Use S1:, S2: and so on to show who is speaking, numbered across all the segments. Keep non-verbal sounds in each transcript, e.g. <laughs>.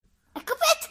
S1: é ninguém.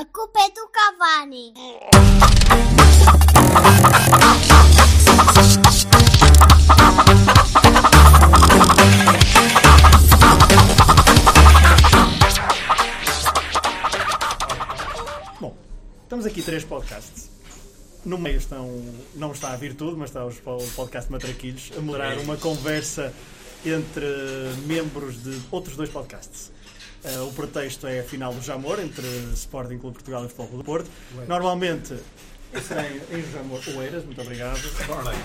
S1: A culpa é do Cavani.
S2: Bom, estamos aqui três podcasts. No meio estão, não está a virtude, mas está os po- o podcast Matraquilhos a moderar uma conversa entre membros de outros dois podcasts. Eh, o pretexto é a final do Jamor entre Sporting Clube de Portugal e Futebol Clube do Porto. Normalmente tem em Jamor Oeiras, muito obrigado,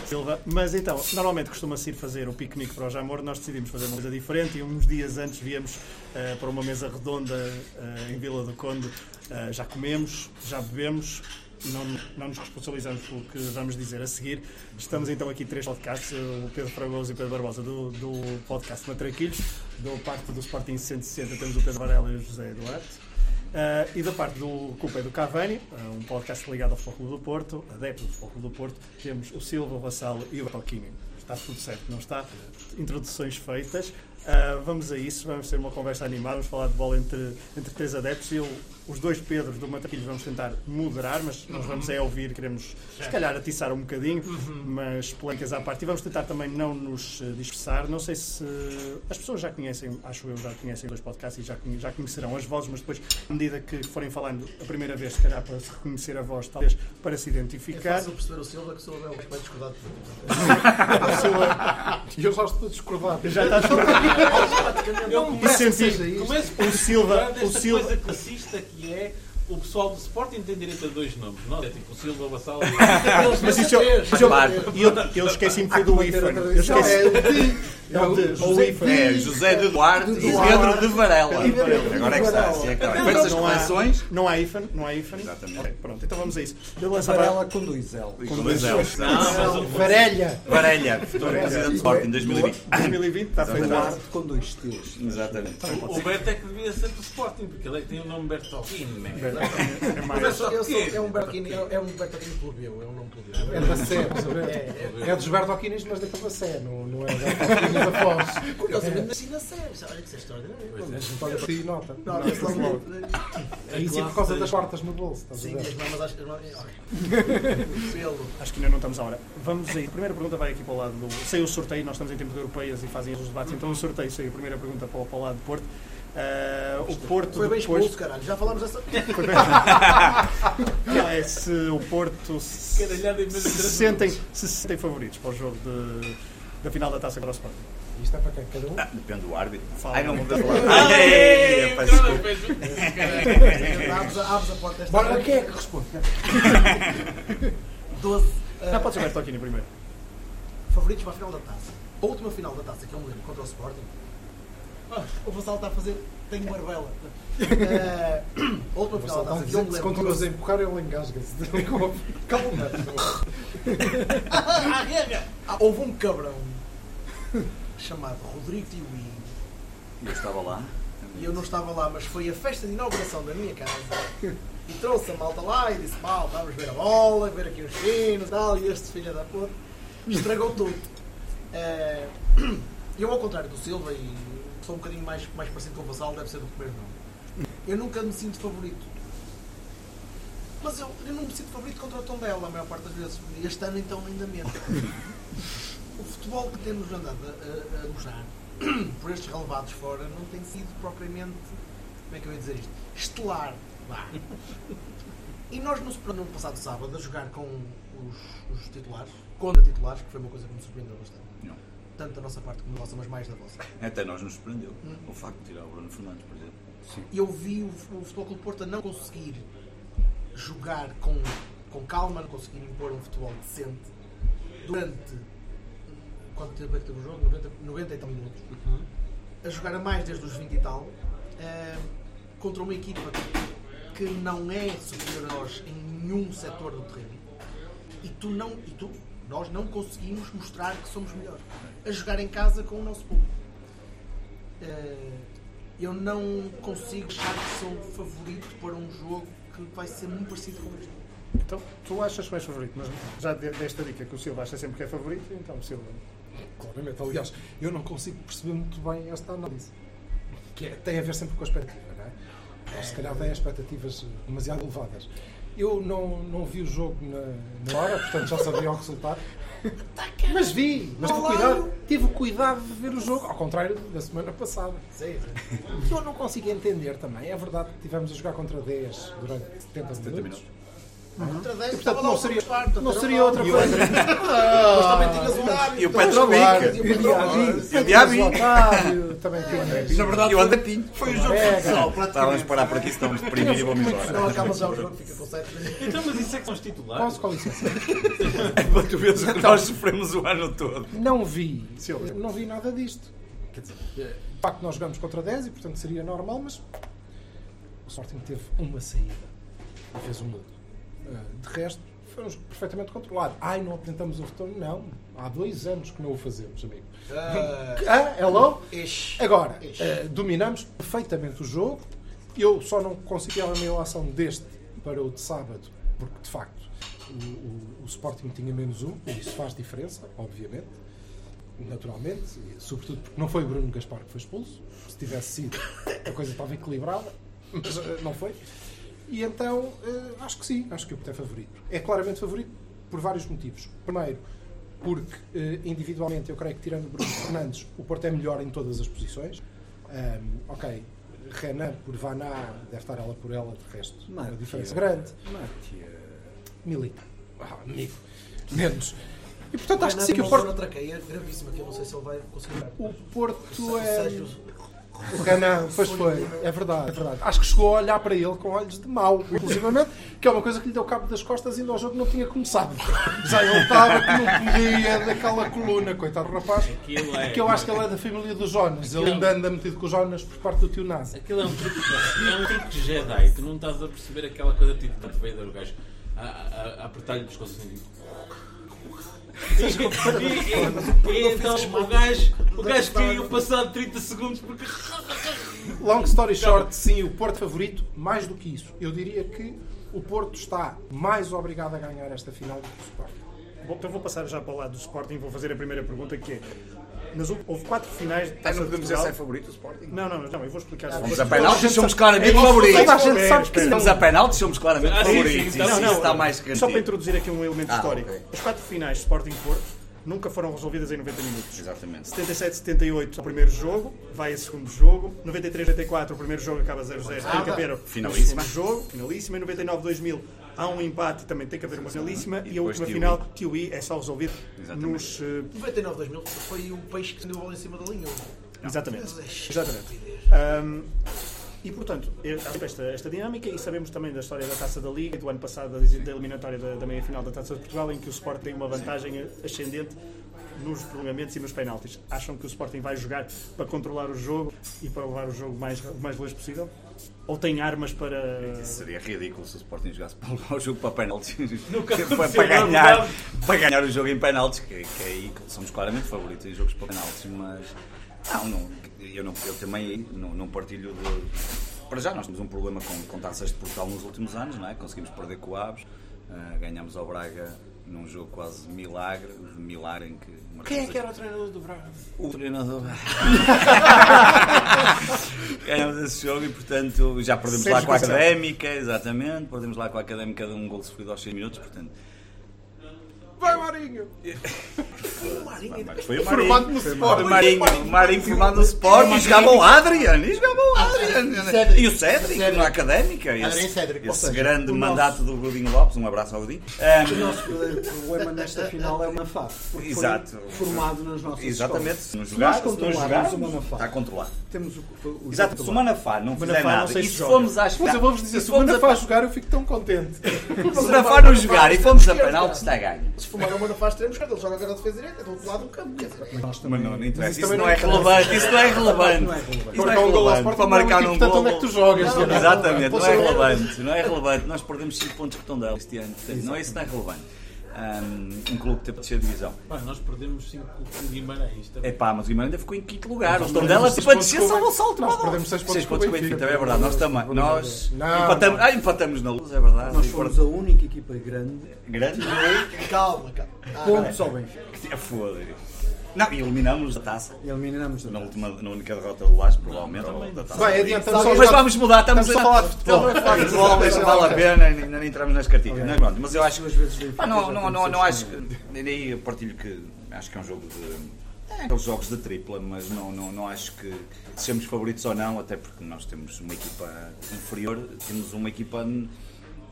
S2: Silva. Mas então, normalmente costuma-se ir fazer o piquenique para o Jamor. Nós decidimos fazer uma coisa diferente e uns dias antes viemos eh, para uma mesa redonda eh, em Vila do Conde. Eh, já comemos, já bebemos, não, não nos responsabilizamos pelo que vamos dizer a seguir. Estamos então aqui três podcasts, o Pedro Fragoso e o Pedro Barbosa do, do podcast Matraquilhos, da parte do Sporting 160 temos o Pedro Varela e o José Duarte. Ah, e da parte do Culpa é do Cavani, ah, um podcast ligado ao Futebol Clube do Porto, adepto do Futebol Clube do Porto, temos o Silva, o Vassalo e o Valquímio. Está tudo certo, não está? Introduções feitas. Ah, vamos a isso, vamos ter uma conversa animada, vamos falar de bola entre, entre três adeptos. Eu, os dois Pedros do Matraquilhos vamos tentar moderar, mas
S3: Uhum.
S2: nós vamos é ouvir, queremos se calhar atiçar um bocadinho, mas polémicas à parte. E vamos tentar também não nos eh, dispersar. Não sei se as pessoas já conhecem, acho eu, já conhecem os podcasts e já, conhe- já conhecerão as vozes, mas depois, à medida que forem falando a primeira vez, se calhar para se reconhecer a voz, talvez para se identificar.
S4: Fácil perceber o Silva que o Silva é o mais discordado de todos.
S5: E eu gosto de discordar.
S2: Já
S3: <laughs>
S2: está
S4: Praticamente.
S3: Eu
S2: E
S3: começo,
S2: senti
S3: começo
S2: o Silva,
S3: desta
S2: o Silva.
S3: coisa classista que é o pessoal do Sporting tem direito a dois nomes, não é? Tipo o Silva Vassal e
S2: Mas isso eu, mas eu, eu, eu esqueci-me que foi do
S5: manter a
S2: Ifan. Eu
S5: tradição.
S2: esqueci.
S5: É o de-
S2: É o de- ou o Ifan.
S6: É José de Duarte e Pedro de Varela. Agora é que está. Assim é que está. Com essas
S2: Não há-
S6: coleções.
S2: Não há IFAN, não há IFAN.
S6: Exatamente.
S2: Ok, pronto, então vamos a isso. Eu lançava-
S4: Varela conduz ela.
S6: Com dois L's. Não, mas o-
S4: Varelha.
S6: Varelha, futuro presidente do Sporting 2020.
S2: 2020 está feito lá.
S4: Duarte com dois estilos.
S6: Exatamente.
S3: o Berto é que devia ser do Sporting, porque ele é que tem o nome Bertolini, man.
S2: É mais.
S3: Mas só
S4: Eu sou-
S3: porquê?
S4: É um Bertolini, é é um Bertolini plebeu, é um nome plebeu.
S5: É da Sé, percebeu? É dos Bertolquinis, mas daquela Sé, não, não é da Bertolquinis da Foz.
S4: Curiosamente, nasci na Sé. Olha que isso é extraordinário.
S5: Não, mas não está a nota.
S4: Não, assim, não, isso logo.
S5: É isso é por causa das quartas no bolso, estás a
S4: Sim, e as
S5: ver?
S4: mamas às as mamas. é, olha. Pelo.
S2: Acho que ainda não estamos à hora. Vamos aí. A primeira pergunta vai aqui para o lado do. Saiu o sorteio, nós estamos em tempo de europeias e fazem os debates, então o sorteio saiu a primeira pergunta para o, para o lado do Porto. Ah, o Porto
S4: Foi bem
S2: depois.
S4: expulso, caralho. Já falámos dessa.
S2: Não, é se o Porto se,
S3: Caralhada em menos de
S2: se
S3: três
S2: sentem, se sentem favoritos para o jogo de- da final da taça para o Sporting.
S5: Isto é para quem? Cada um?
S6: Ah, Depende do árbitro.
S2: Fala.
S6: Ai, não muda a
S3: Ah,
S6: palavra.
S3: é,
S6: Ei,
S3: é,
S6: peço
S3: não,
S6: desculpa.
S3: não, fez um-
S4: Abres a abres a porta desta.
S5: Bora, quem é que responde?
S4: 12.
S2: Não,
S4: eh,
S2: pode ser o Bertolini primeiro.
S4: favoritos para a final da taça. A última final da taça que eu me lembro contra o Sporting. Ah, O Vassal está a fazer. Tenho uma <laughs> arbela. Eh, a última final da taça que eu me
S5: Se
S4: lembro.
S5: continuas a empujar, ele engasga-se. <laughs> Calma.
S4: <laughs> Ah, rega! Ah, houve um cabrão <laughs> chamado Rodrigo Tiuí.
S6: Eu estava lá.
S4: E eu não estava lá, mas foi a festa de inauguração da minha casa. E trouxe a malta lá e disse: Malta, vamos ver a bola, ver aqui os chinos e tal. E este filho da puta estragou tudo. Eh, <clears throat> eu, ao contrário do Silva, e sou um bocadinho mais, mais parecido com o Vassal, deve ser do primeiro nome. Eu nunca me sinto favorito. Mas eu, eu não me sinto favorito contra o tom dela, a maior parte das vezes. E Este ano, então, ainda menos. o futebol que temos andado a- a- a mostrar <clears throat> por estes relevados fora não tem sido propriamente, como é que eu ia dizer isto? Estelar. Vá. E nós no Super- no passado sábado a jogar com os, os titulares, contra titulares, que foi uma coisa que me surpreendeu bastante.
S6: Não.
S4: Tanto da nossa parte como da vossa, mas mais da vossa.
S6: Até nós nos surpreendeu. O facto de tirar o Bruno Fernandes, por exemplo.
S4: E eu vi o, o Futebol Clube do Porto a não conseguir jogar com, com calma, não conseguir impor um futebol decente durante hum, quanto tempo é que teve o jogo? 90, 90 e tal minutos. A jogar a mais desde os 20 e tal, eh, contra uma equipa que não é superior a nós em nenhum setor do terreno. E tu não. E tu, Nós não conseguimos mostrar que somos melhores a jogar em casa com o nosso público. Eh, eu não consigo achar que sou o favorito para um jogo que vai ser muito parecido com este.
S5: Então, tu achas que és favorito, mas já de- desta dica que o Silva acha sempre que é favorito, então Silva. Claramente, aliás, eu não consigo perceber muito bem esta análise. Que é- tem a ver sempre com a expectativa, não é? Ou se calhar têm expectativas eh, demasiado elevadas. Eu não, não vi o jogo na, na hora, portanto já sabia o resultado. Mas vi, mas tive cuidado, tive cuidado de ver o jogo, ao contrário da semana passada. O que eu não consigo entender também, é verdade que tivemos a jogar contra 10 durante 70 minutos.
S4: Outra vez,
S5: E,
S4: estava lá
S5: portanto, não
S4: o
S5: seria,
S4: Sr. Parto,
S5: não
S4: era
S5: seria
S4: lá.
S5: outra coisa.
S4: Mas também tinhas um
S6: E
S4: árbitro.
S6: o Patrick.
S5: E o Diaby.
S6: E o Diaby.
S5: O Otávio, também <laughs> tinhas.
S6: Na verdade, e o Andatinho. Foi o jogo
S5: É,
S6: pessoal. Estávamos a parar por aqui, <laughs> estamos deprimidos e vamos
S4: Não
S6: embora.
S4: acaba já o jogo, fica com 7 <laughs>
S3: Então, mas isso é que são os titulares?
S5: Posso com licença?
S6: É para tu veres o que nós sofremos o ano todo.
S5: Não vi, não vi nada disto. Quer dizer, eh, de facto nós jogamos contra 10 e portanto seria normal, mas o Sporting teve uma saída e fez um gol. Eh, De resto, foi um jogo perfeitamente controlado. Ai, não apresentamos o retorno? Não. Há dois anos que não o fazemos, amigo. Ah, hello? Agora, eh, dominamos perfeitamente o jogo. Eu só não considero a minha ação deste para o de sábado, porque de facto o, o- o Sporting tinha menos um, e isso faz diferença, obviamente, naturalmente, e sobretudo porque não foi o Bruno Gaspar que foi expulso. Se tivesse sido, a coisa estava equilibrada, mas eh, não foi. E então, eh, acho que sim, acho que o Porto é favorito. É claramente favorito por vários motivos. Primeiro, porque eh, individualmente eu creio que, tirando o Bruno Fernandes, o Porto é melhor em todas as posições. Ahm, ok, Renan por Vaná, deve estar ela por ela, de resto, uma diferença grande. Milita. Ah, amigo. Menos. E portanto, acho que sim que o Porto.
S4: Outra caia gravíssima que é eu não sei se ele vai conseguir.
S5: O Porto é.
S4: Sérgio,
S5: O Renan, pois foi, é verdade, é verdade. Acho que chegou a olhar para ele com olhos de mau, inclusivamente, que é uma coisa que lhe deu cabo das costas ainda ao jogo não tinha começado. Já ele estava que não podia daquela coluna, coitado do rapaz.
S3: Aquilo é- um-
S5: Que eu acho que ele é da família do Jonas, ele ainda anda metido com o Jonas por parte do tio Nazi.
S3: Aquilo é um truque, é um truque Jedi. Tu não estás a perceber aquela coisa tipo Darth Vader, o gajo a, a- a apertar-lhe o pescoço e- E, e, e então o gajo, o gajo caiu passado 30 segundos porque
S5: Long story short, sim, o Porto favorito, mais do que isso. Eu diria que o Porto está mais obrigado a ganhar esta final do que o Sporting.
S2: Bom, então vou passar já para o lado do Sporting e vou fazer a primeira pergunta que é. Nas, ul- houve quatro finais de
S6: Não
S2: Taça de
S6: podemos dizer
S2: Portugal.
S6: se é favorito o Sporting.
S2: Não, não, não, não, eu vou explicar.
S6: Vamos a penaltis, somos claramente favoritos.
S5: Toda a gente sabe que
S6: Estamos
S5: não.
S6: a penaltis, somos claramente
S3: Ah, sim, sim,
S6: favoritos.
S3: então,
S6: Isso
S3: não,
S6: isso está mais
S2: Só
S6: que
S2: para
S6: garantido.
S2: introduzir aqui um elemento
S6: Ah,
S2: histórico.
S6: ok.
S2: As quatro finais de Sporting Porto nunca foram resolvidas em 90 minutos.
S6: Exatamente.
S2: 77-78 é o primeiro jogo, vai a segundo jogo. 93-94 o primeiro jogo acaba 0-0, tem que haver
S6: Finalíssima.
S2: um segundo jogo, finalíssima. Em 99-2000 há um empate, também tem que haver uma finalíssima. E, a
S6: depois
S2: última
S6: TUI.
S2: final, TUI, é só resolvido
S6: Exatamente.
S2: nos... eh,
S4: 99 2000 foi o peixe que se deu a bola em cima da linha.
S2: Exatamente.
S4: Mas é
S2: Exatamente. Ahm, e portanto, é- há sempre esta, esta dinâmica e sabemos também da história da Taça da Liga e do ano passado da, da eliminatória da, da meia-final da Taça de Portugal em que o Sporting tem uma vantagem ascendente nos prolongamentos e nos penaltis. Acham que o Sporting vai jogar para controlar o jogo e para levar o jogo mais o mais longe possível? Ou tem armas para
S6: Seria ridículo se o Sporting jogasse para levar o jogo para penaltis. <laughs>
S3: Nunca
S6: para,
S3: aconteceu,
S6: para,
S3: não é
S6: ganhar,
S3: verdade?
S6: para ganhar o jogo em penaltis, que, que é aí somos claramente favoritos em jogos para penaltis, mas não, não, eu, não, eu também não, não partilho de. Para já, nós temos um problema com, com taças de Portugal nos últimos anos, não é? Conseguimos perder com o Aves, ah, ganhámos ao Braga num jogo quase milagre, milagre em que. Quem é que era o treinador do <laughs> Braga? O treinador. Ganhámos esse jogo e, portanto, já perdemos lá com a Académica, exatamente, perdemos lá com a Académica de um gol sofrido aos 6 minutos, portanto. Mas Foi o Marinho. Formado no Sport. O Marinho, o Marinho formado no Sport. E jogava o Adrian. E jogava o Adrian. E o Cédric, na Académica. Esse,
S4: Cédric, ou
S6: esse
S4: seja,
S6: grande
S4: o
S6: mandato do Godinho Lopes. Um abraço ao Godinho.
S7: O nosso problema nesta final é o Manfá. porque
S6: Exato.
S7: Foi formado nas nossas
S6: Exatamente.
S7: escolas.
S6: Se não jogar, se não
S7: controlarmos
S6: jogar,
S7: o Manafá.
S6: está controlado.
S7: Temos o, o, o
S6: Exato. Se o Manafá não fizer
S2: Manafá não
S6: nada
S2: sei
S5: é
S6: e
S2: se
S6: se
S2: joga.
S6: formos às
S5: Mas eu vou-vos dizer, se o Manda faz jogar, eu fico tão <laughs> contente.
S6: Se o Manafá não jogar e fomos a penalti, está ganho.
S4: Se fumar uma não faz teremos ele joga agora a defesa direita, é do outro lado do campo. Quer dizer, é-
S6: Mas não, não interessa. Isso
S5: também
S6: não
S5: não
S6: é relevante. Isso não é relevante. Isso não é
S5: Marcar um gol ao
S6: relevante.
S5: Sporting
S6: Para marcar
S5: não é
S6: um
S5: muito importante
S6: gol.
S5: onde é que tu jogas. não é?
S6: Exatamente, não é
S5: Pois é.
S6: relevante, não é relevante. Nós perdemos 5 pontos de Tondela este ano, portanto, não, isso não é relevante. um, um clube que teve de ser divisão.
S3: Pá, nós perdemos 5 com o Guimarães.
S6: É
S3: também.
S6: pá, mas o Guimarães ainda ficou em quinto lugar.
S3: Nós
S6: Os Tondelas, tipo, a
S3: perdemos seis pontos
S6: descer só
S3: com o Benfica.
S6: o salto. para
S3: Nós
S6: baixo.
S3: perdemos seis pontos
S6: Seis
S3: com o
S6: pontos com o
S3: Benfica,
S6: Benfica, também é verdade. Nós também. Nós
S5: Não,
S6: empatamos,
S5: não.
S6: ah, empatamos na luz, é verdade.
S7: Nós fomos a única equipa grande.
S6: Grande.
S4: Calma, calma. Ah,
S7: Pontos ao Benfica.
S6: <laughs> É foda. Não, e eliminamos a taça.
S7: E eliminamos a
S6: Na, última, na única derrota do Lage, provavelmente. da taça.
S5: Bem, adiantamos
S6: Só-
S5: só
S6: mas
S5: os
S6: vamos mudar, estamos,
S5: Estamos
S6: a falar de futebol. futebol, deixa vale a pena, ainda nem entramos nas cartilhas. Mas, pronto, mas eu acho.
S7: Duas vezes bem
S6: Pá, não,
S7: feitas,
S6: não,
S7: já
S6: não,
S7: temos
S6: não acho
S7: seis
S6: que. Daí eu partilho que. Acho que é um jogo de. É, aqueles jogos de tripla, mas não, não, não acho que sejamos favoritos ou não, até porque nós temos uma equipa inferior, temos uma equipa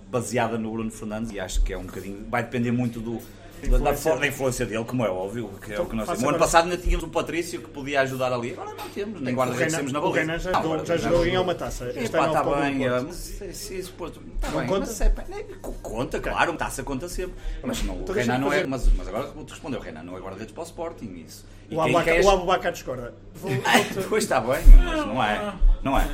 S6: baseada no Bruno Fernandes e acho que é um bocadinho. Vai depender muito do. Da, da
S2: Influência.
S6: for- da influência dele, como é óbvio, que é o que
S2: faça
S6: nós temos. O ano
S2: agora-
S6: passado ainda tínhamos o Patrício que podia ajudar ali, agora não temos, nem guarda-redes temos na
S2: o
S6: bola.
S2: Renan já, jogou- já jogou em uma taça. Este
S6: Epá,
S2: ano
S6: está
S2: ao Pódio do
S6: bem,
S2: Porto.
S6: mas se, se isso pôs- tá bem,
S2: conta?
S6: mas é, pá, né, co- conta, claro, um taça conta sempre. Mas não, o
S2: Então
S6: Renan
S2: deixa-me
S6: não é.
S2: fazer-
S6: Mas, mas agora vou-te responder, o Renan não é guarda-redes para o Sporting, isso. E
S2: O
S6: quem
S2: Abubacar
S6: quer-
S2: o Abubacar discorda. Vou-
S6: <laughs>
S2: vou-te-
S6: Pois está bem, mas não é. Não é.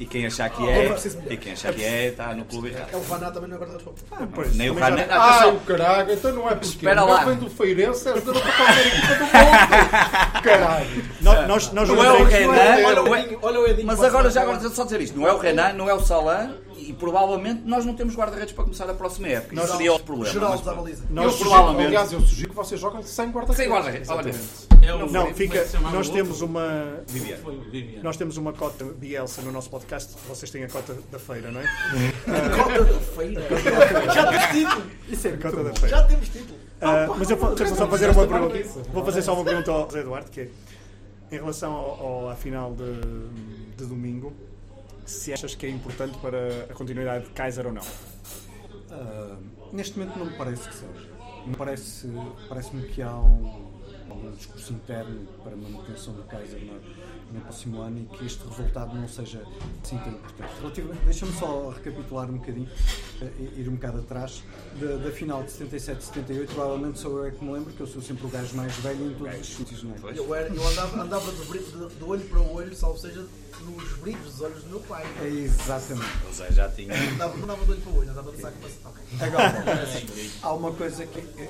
S6: E quem achar que é, e quem achar que é, está no clube errado.
S4: O Vaná também não é guarda-redes para o Porto.
S6: Não,
S2: pois,
S6: nem o
S2: também já-
S6: Renan.
S5: Ah,
S6: atenção,
S5: o caralho, então não é porque
S6: Espera
S5: o
S6: lá.
S5: gajo vem do Feirense é jogador para qualquer equipa do mundo. Caralho.
S2: Nó- Nós nós
S6: Não é o
S2: jogaremos-
S6: Renan,
S4: Olha
S6: não
S4: o
S6: é-
S4: Edinho, olha o Edinho.
S6: Mas
S4: passa
S6: agora,
S4: a
S6: já
S4: bola.
S6: agora, só dizer isto: não é o Renan, não é o Salan e provavelmente nós não temos guarda-redes para começar a próxima época. Isso seria outro problema. mas
S4: Geraldo da
S6: pronto.
S4: baliza.
S5: Eu
S2: Nós
S5: sugiro,
S6: provavelmente-
S5: aliás, eu sugiro que vocês joguem sem guarda-redes.
S6: Sem guarda-redes, olha.
S3: É o- como é
S2: Não,
S3: que
S2: fica.
S3: se chamava
S2: Nós
S3: o
S2: temos
S3: outro?
S2: uma.
S6: Viviane.
S3: Foi o Vivian.
S2: Nós temos uma cota Bielsa no nosso podcast. Vocês têm a cota da feira, não é?
S4: Cota da feira. Já temos título.
S7: Isso é
S2: A cota da feira.
S4: Já temos título.
S2: Ah, mas eu vou, deixa-me só fazer uma pergunta. Vou fazer só uma pergunta ao José Eduardo, que é em relação ao, ao- à final de, de domingo, se achas que é importante para a continuidade de Kaiser ou não?
S7: Ah, neste momento não me parece que seja. Me parece, parece-me que há um, um discurso interno para a manutenção do Kaiser no, no próximo ano e que este resultado não seja assim tão importante. Relativo- Deixa-me só recapitular um bocadinho, eh, ir um bocado atrás, da, da final de 77-78, provavelmente sou eu é que me lembro, que eu sou sempre o gajo mais velho em todos os sítios, não é?
S4: Eu, era, eu andava, andava do, bri- de, de olho para olho, salvo seja nos brilhos dos olhos do meu pai.
S7: É exatamente.
S6: Ou seja, já tinha.
S4: Andava, não andava de olho para olho, andava de saco para saco.
S7: Agora, há uma coisa que eh,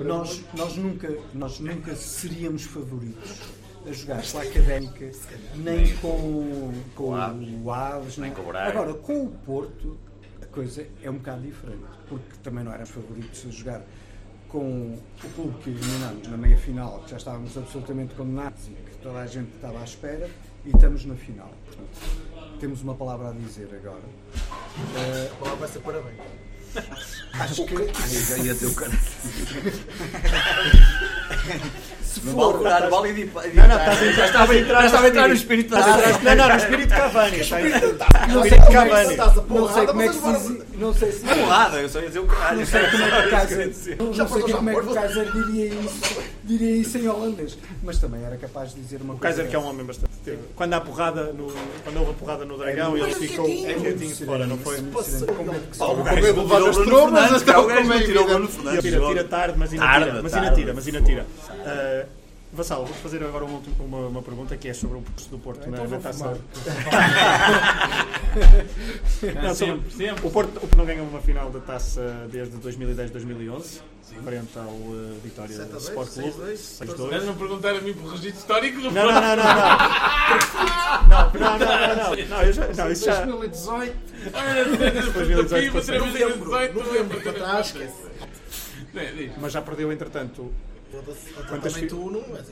S7: eh, nós, nós, nunca, nós nunca seríamos favoritos a jogar pela Académica, nem com, com o Aves, nem
S6: com o Braga.
S7: Agora, com o Porto, a coisa é um bocado diferente, porque também não éramos favoritos a jogar com o clube que eliminámos na meia-final, que já estávamos absolutamente condenados e que toda a gente estava à espera, e estamos na final. Portanto, temos uma palavra a dizer agora. Eh,
S4: Agora vai ser parabéns.
S7: acho que
S6: Ia ter o cara.
S7: se
S6: No
S7: for-
S6: balde, dá no balde e di- e Não, não, estás a entrar. Estás a entrar no espírito. Estás a
S2: Não,
S6: entrar
S2: não, no espírito Cavani. está aí.
S7: Não sei,
S2: Espírito
S7: como é que
S2: Cavani.
S7: se- não sei como é que se diz- não sei se-
S6: no porrada. Eu só ia dizer o caralho.
S7: não sei como é que o Kaiser- não
S4: Já
S7: sei
S4: foste
S7: como é que
S4: ao
S7: o Kaiser diria isso, diria isso em holandês, mas também era capaz de dizer uma
S2: O
S7: coisa. eh,
S2: Kaiser que é um
S7: dessa.
S2: homem bastante. teve- Quando há porrada no, quando houve a porrada no dragão, ele
S4: É muito
S2: ficou
S4: quietinho.
S2: quietinho fora, não foi?
S7: Muito sereno. Como é que se-
S6: O
S5: Como é que levar as trombas, então,
S6: O gajo
S5: como é
S6: não
S5: que
S6: tirou o
S5: vira?
S6: Bruno
S2: Ele
S6: Fernandes.
S2: tira,
S6: jogou.
S2: tira tarde, mas ainda
S6: Tarde,
S2: tira. Mas
S6: tarde.
S2: ainda tira, mas ainda tira. Ah, Vassal, vou fazer agora uma, última- uma, uma pergunta que é sobre o percurso do Porto na,
S5: Então
S2: na
S5: vou
S2: taça.
S5: fumar.
S2: Não, sobre-
S3: Sempre, sempre.
S2: O Porto, o Porto não ganha uma final da taça desde 2010-2011, frente ao eh, Vitória
S4: Sete a dois,
S2: Sport Clube.
S4: seis a dois.
S2: 6-2.
S3: Eles não perguntaram a mim por registro histórico do
S2: Não, não, não, não, não.
S4: <laughs>
S2: Não, não, não, não, não. Não, eu já, não, isso já.
S5: 2018.
S4: Novembro para trás, esquece.
S2: Mas já perdeu, entretanto.
S4: Foda-se.
S2: Quantas fi-
S4: Também tu não. é? mas-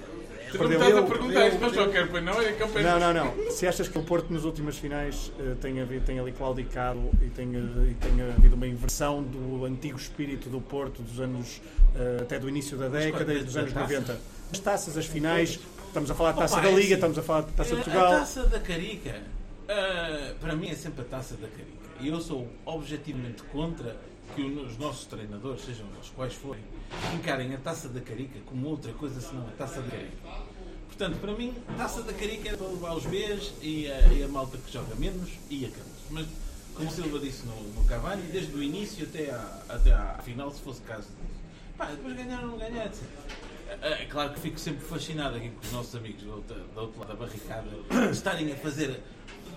S2: Perdeu.
S3: Estás a perguntar isto, mas não quero, pois não? É que eu peço.
S2: Não, não, não. Se achas que o Porto nas últimas finais eh, tem, havido, tem ali claudicado e tem, eh, e tem havido uma inversão do antigo espírito do Porto dos anos, eh, até do início da década e dos anos 90. As taças, as finais, estamos a falar de taça
S3: Opa,
S2: da
S3: é
S2: Liga,
S3: assim.
S2: estamos a falar de taça de
S3: A
S2: Portugal.
S3: taça da Carica, ah, para mim é sempre a taça da Carica. E eu sou objetivamente contra que o- os nossos treinadores, sejam eles quais forem, encarem a taça da Carica como outra coisa senão a taça da Carica. Portanto, para mim, taça da Carica é para levar os Bs e a, e a malta que joga menos e a Campos. Mas, como o Silva disse no, no Cavani, desde o início até à, até à final, se fosse caso disso. Pá, depois ganhar ou não ganhar, etc. É é claro que fico sempre fascinado aqui com os nossos amigos do outro, do outro lado da barricada estarem a fazer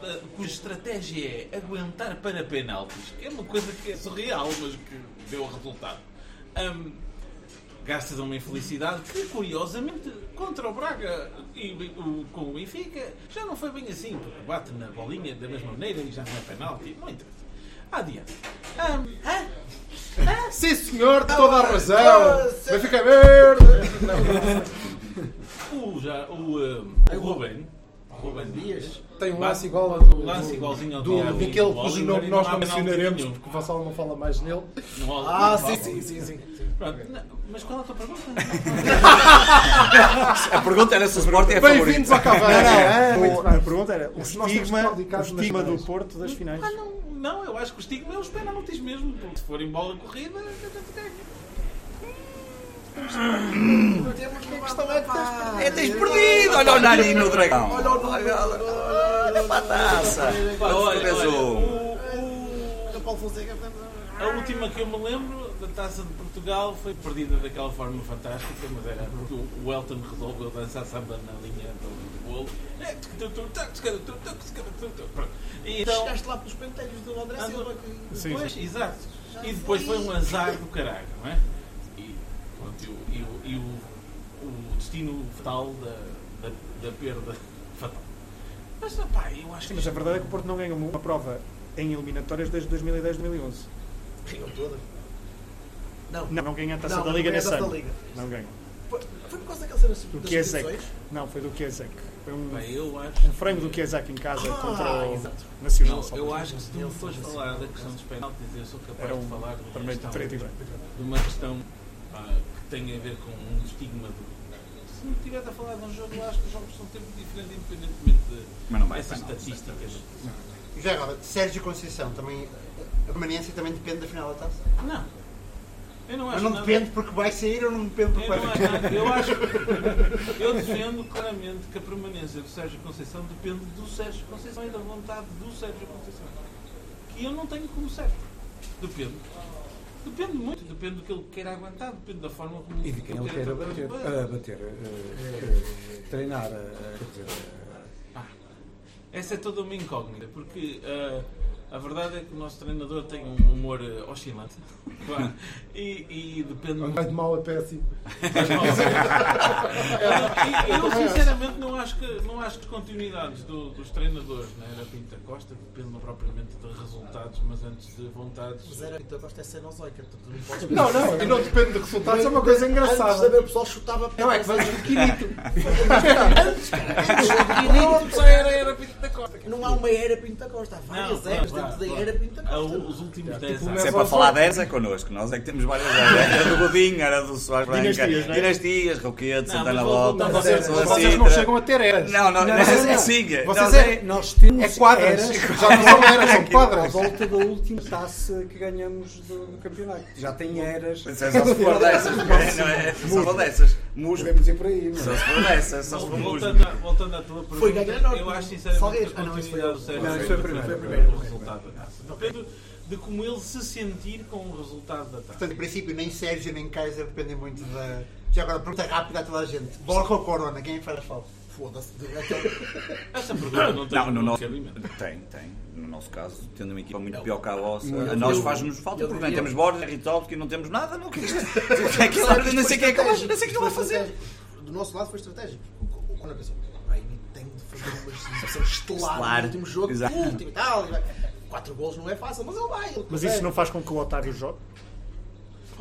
S3: eh, da- cuja estratégia é aguentar para penaltis. É uma coisa que é surreal, mas que deu resultado. Ah, Ahm, gastas uma infelicidade que, curiosamente, contra o Braga e o, com o Benfica, já não foi bem assim, porque bate na bolinha da mesma maneira e já não é penalti. Não interessa. Adiante. Ahm, hã? Hã?
S5: Sim, senhor, de toda a razão. Vai ficar verde.
S3: O, já, o, um, o Ruben. Ruben Dias.
S5: Tem um
S3: bate-
S5: lance igual ao
S3: bate
S5: do,
S3: um lance igualzinho ao
S5: do,
S3: do-
S5: daquele
S3: do
S5: cujo
S3: Oliver
S5: nome
S3: e
S5: nós
S3: não há
S5: não
S3: penalti
S5: mencionaremos
S3: nenhum.
S5: porque o Vassal não fala mais nele.
S3: Não há-
S5: Ah,
S3: não há-
S5: sim, sim, sim, sim.
S3: Pronto, não, mas qual é a tua pergunta? <laughs>
S6: A pergunta era se o Sport é favorito.
S5: Bem-vindos ao
S2: Não,
S5: Cavani.
S2: não,
S5: Muito bem.
S2: a pergunta era o
S5: Nós temos que
S2: estigma,
S5: claudicar
S2: o
S5: nas
S2: estigma do
S5: finais.
S2: Porto das finais.
S3: Ah, não, não, eu acho que o estigma é os penaltis mesmo, porque se for em bola corrida, a gente ganha.
S4: A questão é que tens perdido.
S6: É, tens perdido. Olha o Nani no dragão.
S4: Olha o Olha
S6: Olha para a taça.
S3: Olha,
S6: Tu vês
S3: olha,
S6: o...
S3: o-
S4: o Paulo Fonseca.
S3: o- a última que eu me lembro da taça de Portugal foi perdida daquela forma fantástica, mas era porque o- o Elton resolveu dançar samba na linha do do bolo. É, tuc, tuc, tuc, tuc, tuc, tuc, tuc, tuc, tuc, tuc. Pronto. E então,
S4: Chegaste lá pelos pentelhos do André
S3: Ah,
S4: Silva.
S3: do-
S4: que-
S3: Depois, exato. E depois foi um azar do caralho, não é? E, pronto, e, o- e o- e o, o destino fatal da, da, da perda fatal. Mas, pá, eu acho
S2: Sim,
S3: que.
S2: mas a verdade é que o Porto não ganha uma prova em eliminatórias desde 2010, 2011.
S4: Ganhou todas. Não.
S2: Não, não ganha a taça
S4: Não,
S2: da
S4: não
S2: Liga
S4: ganha a
S2: nesse
S4: taça
S2: ano.
S4: da Liga.
S2: Não ganha.
S4: Foi foi por causa daquela cena das
S2: Do Kiesek.
S4: substituições?
S2: Não, foi do Kiesek. Foi um,
S3: Bem, eu
S2: um
S3: acho.
S2: frango do Kiesek em casa
S4: Ah,
S2: contra o
S4: exato.
S2: Nacional.
S3: Eu,
S2: só
S3: eu
S2: para-
S3: acho que se tu me fores falar da questão dos penaltis, eu sou capaz
S2: assim. Era um
S3: de falar de uma
S2: vermelho
S3: questão,
S2: preto e branco.
S3: de uma questão pá, que tem a ver com um estigma do. Se me estiver a falar de um jogo, eu acho que os jogos são sempre diferentes, independentemente
S6: Mas não vai
S3: dessas
S6: penaltis,
S3: estatísticas.
S8: Já agora, Sérgio Conceição também. A permanência também depende da final da taça.
S3: Não. Eu não acho
S8: Mas não
S3: nada-
S8: depende porque vai sair ou não depende porque
S3: Eu,
S8: vai
S3: não acho
S8: ficar.
S3: nada. eu acho. Eu defendo claramente que a permanência do Sérgio Conceição depende do Sérgio Conceição e da vontade do Sérgio Conceição. Que eu não tenho como Sérgio. Depende. Depende muito, depende do que ele queira aguentar, depende da forma como
S7: E de quem ele queira bater, ah, bater ah, ah, treinar, ah, ah, quer dizer,
S3: Essa é toda uma incógnita, porque ah, a verdade é que o nosso treinador tem um humor ah, oscilante <laughs> Vá. e, e depende
S5: Vai de mal a assim. péssimo.
S3: E eu sinceramente não acho que, não acho que as continuidades do- dos treinadores na era Pinta Costa dependam propriamente de resultados, mas antes de vontades.
S4: Mas era, então eu gosto de ser nozoica. portanto, não posso-
S5: Não, não, e não depende de resultados, é uma coisa
S4: Antes de haver
S5: engraçada.
S4: o pessoal chutava
S5: Não é que vamos do Quinito.
S4: Não era era Pinto da Costa. Não há uma era Pinto da Costa. Há várias
S3: Não,
S4: eras
S3: vá,
S4: dentro
S3: vá.
S4: da era Pinto da
S3: Ah,
S4: Costa.
S3: o- Os últimos 10
S5: tipo,
S3: anos.
S6: Se é
S5: Mas
S6: para
S5: ao-
S6: falar 10 é connosco, nós é que temos várias áreas. É do Godinho, era do Soares Branca,
S2: Dinastias, não é?
S6: Dinastias, Roquete,
S3: Não,
S6: Santana
S3: mas vou-
S6: Lopes,
S3: não,
S5: Vocês,
S6: Sousa
S5: vocês não
S6: Sintra.
S5: chegam a ter eras.
S6: Não, não, não, é assim. é-
S5: Vocês
S6: nós é-
S5: é,
S7: Nós temos
S5: é quadras.
S6: <laughs>
S7: eras
S5: Já não são eras, são
S7: à
S5: quadras.
S7: volta da última taça que ganhamos do, do campeonato. Já tem eras.
S6: Mas é só se for dessas,
S7: <laughs>
S6: não é? Não é? Só se for dessas. Musgo.
S7: Podemos ir por aí, não é?
S6: Só se for dessas, só se for musgo.
S3: Voltando, à- voltando à tua pergunta,
S4: Foi ganhar Norte.
S3: eu acho sinceramente que
S4: Salgueiro.
S3: a
S4: Ah, não, isso foi
S3: continuidade do Sérgio
S7: Não, isso
S3: Conceição
S7: foi
S3: depende
S7: primeiro,
S3: do resultado da taça. Depende de como ele se sentir com o resultado da taça.
S8: Portanto, em princípio, nem Sérgio nem Kaiser dependem muito da. Já agora, pergunta rápida a toda a gente: Borja ou Corona? Quem é faz a falta?
S4: Foda-se. Aquele-
S3: Essa pergunta não tem
S6: Não, no nosso,
S3: cabimento.
S6: tem, tem. No nosso caso, tendo uma equipa muito pior que a vossa, a nós faz-nos falta porque não temos Borges, Ritovski, não temos nada, não <laughs> queres. Aquilo era- não sei o que é que ele- não sei o que ele vai fazer.
S4: Do nosso lado foi estratégico. O Conor pensou, "Ai, tenho de fazer uma exibição estelar
S6: Estelar.
S4: no último jogo,
S6: Exato.
S4: último e tal. e vai." Quatro gols não é fácil, mas é. ele vai. ele
S2: Mas
S4: consegue.
S2: isso não faz com que o Otávio jogue?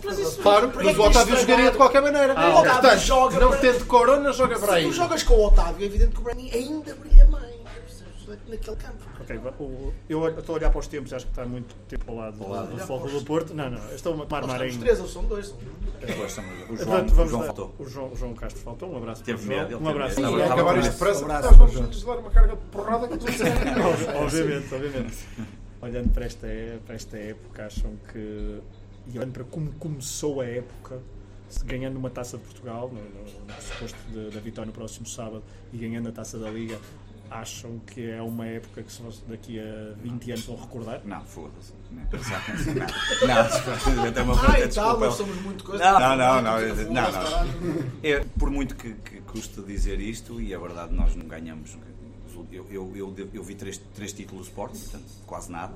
S4: Mas isso-
S5: Claro,
S4: porque é
S5: mas
S4: que
S5: o Otávio
S4: estragar?
S5: jogaria de qualquer maneira.
S4: Ah, ok.
S5: Portanto,
S4: Joga
S5: não
S4: para-
S5: tendo corona, joga para
S4: Se
S5: aí.
S4: tu jogas com o Otávio, é evidente que o Brani ainda brilha mais. percebes? Naquele campo.
S2: Ok, va- o- eu olho- eu estou a olhar para os tempos, acho que está muito tempo ao lado do- do Fogo do Porto. Não, não, eu estou a
S4: Nós
S2: marmar
S4: temos
S2: ainda.
S4: três, eles são dois. são um.
S6: Depois estamos- O João,
S2: Portanto,
S6: o
S2: vamos
S6: João
S2: dar-
S6: faltou.
S2: o João, o João Castro faltou. Um abraço
S6: Teve
S2: para o João.
S6: medo, ele
S2: um
S6: teve
S2: abraço.
S6: medo.
S5: E
S6: Estava-
S5: acabar isto
S6: estava-
S5: depressa,
S7: abraço,
S5: nós
S7: abraço.
S5: vamos lhes dar uma carga de porrada que todos
S2: Ob- obviamente, obviamente. Olhando para esta, é- para esta época, acham que. E olhando para como começou a época, se ganhando uma taça de Portugal, no, no- no suposto de- da vitória no próximo sábado, e ganhando a taça da Liga, acham que é uma época que se nós daqui a 20 anos vão recordar?
S6: Não, foda-se. Nem pensar nisso, Não,
S4: <laughs>
S6: não, desculpa, até uma
S4: Ah,
S6: pergunta,
S4: e tal,
S6: desculpa.
S4: nós somos muito tá? coisa.
S6: Não, não, não, não,
S4: Somos muito
S6: não,
S4: coisa, caralho.
S6: É, por muito que, que custe dizer isto, e a verdade nós não ganhamos. Eu, eu, eu, eu vi três, três títulos de Sporting, portanto, quase nada.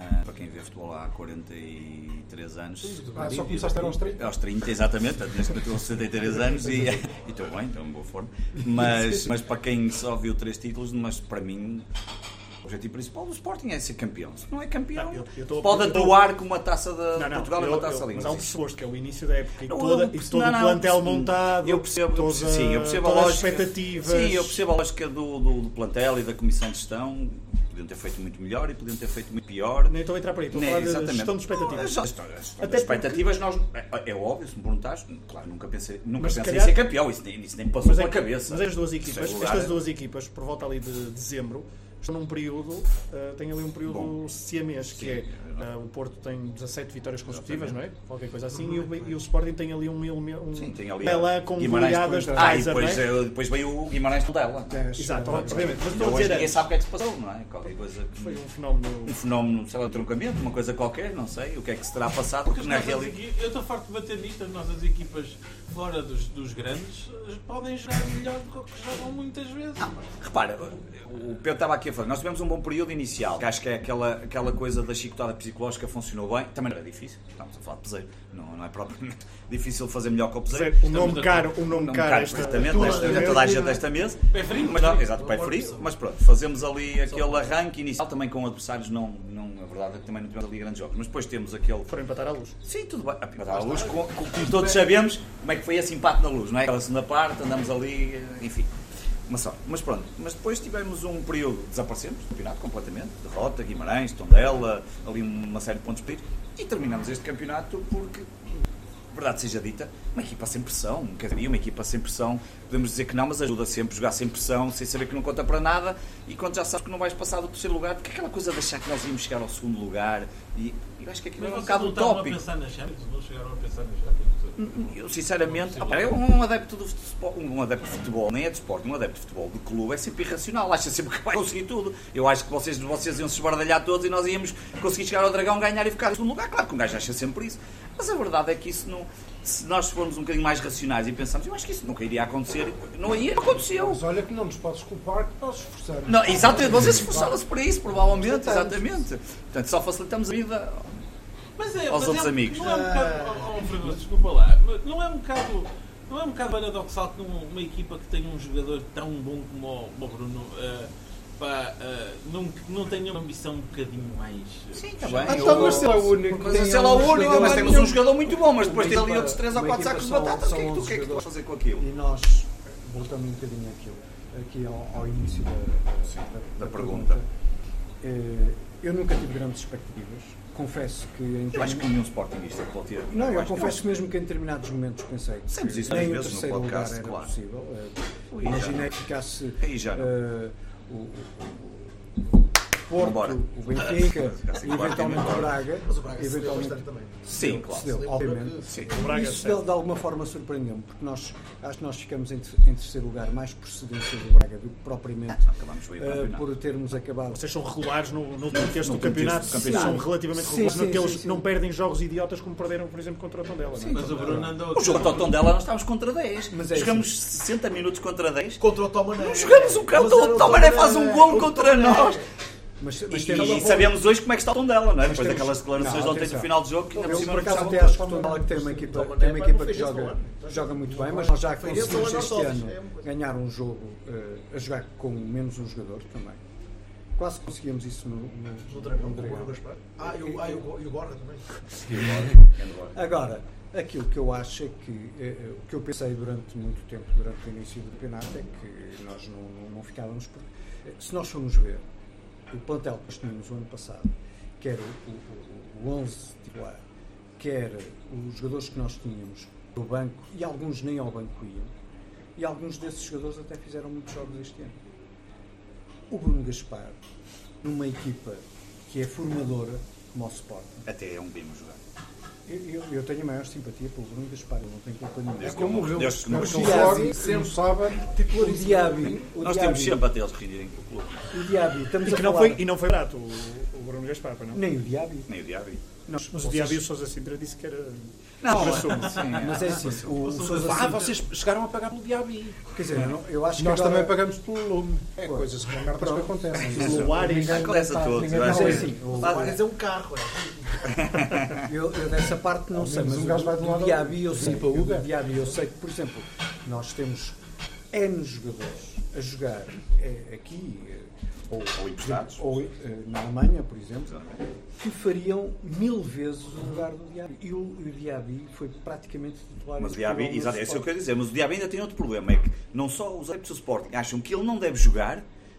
S6: Ah, para quem vê futebol há 43 anos.
S5: Ah, só começaste a ter aos 30?
S6: Aos 30, exatamente. Portanto, Neste momento tenho 63 anos e, e estou bem, estou em boa forma. Mas, mas para quem só viu três títulos, mas para mim. O objetivo principal do Sporting é ser campeão. Se não é campeão, pode atuar com uma taça de Portugal e uma taça ali.
S2: Mas há um
S6: isso-
S2: pressuposto que é o início da época e,
S6: Não,
S2: toda,
S6: eu
S2: e
S6: perce-
S2: todo
S6: não,
S2: o
S6: não,
S2: plantel
S6: eu perce-
S2: montado.
S6: Eu percebo,
S2: toda,
S6: sim, eu percebo
S2: todas
S6: a
S2: as
S6: lógica.
S2: expectativas.
S6: Sim, eu percebo a lógica do, do, do plantel e da comissão de gestão. Podiam ter feito muito melhor e podiam ter feito muito pior.
S2: Nem estou a entrar por aí, estou a
S6: Né,
S2: falar de
S6: exatamente.
S2: gestão de expectativas.
S6: Não, a gestão- a gestão
S2: Até
S6: das expectativas, nós, é, é óbvio, se me perguntares, claro, nunca pensei, nunca
S2: Mas se
S6: pensei
S2: calhar-
S6: em ser campeão, isso nem, isso nem passou
S2: mas é
S6: pela
S2: que-
S6: cabeça.
S2: Mas as duas
S6: Isso é
S2: equipas,
S6: lugar,
S2: estas
S6: é-
S2: duas equipas, por volta ali de dezembro, estão num período, eh, tem ali um período siamês, que é eh, o Porto tem 17 vitórias consecutivas, não é? Qualquer coisa assim, e, o, e o Sporting tem ali um elemento. Um
S6: Uhum. Sim, tem ali
S2: Melan com
S6: Guimarães
S2: goleadas de
S6: depois- Ah, e
S2: Kaiser,
S6: depois,
S2: não é?
S6: eh, depois veio o Guimarães Tondela.
S2: Exato,
S6: Pronto,
S2: obviamente. Mas estou a
S6: hoje
S2: dizer
S6: ninguém
S2: antes.
S6: sabe o que é que se passou, não é? Qualquer coisa que...
S2: Foi um fenómeno.
S6: Um fenómeno, sei lá, um troncamento, uma coisa qualquer, não sei o que é que se terá passado, porque na
S3: As nossas
S6: realidade.
S3: equi- Eu estou farto de bater nisto, as nossas equipas fora dos, dos grandes eh, podem jogar melhor do que o que jogam muitas vezes.
S6: Ah, Repara, o Pedro estava aqui a falar, nós tivemos um bom período inicial, que acho que é aquela, aquela coisa da chicotada psicológica funcionou bem, também não era difícil, estamos a falar de peseiro, não, não é propriamente <laughs> difícil fazer melhor que o peseiro.
S2: Peseiro, um nome
S6: Estamos a-
S2: caro, um nome caro esta-
S6: perfeitamente,
S2: toda
S6: desta-
S2: a
S6: toda,
S2: mesa,
S6: a gente
S2: não é?
S6: desta mesa.
S2: Pé frio,
S6: mas, não,
S2: pé
S6: exato,
S2: frio.
S6: pé frio, mas pronto, fazemos ali aquele arranque inicial, também com adversários, não, não, a verdade é que também não tivemos ali grandes jogos, mas depois temos aquele...
S2: Foram empatar à luz.
S6: Sim, tudo bem. Empatar à luz, com- com- como todos sabemos, como é que foi esse empate na luz, não é? Aquela segunda parte, andamos ali, eh, enfim. Uma sorte. Mas pronto, mas depois tivemos um período, desaparecemos do campeonato completamente, derrota, Guimarães, Tondela, ali uma série de pontos perdidos, e terminamos este campeonato porque, verdade seja dita, uma equipa sem pressão, quer dizer, uma equipa sem pressão, podemos dizer que não, mas ajuda sempre a jogar sem pressão, sem saber que não conta para nada, e quando já sabes que não vais passar do terceiro lugar, porque é aquela coisa de achar que nós íamos chegar ao segundo lugar, e eu acho que aquilo
S3: Mas
S6: é um
S3: vocês
S6: bocado
S3: não estavam a
S6: utópico.
S3: pensar na Champions? Não chegaram a pensar na Champions?
S6: Eu, sinceramente, opa, eu, um adepto do futebol, um adepto de futebol, nem é de esporte, um adepto de futebol de clube é sempre irracional, acha sempre que vai conseguir tudo. Eu acho que vocês, vocês iam se esbardalhar todos e nós íamos conseguir chegar ao dragão, ganhar e ficar em segundo lugar. Claro que um gajo acha sempre isso. Mas a verdade é que isso não. Se nós formos um bocadinho mais racionais e pensarmos, eu acho que isso nunca iria acontecer, não ia, não aconteceu.
S5: Mas olha que não nos podes culpar que nós esforçamos.
S6: Não, exatamente, vocês esforçaram-se para isso, provavelmente, exatamente. Portanto, só facilitamos a vida
S3: Mas é,
S6: aos
S3: mas
S6: outros
S3: é,
S6: amigos.
S3: Não é um bocado, oh, oh, Fernando, desculpa lá, mas não é um bocado, não é um bocado paradoxal que numa- uma equipa que tem um jogador tão bom como o, como o Bruno eh, pá, eh, não, não tenha uma ambição um bocadinho mais. Sim,
S6: Está bem.
S5: Então, mas se é o único.
S6: Mas se
S5: Tem
S6: ele é o
S5: um
S6: único,
S5: jogador
S6: mas temos
S5: nenhum.
S6: um jogador muito bom, mas depois
S5: Uma
S6: tem ali
S5: equipa-
S6: outros 3 ou
S5: uma
S6: 4
S5: equipa
S6: sacos de
S5: só-
S6: batatas. O
S5: só
S6: que é que tu- o
S5: onze
S6: que é que tu vais
S5: jogadores.
S6: fazer com aquilo?
S7: E nós, voltando um bocadinho àquilo, aqui ao, ao início da, da- da- da
S6: pergunta.
S7: eh, eu nunca tive grandes expectativas. Confesso que em
S6: Eu acho que nenhum sportingista pode ter.
S7: Não, eu
S6: acho que-
S7: confesso mesmo que em determinados momentos pensei que
S6: Sempre isso às
S7: nem o
S6: vezes no
S7: terceiro lugar
S6: podcast,
S7: era
S6: claro.
S7: possível. Eh,
S6: Aí já
S7: Imaginei
S6: não.
S7: que ficasse
S6: Aí já não.
S7: eh, o, o- o- o Porto,
S6: Vambora. assim
S7: o Benfica
S6: Ficasse
S7: e
S6: em quarto e
S7: eventualmente o
S6: embora.
S7: Braga.
S4: Mas o Braga cedeu
S7: eventualmente
S4: bastante também.
S6: Sim,
S7: cedeu,
S6: claro.
S7: cedeu,
S6: Cedeu
S7: obviamente.
S6: Sim.
S7: E
S6: O Braga
S7: isso
S6: cedeu.
S7: de, de alguma forma surpreendeu-me, porque nós, acho que nós ficamos em, ter- em terceiro lugar mais por cedência do Braga do que
S6: Ah,
S7: propriamente
S6: Acabamos bem o
S7: eh,
S6: campeonato.
S7: por termos acabado.
S2: Vocês são regulares no, no contexto do
S6: contexto do
S2: campeonato,
S6: campeonato.
S2: são relativamente
S7: Sim,
S2: regulares
S7: sim,
S2: naqueles
S7: sim, sim.
S2: não perdem jogos idiotas como perderam, por exemplo, contra o Tondela. não é?
S3: Mas o Bruno andou.
S6: O jogo do Tondela nós estávamos contra 10.
S7: é isso.
S6: jogamos 60 minutos contra 10.
S4: Contra o Tomané.
S6: Não jogamos um
S4: Mas era
S6: canto. O Tomaré faz um golo contra nós.
S7: Mas,
S6: E,
S7: mas temos-
S6: e sabemos hoje como é que está o Tondela, não é? Depois
S7: temos-
S6: daquelas declarações de
S7: Não,
S6: ontem no
S7: atenção.
S6: final do jogo, que ainda por
S7: Eu,
S6: cima não
S7: por
S6: precisavam
S7: acaso,
S6: Então,
S7: até
S6: todos.
S7: acho que o Tondela que tem uma equipa,
S4: Tondela
S7: tem uma
S4: é
S7: equipa
S4: bom,
S7: que
S4: fez este
S7: joga,
S4: ano.
S7: joga muito bem, mas nós já
S4: Foi este
S7: conseguimos
S4: ano, nós
S7: este ano
S4: todos, é uma coisa.
S7: ganhar um jogo eh, a jogar com menos um jogador também. Quase conseguimos isso no, no,
S4: No dragão,
S7: no
S4: com o Bruno
S7: Dragão.
S4: Gaspar. Ah, e o- ah, e o Go- e o Borja também.
S7: Agora, aquilo que eu acho é que, eh, eh, o que eu pensei durante muito tempo, durante o início do campeonato, é que nós não, não, não ficávamos. Por... eh, Se nós formos ver o plantel que nós tínhamos o ano passado, quer o, o, o, o 11 titular, quer os jogadores que nós tínhamos do banco, e alguns nem ao banco iam, e alguns desses jogadores até fizeram muitos jogos este ano. O Bruno Gaspar, numa equipa que é formadora, como o Sporting,
S6: Até é um bimo jogar.
S7: Eu, eu, eu tenho a maior simpatia pelo Bruno Gaspar, ele é um não tem culpa nenhuma.
S5: Desde que ele morreu.
S6: Desde que
S7: Não,
S6: morreu. Desde
S7: o
S6: que
S7: Diaby,
S6: morreu.
S7: sempre sábado, o Diaby. o
S6: Nós temos
S7: Diaby-
S6: sempre até eles rirem com o clube.
S7: O Diaby, estamos
S2: E que
S7: a
S2: não
S7: falar-
S2: foi, e não foi barato o, o Bruno Gaspar, pois não?
S7: Nem o Diaby.
S6: Nem o Diaby.
S2: Mas o
S7: Vocês-
S2: Diaby e o Sousa Sintra disse que era.
S7: Não,
S2: era sumo.
S7: sim, mas é assim, o- o Sousa
S5: Ah,
S7: Sintra-
S5: vocês chegaram a pagar pelo Diaby.
S7: Quer dizer, eu, não- eu acho
S5: Nós
S7: que agora-
S5: também pagamos pelo lume. É coisas que merdas que acontecem. um
S7: O Ares
S6: Acontece a todos, eu acho
S7: Não, é
S6: que-
S7: assim, o-
S4: Lá é um carro, é.
S7: Eu, eu dessa parte não
S5: Ao
S7: sei,
S5: menos
S7: mas
S5: um
S7: o
S5: gajo vai de um lado
S7: do
S5: ao
S7: Diaby eu
S5: outro.
S7: sei
S5: Sim,
S7: que o
S5: Uber.
S7: Diaby eu sei que, por exemplo, nós temos N jogadores a jogar eh, aqui eh, ou, ou
S6: emprestados.
S7: ou, eh, na Alemanha, por exemplo, que fariam mil vezes o lugar do Diaby. E o, e o Diaby foi praticamente titular.
S6: Mas o
S7: titular
S6: Diaby,
S7: no
S6: exato, é isso que eu
S7: Sporting.
S6: quero dizer. Mas o Diaby ainda tem outro problema: é que não só os adeptos do Sporting acham que ele não deve jogar,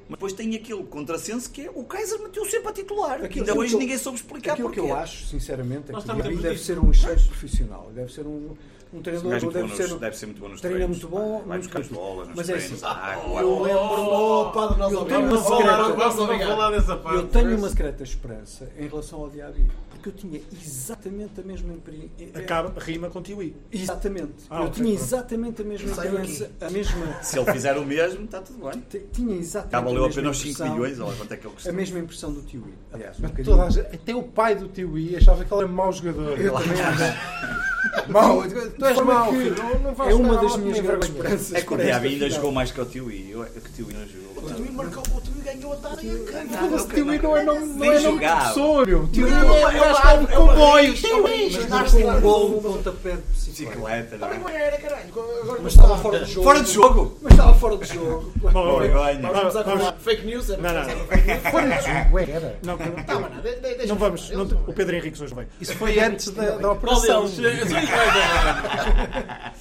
S6: mas depois tem aquele contrassenso que é o Kaiser meteu sempre a titular.
S7: Aquilo-
S6: ainda
S7: aquilo
S6: hoje
S7: que eu-
S6: ninguém soube explicar
S7: aquilo
S6: porquê.
S7: que eu acho, sinceramente, é
S6: Nós
S7: que o
S6: também
S7: Diaby
S6: temos
S7: deve
S6: isso.
S7: ser um excelente profissional, deve ser um, um treinador,
S6: gajo é muito
S7: deve,
S6: bom
S7: ser,
S6: nos- deve ser muito bom nos
S7: treina
S6: treinos,
S7: muito bom,
S6: vai
S7: muito
S6: buscar as
S7: tudo.
S6: bolas nos
S7: mas é
S6: treinos, Ah,
S7: assim,
S6: água.
S7: eu lembro-
S4: Oh, padre, nós
S7: eu tenho
S4: obrigamos.
S7: uma
S4: Vamos falar-
S7: secreta,
S4: vamos falar dessa parte.
S7: eu tenho uma secreta esperança em relação ao Diaby, porque eu tinha exatamente a mesma experiência.
S2: Acaba, rima com Tiwi.
S7: Exatamente.
S2: Ah,
S7: eu
S2: ok,
S7: tinha
S2: pronto.
S7: exatamente a mesma
S2: Saiu
S7: experiência,
S2: aqui.
S7: a mesma
S6: Se ele fizer o mesmo, está tudo bem.
S7: T- Tinha exatamente.
S6: Já Ah, valeu
S7: a mesma
S6: apenas cinco
S7: impressão-
S6: milhões, olha quanto é que ele custou.
S7: A mesma impressão do Tiwi. Aliás, um
S5: Mas
S7: bocadinho.
S5: toda a gente- até o pai do tio I achava que ele era mau jogador.
S7: Eu também
S6: É
S5: acho. mau, tu és mau, filho. Não, não vais
S7: É uma
S5: dar
S7: das
S5: aula,
S7: minhas
S5: tinha
S7: grandes
S5: vergonha.
S7: esperanças.
S6: É que o
S7: para esta
S6: Diaby ainda
S7: final.
S6: jogou mais que o Tiwi. Eu- Que o Tiwi não jogou.
S4: O Tui um marcou, o Tui ganhou a taça e
S5: Foda-se, tio I não é nome, não é
S6: Nem
S5: nome de
S6: jogava.
S5: pessoa, meu. Tio I
S4: Não,
S5: é um
S4: é uma-
S5: gajo que é um
S4: é uma-
S5: comboio.
S4: é
S5: Tio
S4: uma-
S5: I.
S4: mas
S7: Mas com um
S4: Nasce-
S7: gol, um pontapé de bicicleta.
S6: Bicicleta, não é?
S4: Tá Era, caralho. Agora
S7: Mas estava fora de jogo.
S6: Fora de jogo?
S7: Mas estava fora de jogo.
S6: Vergonha.
S4: Vamos começar com a fake news. é?
S2: Não, não.
S5: Fora de jogo, é, era.
S2: Não, não,
S4: Tá, mas não, de- de- deixa-
S2: não vamos. não-
S4: eles não-
S2: o Pedro Henrique hoje bem.
S5: Isso foi antes da, da
S3: Qual
S5: operação.
S3: deles? <laughs> Eu sei que vai dar.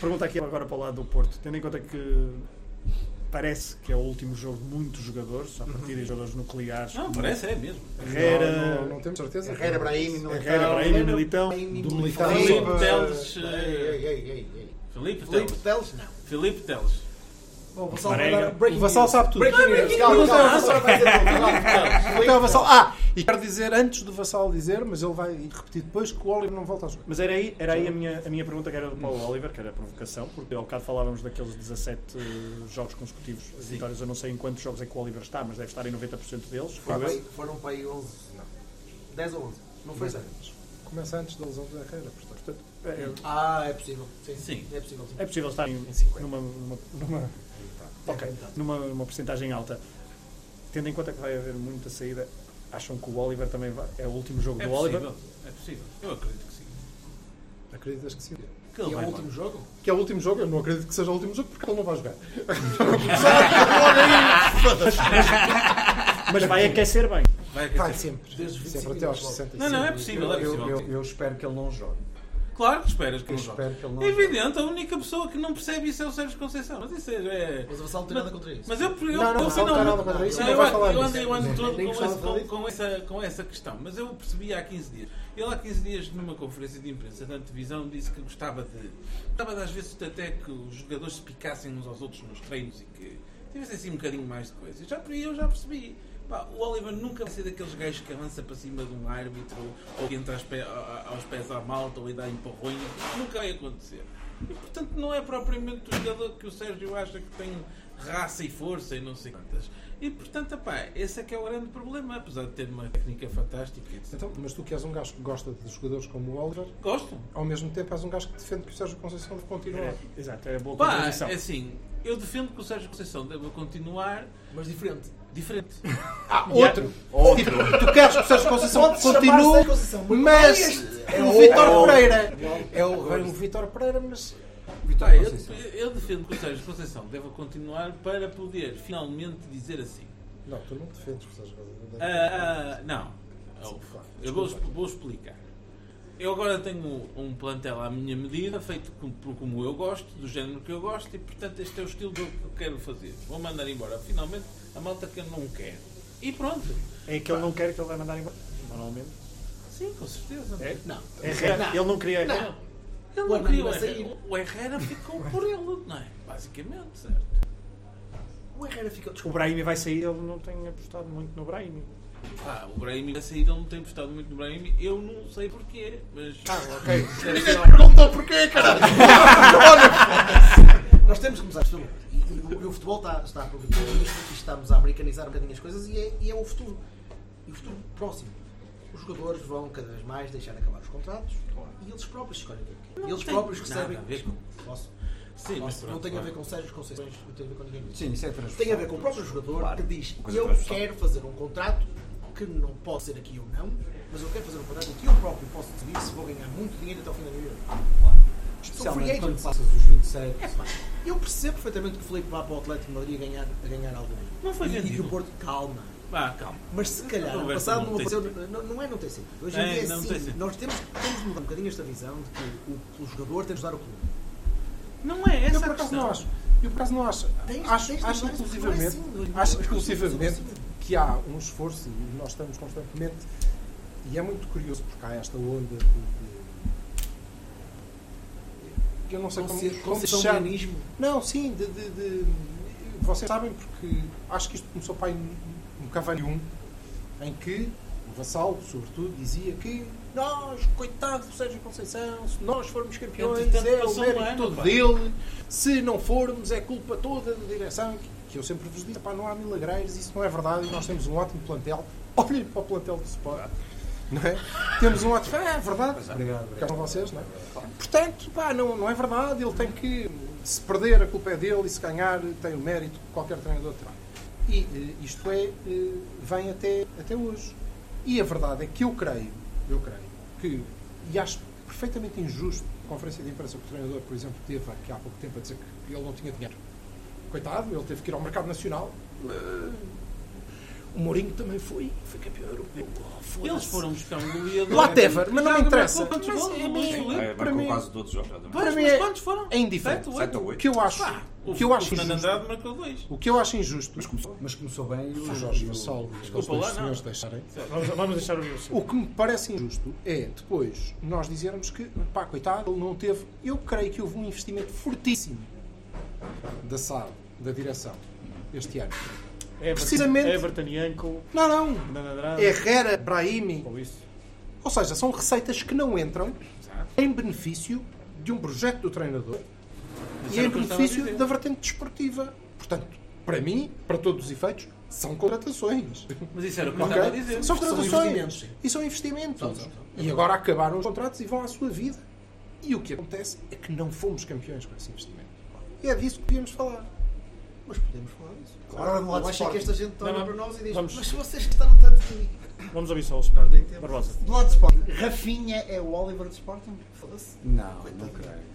S2: Pergunta aqui agora para o lado do Porto, tendo em conta que parece que é o último jogo de muitos jogadores, à partida de jogadores nucleares.
S3: Não,
S2: como
S3: parece, é mesmo.
S2: Herrera,
S5: Não, não, não temos certeza.
S8: Herrera, Brahim, Militão.
S2: Herrera, Brahim, Militão.
S3: Do Militão.
S8: Felipe,
S3: Teles,
S8: eh, ei,
S3: eh,
S8: ei, ei, ei.
S3: Filipe
S4: Felipe
S3: Teles.
S4: Teles, não.
S3: Filipe Teles.
S4: Bom, o Vassal vai
S2: Marega.
S4: dar breaking
S5: O Vassal
S4: news.
S5: sabe tudo.
S4: Breaking
S5: Não,
S4: news.
S5: breaking
S4: Calma,
S5: news,
S4: calma,
S5: não.
S4: o Vassal vai dizer tudo, calma.
S5: Então, Vassal. Ah, e quero dizer antes do Vassal dizer, mas ele vai repetir depois que o Oliver não volta a jogar.
S2: Mas era aí, era aí a, minha, a minha pergunta que era para o Oliver, que era a provocação, porque ao bocado falávamos daqueles 17 eh, jogos consecutivos de vitórias. Eu não sei em quantos jogos é que o Oliver está, mas deve estar em 90% deles. creio eu.
S4: Foi- Foram para aí 11, não. 10 ou 11. Não foi 10.
S5: Começa antes da lesão da carreira, portanto.
S2: Portanto, é- é-
S4: Ah, é possível. Sim,
S3: Sim.
S4: É possível. sim.
S2: É possível estar em, numa, numa, numa, ok, numa, numa porcentagem alta. Tendo em conta que vai haver muita saída, acham que o Oliver também vai- é o último jogo
S3: É
S2: do Oliver?
S3: possível. É possível. Eu acredito que sim.
S5: Acreditas que sim?
S3: Que ele
S4: E é
S3: vai
S4: o
S3: lá.
S4: último jogo?
S5: Que é o último jogo, eu não acredito que seja o último jogo porque ele não vai jogar.
S2: Mas vai aquecer bem.
S3: Vai aquecer.
S5: sempre.
S4: Desde os
S5: Sempre
S4: 25
S5: até aos
S4: minutos.
S5: 65.
S3: Não, não, é possível, é
S7: Eu,
S3: possível.
S7: eu- eu espero que ele não jogue.
S3: Claro que esperas que
S7: Eu
S3: ele
S7: espero
S3: jogue.
S7: que ele não
S3: É
S7: jogue.
S3: evidente, a única pessoa que não percebe isso é o Sérgio Conceição. Mas isso é. é-
S4: Mas o Vassal não tem nada contra isso.
S3: Mas eu, eu,
S5: Não, não,
S3: eu
S5: não, não, não, não, não, isso não
S3: eu,
S5: vai falar
S3: eu
S5: disso.
S3: andei o ano todo
S4: Nem
S3: com,
S4: gostava
S3: esse-
S4: de
S3: com-
S4: falar disso.
S3: com essa, com essa questão, mas eu percebi há 15 dias. Ele há 15 dias, numa conferência de imprensa da televisão, disse que gostava de. Gostava de, às vezes até que os jogadores se picassem uns aos outros nos treinos e que tivessem assim um bocadinho mais de coisa. E Já, por aí eu já percebi. Pá, o Oliver nunca vai ser daqueles gajos que avança para cima de um árbitro ou que entra aos, pé- a- aos pés à malta ou e dá empurrões. Isso Nunca vai acontecer. E, portanto, não é propriamente o jogador que o Sérgio acha que tem raça e força e não sei quantas. E, portanto, epá, esse é que é o grande problema, apesar de ter uma técnica fantástica, etc.
S5: Então, mas tu que és um gajo que gosta de jogadores como o Oliver,
S3: Gostam?
S5: ao mesmo tempo és um gajo que defende que o Sérgio Conceição deve continuar.
S2: Exato, é a boa
S3: Pá,
S2: composição.
S3: é assim, eu defendo que o Sérgio Conceição deva continuar
S4: Mas diferente.
S3: diferente.
S5: Ah, outro! Outro! Tu queres que o Sérgio Conceição
S4: Pode chamar-se Sérgio Conceição, mas não é
S5: mas é o Vitor Pereira! É o, é o Vitor Pereira, mas.
S7: Vitor
S3: Pá, eu,
S7: Conceição.
S3: eu defendo que o Sérgio Conceição deva continuar para poder finalmente dizer assim.
S5: Não, tu não defendes o Sérgio Conceição.
S3: Ah, ah, não. Eu,
S5: claro.
S3: eu vou, expl- vou explicar. Eu agora tenho um plantel à minha medida, feito com- por como eu gosto, do género que eu gosto, e portanto este é o estilo que eu que eu quero fazer. Vou mandar embora, finalmente, a malta que eu não quero. E pronto.
S2: É que ele não quer que ele vai mandar embora. Normalmente.
S3: Sim, com certeza.
S2: É?
S4: Não.
S2: É Herrera. Ele não queria.
S4: Não.
S3: Ele
S4: O
S3: não
S4: Hernani
S3: queria o
S4: vai
S3: Herrera.
S4: sair.
S3: O Herrera ficou por ele, não é? Basicamente, certo?
S4: O Herrera ficou.
S2: O
S4: Desculpa.
S2: Brahim vai sair, ele não tem apostado muito no Brahim.
S3: Ah, o Brahim, a saída ele não tem postado muito no Brahim, eu não sei porquê, mas.
S4: Ah, ok.
S3: Deve
S4: Ninguém
S3: ser-
S4: te perguntou porquê, caralho. Olha, nós temos que começar a futebol. E, e o futebol está, está a progredir. E isto- isto Estamos a americanizar um bocadinho as coisas e é, e é o futuro. E o futuro próximo. Os jogadores vão cada vez mais deixar acabar os contratos e eles próprios escolhem o que querem.
S3: Não
S4: E eles
S3: tem
S4: próprios
S3: nada
S4: recebem.
S3: a ver com-
S4: Posso?
S3: Sim, mas
S4: Posso?
S3: pronto,
S4: não tem a ver
S3: claro.
S4: com sérios concessões, não tem a ver com ninguém.
S7: Sim, isso é transversal.
S4: Tem a ver com o próprio jogador
S7: Claro.
S4: que diz:
S7: Coisa
S4: eu
S7: transversal.
S4: quero fazer um contrato que não pode ser aqui ou não, mas eu quero fazer um contrato em que eu próprio posso decidir se vou ganhar muito dinheiro até o fim da minha vida.
S7: Especialmente quando
S4: pá.
S7: passas os 27.
S4: É pá, eu percebo perfeitamente que o Felipe vá para o Atlético de Madrid a ganhar, a ganhar algo.
S3: <laughs> Não foi
S4: e, e que
S3: vendido.
S4: o Porto, calma.
S3: Vá, calma.
S4: Mas se calhar,
S3: Não,
S4: no
S3: Roberto,
S4: passado
S3: não
S4: não
S3: tem
S4: aconteceu. Não, não é, não tem sido. Hoje em
S3: É,
S4: dia é
S3: não
S4: assim.
S3: tem sido.
S4: Nós temos, temos de mudar um bocadinho esta visão de que o, o jogador tem de ajudar o clube.
S3: Não é
S5: eu por acaso não acho. Eu por acaso não acho.
S4: Tens-
S5: acho,
S4: tens
S5: acho
S4: razão,
S5: inclusivamente,
S4: não é assim, não é assim.
S5: acho exclusivamente que há um esforço e nós estamos constantemente e é muito curioso porque há esta onda de, de- eu não sei como,
S4: Conce-
S5: como se chama.
S4: concessionismo.
S5: Não, sim, de, de- de- vocês sabem porque acho que isto começou para aí no Cavalho 1, em que o Vassal, sobretudo, dizia que nós, coitado do Sérgio Conceição, se nós formos campeões,
S3: Entretanto,
S5: é o
S3: passou um
S5: mérito
S3: ano,
S5: todo
S3: pá.
S5: dele, se não formos, é culpa toda da direção. que- Que eu sempre vos digo, pá, não há milagreiros, isso não é verdade, nós temos um ótimo plantel. <laughs> Olhem para o plantel do Sport. Não é? Temos um ótimo. Ah, é verdade.
S7: Obrigado,
S5: Cá estão vocês, não é? Portanto, pá, não, não é verdade. Ele tem que. Se perder, a culpa é dele e se ganhar, tem o mérito que qualquer treinador terá. E eh, isto é. eh, vem até, até hoje. E a verdade é que eu creio, eu creio, que. E acho perfeitamente injusto a conferência de imprensa que o treinador, por exemplo, teve aqui há pouco tempo a dizer que ele não tinha dinheiro. Coitado, ele teve que ir ao mercado nacional. Ah, O Mourinho também foi, foi campeão europeu. Oh, foda-se.
S3: Eles foram buscar um goleador.
S5: Whatever, mas não me
S3: Joga,
S5: interessa.
S3: marcou Quantos
S5: Mas
S3: golos?
S5: é mesmo.
S3: Golos?
S6: É,
S5: para
S6: marcou
S5: mim-
S6: quase todos os jogos. já
S3: Pois,
S6: também.
S5: Para mim
S3: mas
S5: é-
S3: quantos foram?
S5: é indiferente.
S3: Sete,
S6: Sete
S3: oito?
S6: ou
S5: O
S6: oito.
S5: que eu acho,
S3: Pá,
S5: o que eu acho
S3: Ah, Fernando
S5: injusto,
S3: Andrade marcou dois.
S5: o que eu acho injusto,
S6: Mas começou.
S7: Mas começou bem e
S5: o
S7: o
S5: Jorge
S7: e o-
S5: Vassal, os
S3: Desculpa
S5: dois
S3: lá, não.
S5: senhores deixarem.
S2: Vamos, vamos deixar o Wilson.
S5: O que me parece injusto é depois nós dizermos que, pá, coitado, ele não teve. Eu creio que houve um investimento fortíssimo da SAD, da direção, este ano.
S2: Everton-
S5: Precisamente-
S2: Everton Yanko,
S5: Não, não.
S2: Fernando
S4: É.
S2: Andrade.
S5: É Herrera, Brahimi.
S2: Ou isso.
S5: Ou seja, são receitas que não entram em benefício de um projeto do treinador
S3: Mas
S5: e
S3: era
S5: em
S3: o que eu estava a
S5: benefício
S3: dizer.
S5: da vertente desportiva. Portanto, para mim, para todos os efeitos, são contratações.
S3: Mas isso era o que eu
S5: Ok?
S3: estava a dizer.
S5: São
S4: investimentos,
S5: contratações
S4: sim.
S5: e são investimentos. E agora acabaram os contratos e vão à sua vida. E o que acontece é que não fomos campeões com esse investimento. E é disso que devíamos falar.
S4: Mas podemos falar disso.
S8: Claro, vamos lá
S4: eu
S8: de
S4: acho é que
S8: Sporting.
S4: esta gente olha
S2: Não,
S4: para nós e diz:
S2: vamos-
S4: Mas se vocês gostaram tanto de mim.
S2: Vamos ouvir só o Sporting.
S4: tempo.
S2: Barbosa.
S8: Do lado de Sporting, Rafinha é o Oliver de Sporting?
S4: Foda-se.
S7: Não, não creio.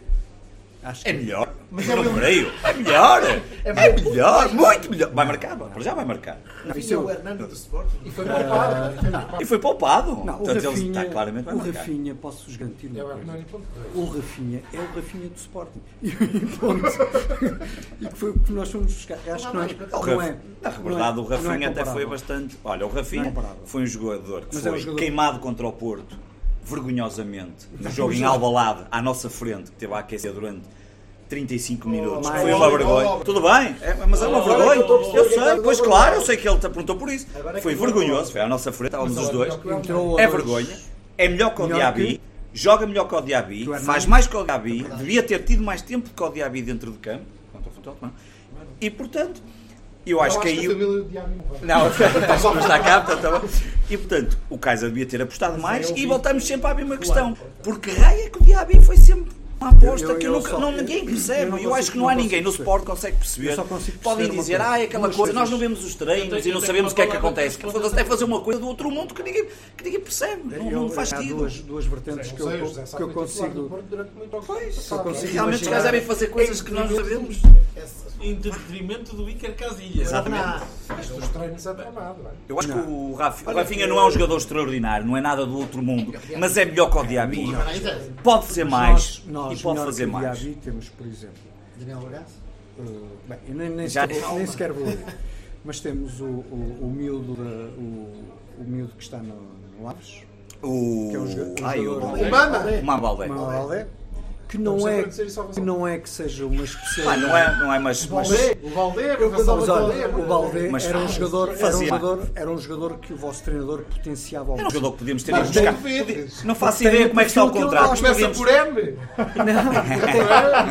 S7: Acho que
S6: É melhor.
S8: Mas é
S6: eu
S7: um-
S6: não
S8: melhor.
S6: creio. É melhor.
S8: É
S6: É melhor. Muito melhor. Vai marcar, vai. Para já vai marcar.
S4: Rafinha
S7: isso
S4: é
S7: eu-
S4: o Hernando do Sporting.
S5: Foi poupado.
S6: E foi poupado.
S7: Não, o
S6: Portanto, ele
S7: Rafinha,
S6: está claramente vai
S7: o
S6: marcar.
S7: Rafinha, posso-vos garantir uma
S5: É o
S7: coisa.
S5: Hernani Ponte.
S7: O Rafinha é o Rafinha do Sporting. <laughs> E ponto. <laughs> E que foi o que nós fomos buscar. Acho que não é.
S6: O
S7: não
S6: Raf- Na
S7: é- não é-
S6: verdade, o
S7: não é
S6: Rafinha até
S7: comparável.
S6: foi bastante. Olha, o Rafinha
S7: Não é comparável.
S6: foi um jogador que
S7: Mas
S6: foi
S7: é um jogador-
S6: queimado contra o Porto, vergonhosamente, no jogo em Albalade, à nossa frente, que teve a aquecer durante 35 minutos.
S7: mais.
S6: foi uma
S7: Oh,
S6: vergonha.
S8: oh, oh.
S6: Tudo bem, é, mas é uma
S8: Agora
S6: vergonha.
S8: é que eu estou a perceber
S6: Eu
S8: o que é que
S6: sei,
S8: está
S6: pois
S8: a
S6: claro, eu
S8: vergonha.
S6: sei que ele te perguntou por isso.
S8: Agora é que
S6: Foi
S8: eu vou-
S6: vergonhoso, foi à nossa frente, estávamos os dois.
S7: Entrou
S6: É
S7: hoje.
S6: vergonha. É melhor que o
S7: Melhor
S6: Diaby. Joga melhor que o Diaby.
S7: Que o Hernani.
S6: Faz mais que o
S7: É
S6: Diaby. Devia ter tido mais tempo que o Diaby dentro de campo. Quanto ao futebol, não. E portanto, eu acho que aí.
S7: é
S5: a família do Diabo não vai.
S6: <laughs>
S7: <laughs>
S6: Não, não está cá, portanto, tá bom. E portanto, o Kaiser devia ter apostado
S7: é
S6: mais e voltamos sempre à mesma questão. Porque raia que o Diaby foi sempre uma aposta
S7: Eu- eu-
S6: que
S7: eu
S6: nunca,
S7: só-
S6: não, ninguém percebe.
S7: eu
S6: Eu,
S7: não
S6: acho
S7: consigo-
S6: que não
S7: não
S6: há
S7: consigo
S6: ninguém no
S7: perceber.
S6: Sport que consegue perceber.
S7: Eu só consigo
S6: Podem
S7: perceber uma
S6: dizer,
S7: coisa.
S6: ah, é aquela
S7: Duas
S6: coisa, nós
S7: coisas. Então,
S6: não vemos os
S3: Eu tenho-
S6: treinos e
S3: eu
S6: não
S3: tenho
S6: sabemos
S3: uma
S6: o que é que
S3: palavra
S6: acontece.
S3: para
S6: Foda-se,
S3: fazer.
S6: deve fazer uma coisa do outro mundo que ninguém, que ninguém percebe.
S7: É,
S6: Não, não faz
S7: há
S6: sentido.
S7: duas, duas vertentes que eu,
S4: é
S7: que eu consigo.
S5: Pois,
S7: eu é consigo
S6: Realmente os
S7: imaginar.
S6: gajos devem fazer coisas que nós não sabemos.
S3: Em detrimento do Iker Casilha.
S4: Ah.
S6: Exatamente.
S5: Os treinos é tramado, não é?
S6: Eu acho que o, Rafi- o Rafinha não é um jogador extraordinário, não é nada do outro mundo, mas é melhor que o Diaby. Pode fazer é mais
S7: Nós, nós
S6: e pode
S7: melhor
S6: fazer
S7: que o
S6: mais.
S7: Diaby, temos, por exemplo,
S4: Daniel Bragas.
S7: Uh, bem, eu nem, nem
S6: Já-
S7: sequer, vou- nem sequer vou ler. Mas temos o, o, o miúdo da- o, o miúdo que está no, no Aves,
S6: O.
S7: Que é um joga- um
S6: Ai, o.
S7: jogador-
S6: Valdé.
S4: O Bamba.
S6: O Mamba Valdé.
S7: Manuel Alé, que não,
S5: Vamos
S7: é,
S5: acontecer isso alguns
S7: que não é que seja uma especialidade.
S6: Pá, não é, não é, mas.
S7: O
S6: mas-
S7: Valdé,
S4: O Valdé,
S7: Eu pensava que
S4: Valdé,
S7: o Valdé
S6: Mas-
S7: era um jogador, era um
S6: Fazia.
S7: jogador, era um jogador que o vosso treinador potenciava. ao
S6: Era um
S7: máximo.
S6: jogador que podíamos ter ido
S7: Mas
S6: buscar.
S7: tem-
S6: Não faço
S7: tem
S6: ideia como é que está o
S7: aquilo
S6: contrato.
S7: nós
S6: Começa por
S4: M. é,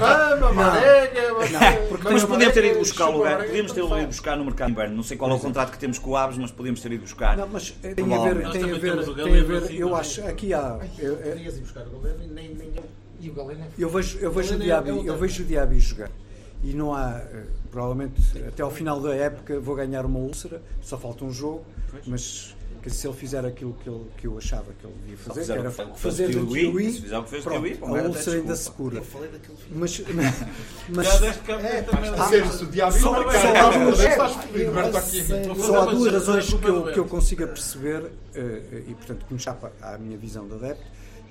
S4: Não,
S6: Não, porque
S7: é
S6: mas podíamos ter ido buscar o lugar,
S4: tá
S6: podíamos ter ido buscar no mercado inverno. Não sei qual é o contrato que temos com o Aves, mas podíamos ter ido buscar.
S7: Não, mas eh, tem a ver, tem a ver, tem a ver. Eu acho aqui há. eu- eu-
S4: Ias ir buscar o Galeno e nem, nem eu. E o Galeno é.
S7: Eu vejo, eu vejo o
S4: Galeno é-
S7: Diaby,
S4: é um
S7: eu
S4: tanque.
S7: vejo o Diaby jogar. E não há, eh, provavelmente até ao final da época vou ganhar uma úlcera, só falta um jogo, mas que se ele fizer aquilo que, ele, que eu achava que ele devia fazer, que
S6: fizer o
S7: era
S6: que fez-
S7: fazer
S6: o que fez o
S7: do
S6: Tiwi,
S7: Tiwi,
S6: se fizer o que fez o
S7: pronto,
S6: Tiwi,
S7: a
S6: Palmeiras,
S7: úlcera ainda se
S6: desculpa.
S7: cura.
S6: Eu falei daquele
S7: Mas, <laughs> mas
S3: Já deste cabo desta merda.
S7: há-
S3: Ou seja, se o Diaby
S7: só,
S3: marcar-
S7: só há duas,
S3: É, estás fodido, Roberto Aquino. Estou a fazer
S7: só há
S3: uma
S7: duas
S3: certeza
S7: razões
S3: do
S7: que eu,
S3: Pedro
S7: que eu
S6: É.
S7: consiga perceber, eh, eh, e portanto que me chapa à minha visão de adepto,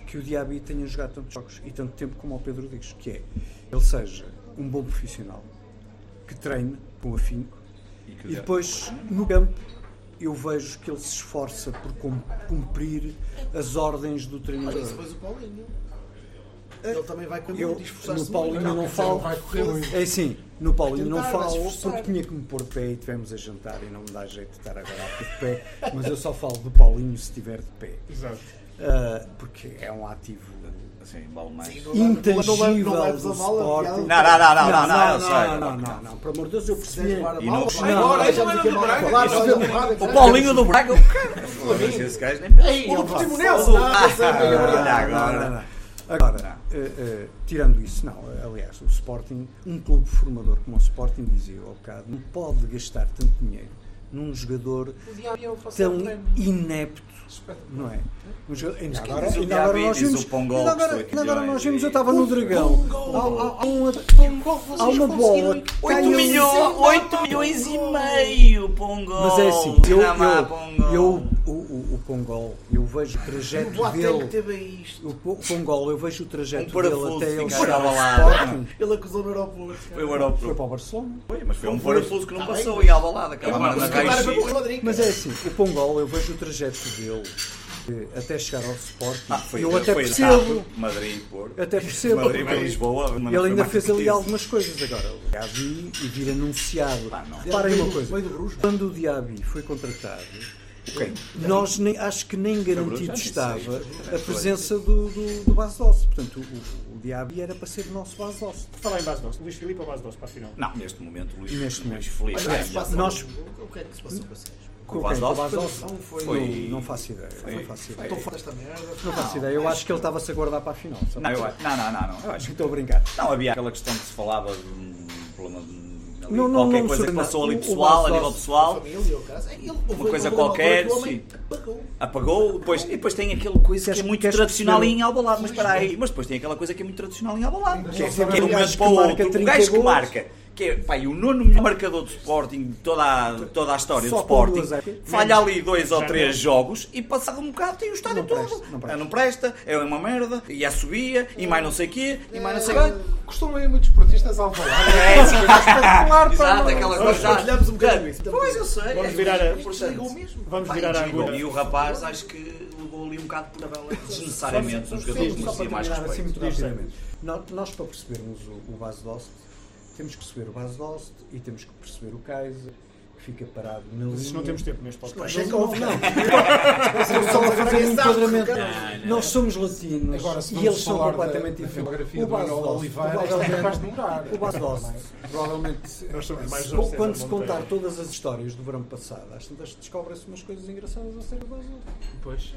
S7: que o Diaby tenha jogado tantos jogos e tanto tempo como o Pedro diz, que é ele seja um bom profissional, que treine com afinco,
S6: E que o
S7: e
S6: Diaby-
S7: depois no campo eu vejo que ele se esforça por cum- cumprir as ordens do
S4: Olha,
S7: treinador.
S4: isso depois o Paulinho. Ele também vai correr
S7: Eu
S4: muito e esforçar-se muito.
S7: no Paulinho não
S4: quer dizer,
S7: falo.
S4: vai correr muito.
S7: É sim, no Paulinho não
S4: Vai tentar, vai se
S7: falo
S4: esforçar.
S7: porque tinha que me pôr de pé e tivemos a jantar e não me dá jeito de estar agora a pôr de pé, mas eu só falo do Paulinho se estiver de pé.
S4: Exato.
S7: Ah, porque é um ativo
S6: Assim, vale mais.
S4: Sim,
S7: intangível
S4: Não leves
S7: do
S4: a mal a
S7: Sporting.
S4: piada.
S6: Não, não, não, não, não,
S7: não,
S6: eu sei,
S7: não,
S6: eu
S7: não, não, não, pelo amor de Deus, eu percebi.
S4: levar a
S6: E
S4: mal,
S6: não-
S4: vai
S7: Não,
S4: embora,
S7: não,
S4: já
S3: não,
S4: não
S3: não,
S4: quer mal
S3: não,
S4: falar,
S3: não,
S4: já
S3: não,
S4: não,
S3: não,
S4: não,
S6: O
S4: não,
S6: Paulinho do Braga, o cara.
S4: Flamengo.
S6: Esse gajo nem.
S4: Ei,
S6: O
S4: o
S6: Portimonense.
S4: Vasco. Ah, sei,
S6: Ah,
S4: agora.
S6: olha
S7: não,
S6: agora.
S7: não. Agora, eh, eh, tirando isso, não, eh, aliás, o Sporting, um clube formador como o Sporting dizia há bocado, não pode gastar tanto dinheiro num jogador
S4: O Diaby é um parceiro
S7: tão
S4: de treino.
S7: inepto, não é? Um jogador- ainda agora,
S6: diz o
S7: ainda agora
S6: Diaby,
S7: nós
S6: diz o
S7: vimos,
S6: Pongol,
S7: ainda
S6: que
S7: agora,
S6: custou
S7: ainda agora
S6: 8
S7: nós
S6: milhões
S7: vimos, eu
S6: e-
S7: estava no Dragão, há, há- há uma- há uma bola, que cai
S6: 8
S7: ao-
S6: milhões, 8 milhões e meio, Pongol.
S7: é mas é assim, eu,
S6: Não, má,
S7: eu,
S6: Pongol.
S7: eu o, o, o Pongol, eu vejo o
S4: O
S7: trajeto
S4: Boateng
S7: dele.
S4: teve isto.
S7: O Po- Pongol, eu vejo o trajeto
S6: Um
S7: dele
S6: parafuso
S7: até ele
S6: fica
S7: chegar ao
S6: abalado.
S7: Sporting.
S4: Ele acusou no aeroporto.
S6: Foi o
S7: Foi
S6: aeroporto.
S7: para o Barcelona.
S6: Foi, mas foi um
S4: Foi.
S6: parafuso que não
S4: Tá
S6: passou
S4: bem.
S6: e a balada, acabaram na
S4: Mas agora foi
S6: caixa.
S4: para o Rodrigo.
S7: Mas é assim, o Pongol, eu vejo o trajeto dele eh, até chegar ao Sporting.
S6: Ah, foi,
S7: eu até
S6: foi
S7: percebo.
S6: rápido, Madrid, Porto.
S7: Até percebo.
S6: Madrid para
S7: porque
S6: Lisboa. mas não
S7: Ele
S6: foi
S7: ainda
S6: mais
S7: fez ali
S6: difícil.
S7: algumas coisas agora. O Diaby e vir anunciado.
S6: Ah, não.
S7: Reparem
S4: Veio
S7: uma
S4: do-
S7: coisa.
S4: veio do Bruges.
S7: Quando o Diaby foi contratado,
S6: Quem?
S7: nós nem, acho que nem garantido
S6: Bruges?
S7: estava
S6: Sim, É, sim.
S7: a presença do, do, do Bas Dost. Portanto, o, o Diaby era para ser o nosso Bas Dost.
S2: Falar em base doce. Luís Filipe ou base doce para a final?
S6: Não, neste momento, Luís.
S7: Neste
S6: Luís
S7: momento.
S6: Felipe.
S4: Olha, o que é que se passa?
S7: Nós-
S4: O que é que se passou com vocês?
S7: Com
S6: Bas
S7: quem? Com o
S6: Dost?
S7: Bas Dost?
S4: Não foi-
S7: Não, não faço ideia. Não faço ideia.
S4: Estou fora desta merda.
S7: Não faço ideia. Eu acho que ele estava-se a guardar para a final. sabe?
S6: Não, eu acho- não, não, não, não. Eu acho que
S7: Estou a brincar.
S6: Não havia aquela questão que se falava de um problema de ali,
S7: Não, não,
S6: qualquer
S7: não,
S6: coisa que
S7: sobre
S6: passou
S7: nada.
S6: ali
S7: O- o
S6: pessoal, a
S7: Vasco-
S6: nível pessoal,
S4: Família, o caso. Ele- houve- houve
S6: coisa
S4: altura
S6: qualquer,
S4: que o homem
S6: sim.
S4: apagou.
S6: apagou, depois, e depois tem aquela coisa que
S7: Queres-
S6: é muito
S7: queres
S6: tradicional
S7: perceber?
S6: em Albalade, mas espera aí, mas depois tem aquela coisa que é muito tradicional em Albalade, que é
S7: saber
S6: que é de um
S7: o gajo
S6: momento
S7: que
S6: para o
S7: marca
S6: outro, o
S7: 30
S6: gajo que
S7: golos.
S6: marca, que é pá, e o nono melhor marcador do Sporting, de toda a, toda a história
S7: Só
S6: do
S7: com
S6: Sporting,
S7: duas é épocas.
S6: falha ali dois ou
S2: Já
S6: três
S2: não.
S6: jogos e passado um bocado tem o estádio
S7: Não presta,
S6: todo,
S7: não presta.
S6: Ah, não presta, é uma merda, e a subia, e mais não sei o quê, e
S2: É
S6: mais não
S2: assim,
S6: sei
S7: Ah,
S6: o quê.
S5: Costumam ir muitos portistas ao
S2: né?
S5: falar.
S6: É isso.
S7: ah,
S5: espetacular,
S6: Exato,
S5: pá.
S6: aquela
S2: Nós
S6: coisa. já-
S4: partilhamos um bocadinho isso.
S6: Pois eu sei.
S2: Vamos
S6: é,
S2: virar a-
S6: é importante.
S4: Desligou mesmo.
S2: Vamos
S6: Pá,
S2: virar a
S6: desligou.
S2: agulha.
S6: E o rapaz acho que levou ali um bocado por tabela desnecessariamente. Um jogador que
S7: Sim, só para
S6: merecia mais
S7: terminar assim muito
S6: respeito.
S7: rapidamente. Nós, nós, para percebermos o, o Bas Dost, temos que perceber o Bas Dost e temos que perceber o Kaiser, que fica parado na linha.
S2: Mas isso não é? temos tempo neste podcast.
S7: Não, não, <laughs> não. Estamos só a fazer um enquadramento. Nós somos latinos
S5: Agora, se
S7: e
S5: vamos
S7: eles são
S5: falar
S7: completamente
S5: da- da
S7: diferentes.
S5: filmografia do Manuel Oliveira, isto é capaz de demorar.
S7: o Bas Dost, provavelmente,
S2: Nós
S3: É
S2: somos mais
S7: se-
S2: Jorge
S7: quando se
S2: César
S7: contar
S2: Monteiro.
S7: todas as histórias do verão passado, às tantas descobrem-se umas coisas engraçadas acerca do Bas Dost.
S3: Pois.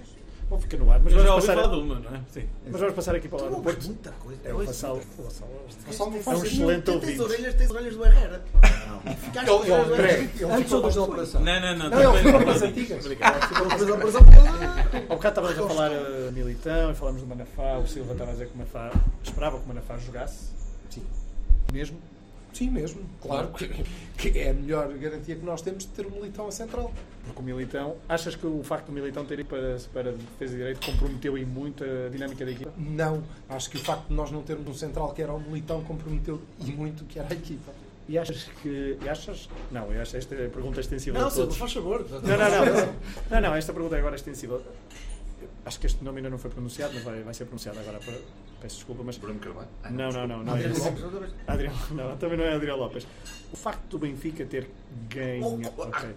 S2: Bom, fica no ar. Mas
S3: Mas já
S2: vamos
S3: ouvi falar
S2: passar,
S3: de uma, não é? Sim.
S2: mas vamos passar aqui para o lado do Porto.
S4: Muita coisa.
S2: É o Vassal.
S5: Só não
S2: É
S5: faz
S2: um excelente
S4: Tens
S2: ouvinte.
S4: orelhas, tens orelhas do Herrera. Ficaste com as orelhas do Herrera.
S7: Antes ou depois da operação?
S3: Não, não, não.
S5: Não, ele
S3: também
S5: ficou
S3: não.
S5: para as antigas.
S4: Mas a operação foi-
S2: Há bocado estávamos a falar eh, Militão, e falámos do Manafá, o Silva estava a dizer que o Manafá esperava que o Manafá jogasse.
S7: Sim.
S2: Mesmo?
S5: Sim, mesmo. Claro que, que é a melhor garantia que nós temos de ter um militão a central.
S2: Porque o Militão, achas que o facto do Militão ter ido para, para defesa de direito comprometeu e muito a dinâmica da equipa?
S5: Não. Acho que o facto de nós não termos um central que era um militão comprometeu e muito que era a equipa.
S2: E achas que. e achas? Não, eu acho esta é a pergunta extensiva
S4: Não,
S2: a todos.
S4: Silva, faz favor.
S2: Não, não, não. Não, não, esta pergunta é agora extensível. Acho que este nome ainda não foi pronunciado, mas vai, vai ser pronunciado agora. Para... Peço desculpa, mas.
S6: Bruno Carvalho. Ah,
S2: Não, não, não. não é
S6: Adriano
S2: isso.
S6: Lopes.
S2: Adriano, não, também não é Adriano Lopes. O facto do Benfica ter ganho.
S6: Oh, ah,
S2: ok.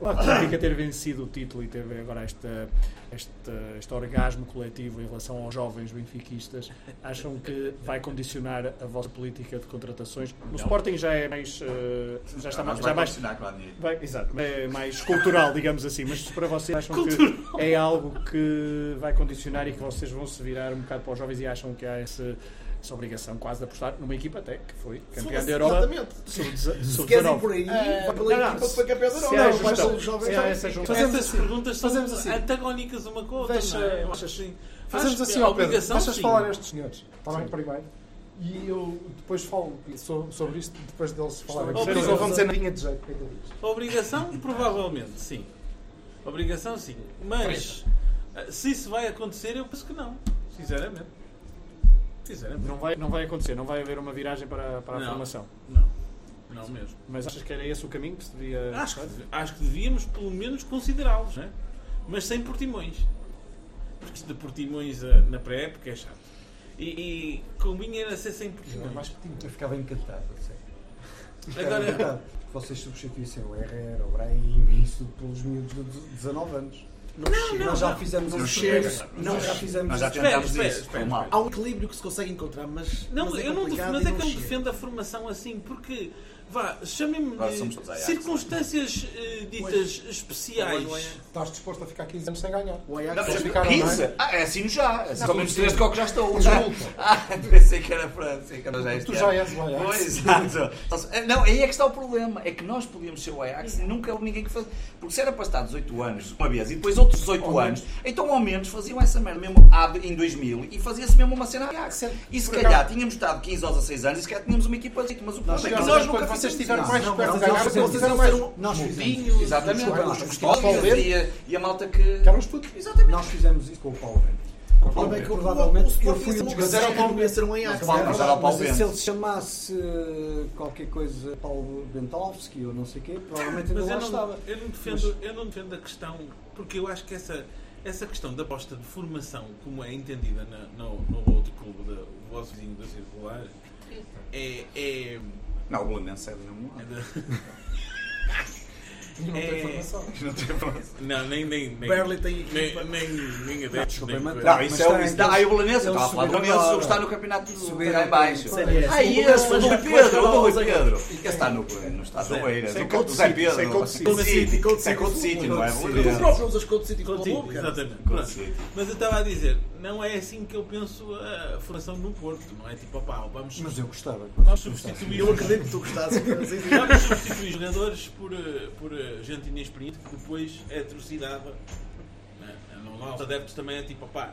S2: O facto do Benfica ter vencido o título e ter agora esta, esta, este orgasmo coletivo em relação aos jovens benfiquistas, acham que vai condicionar a vossa política de contratações? No
S6: Não.
S2: Sporting já é mais. eh, já está mais.
S6: Mas vai
S2: Já é mais
S6: condicionar, claro, e-
S2: Bem, exato, é mais cultural, digamos assim, mas para vocês acham
S6: Cultural.
S2: que é algo que vai condicionar e que vocês vão se virar um bocado para os jovens e acham que há esse- essa obrigação quase de apostar numa equipa até que foi campeã
S4: Foda-se,
S2: da Europa.
S4: exatamente.
S2: sub-deza-
S4: Se
S2: sub-dezenove.
S4: queres ir por aí,
S2: Eh,
S4: vai pela
S2: não,
S4: equipa
S2: se-
S4: para campeã da
S2: se
S4: Europa.
S2: há
S4: Não, vai
S2: junção,
S4: pelo jovem
S2: se há
S4: jovem.
S2: essa junção.
S4: Fazemos
S3: Essas
S4: assim.
S3: perguntas são
S4: Fazemos assim.
S3: antagónicas uma com a outra.
S5: Deixa-
S3: não é? Eu
S5: deixa-
S3: acho assim.
S5: Fazemos
S3: Acho que
S5: assim
S3: é
S5: ao Pedro.
S3: obrigação,
S5: Deixas
S3: sim.
S5: falar a estes senhores. Está bem
S3: Sim.
S5: primeiro. E eu depois falo so- sobre isto depois deles falarem.
S3: bem.
S5: Eles não vão dizer
S3: Obrigado.
S5: nadinha de jeito. coitadinhos.
S3: Obrigação, provavelmente, sim. Obrigação, sim. Mas eh, se isso vai acontecer, eu penso que não. Sinceramente. Sinceramente.
S2: Não vai, não vai acontecer, não vai haver uma viragem para, para a
S3: Não.
S2: formação.
S3: Não. Não mesmo.
S2: Mas achas que era esse o caminho que se devia.
S3: Acho que, acho que devíamos pelo menos considerá-los, né? mas sem portimões. Porque isto de portimões eh, na pré-época é chato. E, e convinha era ser sem
S7: Eu,
S3: portimões.
S7: eu ficava encantado, eu sei. Ficava
S3: Agora-
S7: encantado. que Vocês substituíssem o Herrera, o Brahim e isso pelos miúdos de 19 anos.
S4: chega.
S7: Nós já fizemos
S4: Não
S7: isso.
S4: chega.
S7: Não, já fizemos
S6: Nós já
S7: isso.
S6: tentámos Espera, isso, espera, foi mal. espera.
S4: Há um equilíbrio que se consegue encontrar, mas.
S3: Não,
S4: mas é
S3: eu não defendo,
S4: complicado
S3: mas
S4: e
S3: é que eu
S4: não
S3: não
S4: chega.
S3: defendo a formação assim, porque, vá, chamemos
S6: Agora somos todos é?
S3: de
S6: Ajax.
S3: circunstâncias eh, ditas especiais.
S4: é.
S5: Estás disposto a ficar 15 anos sem ganhar. O
S6: Não, mas
S5: ficaram, não é?
S6: 15? Ah, é assino já.
S5: Não,
S6: Assino menos
S5: sim.
S6: 3 de coco já estou.
S5: Desculpa.
S6: Ah, <laughs> pensei que era para. Pensei que era já este
S5: Tu já
S6: ano.
S5: és o Ajax.
S6: Pois, exato. Não, aí é que está o problema. É que nós podíamos ser o Ajax e nunca houve ninguém que fazia. Porque se era para estar 18 anos uma vez e depois outros 18 anos, então ao menos faziam essa merda mesmo há- em 2000 e fazia-se mesmo uma cena Ajax. E se
S5: Por
S6: calhar
S5: acaso-
S6: tínhamos estado 15 aos 16 anos e se calhar tínhamos uma equipa de mas o problema
S7: Nós
S6: é que
S7: chegámos
S6: nós
S7: a-
S6: nunca
S7: quando vocês
S6: fizemos
S7: estiverem
S6: isso.
S7: mais
S6: Não,
S7: perto
S6: não,
S7: de ganhar,
S6: nós
S7: vocês
S6: fizemos
S7: fizeram
S6: isso.
S3: um
S7: mais- nós fizemos.
S6: Moutinho, Exatamente,
S7: Desculpa,
S6: os
S7: nós-
S6: custódios e a- e a malta que.
S7: Que eram os putos.
S6: Exatamente.
S7: Nós fizemos isso com o Paulo Bento. Com o Paulo
S4: Bem,
S7: Bento,
S4: que o- o
S7: provavelmente eu
S4: Sporting
S7: fui
S4: ia
S7: um
S4: ser um-
S7: desgraçado.
S4: era o Paulo ia ser um Ajax.
S6: Vamos
S7: Mas
S6: usar ao Paulo
S7: se
S6: Bento.
S7: ele se chamasse eh, qualquer coisa Paulo Bentalowski ou não sei o quê, provavelmente ainda
S3: Mas
S7: lá
S3: eu não,
S7: estava.
S3: eu, não defendo, eu não defendo a questão, porque eu acho que essa, essa questão da aposta de formação, como é entendida na- no, no outro clube, da, o vosso vizinho da Circular, é. é,
S6: Não, o Belenense é do mesmo
S3: é
S6: lado.
S3: da-
S5: Não tem
S3: É-
S5: formação.
S6: Não tem formação.
S3: Não, nem. nem, nem
S4: Barely tem equipa.
S3: nem, nem, nem
S7: Não,
S3: adeptos,
S7: desculpa,
S3: nem
S7: mas-
S3: coisa.
S6: Não, isso é o.
S7: está-
S6: isso dá- Ah, e o Belenense, eu
S7: eles
S6: estava a falar do
S7: subiram
S6: Belenense, o
S7: agora.
S6: que está no campeonato do
S7: Subiram
S6: lá em baixo.
S7: para- Sério,
S6: Ah,
S7: esse.
S6: esse, o do Pedro, o do Rui
S4: Sim.
S6: Pedro. Esse está no. Não está no Oeiras,
S2: Sim,
S6: o Couto
S2: Couto
S6: Zé
S2: City,
S6: Pedro.
S2: sim, Couto City.
S6: Couto City, É Couto City, não é?
S4: Tu próprio usas Code City com a
S3: Contigo,
S4: boca.
S7: é?
S3: exatamente.
S6: Com
S3: Pronto.
S6: certeza.
S3: Mas eu estava a dizer, não é assim que eu penso a formação no Porto, não é tipo, opá, vamos,
S7: Mas eu gostava.
S3: nós
S4: Eu
S3: substituímos
S4: acredito que tu gostasses. mas isso-
S3: vamos substituir jogadores por, eh, por eh, gente inexperiente que depois é atrocidada. Não, não há os adeptos também é tipo, opá,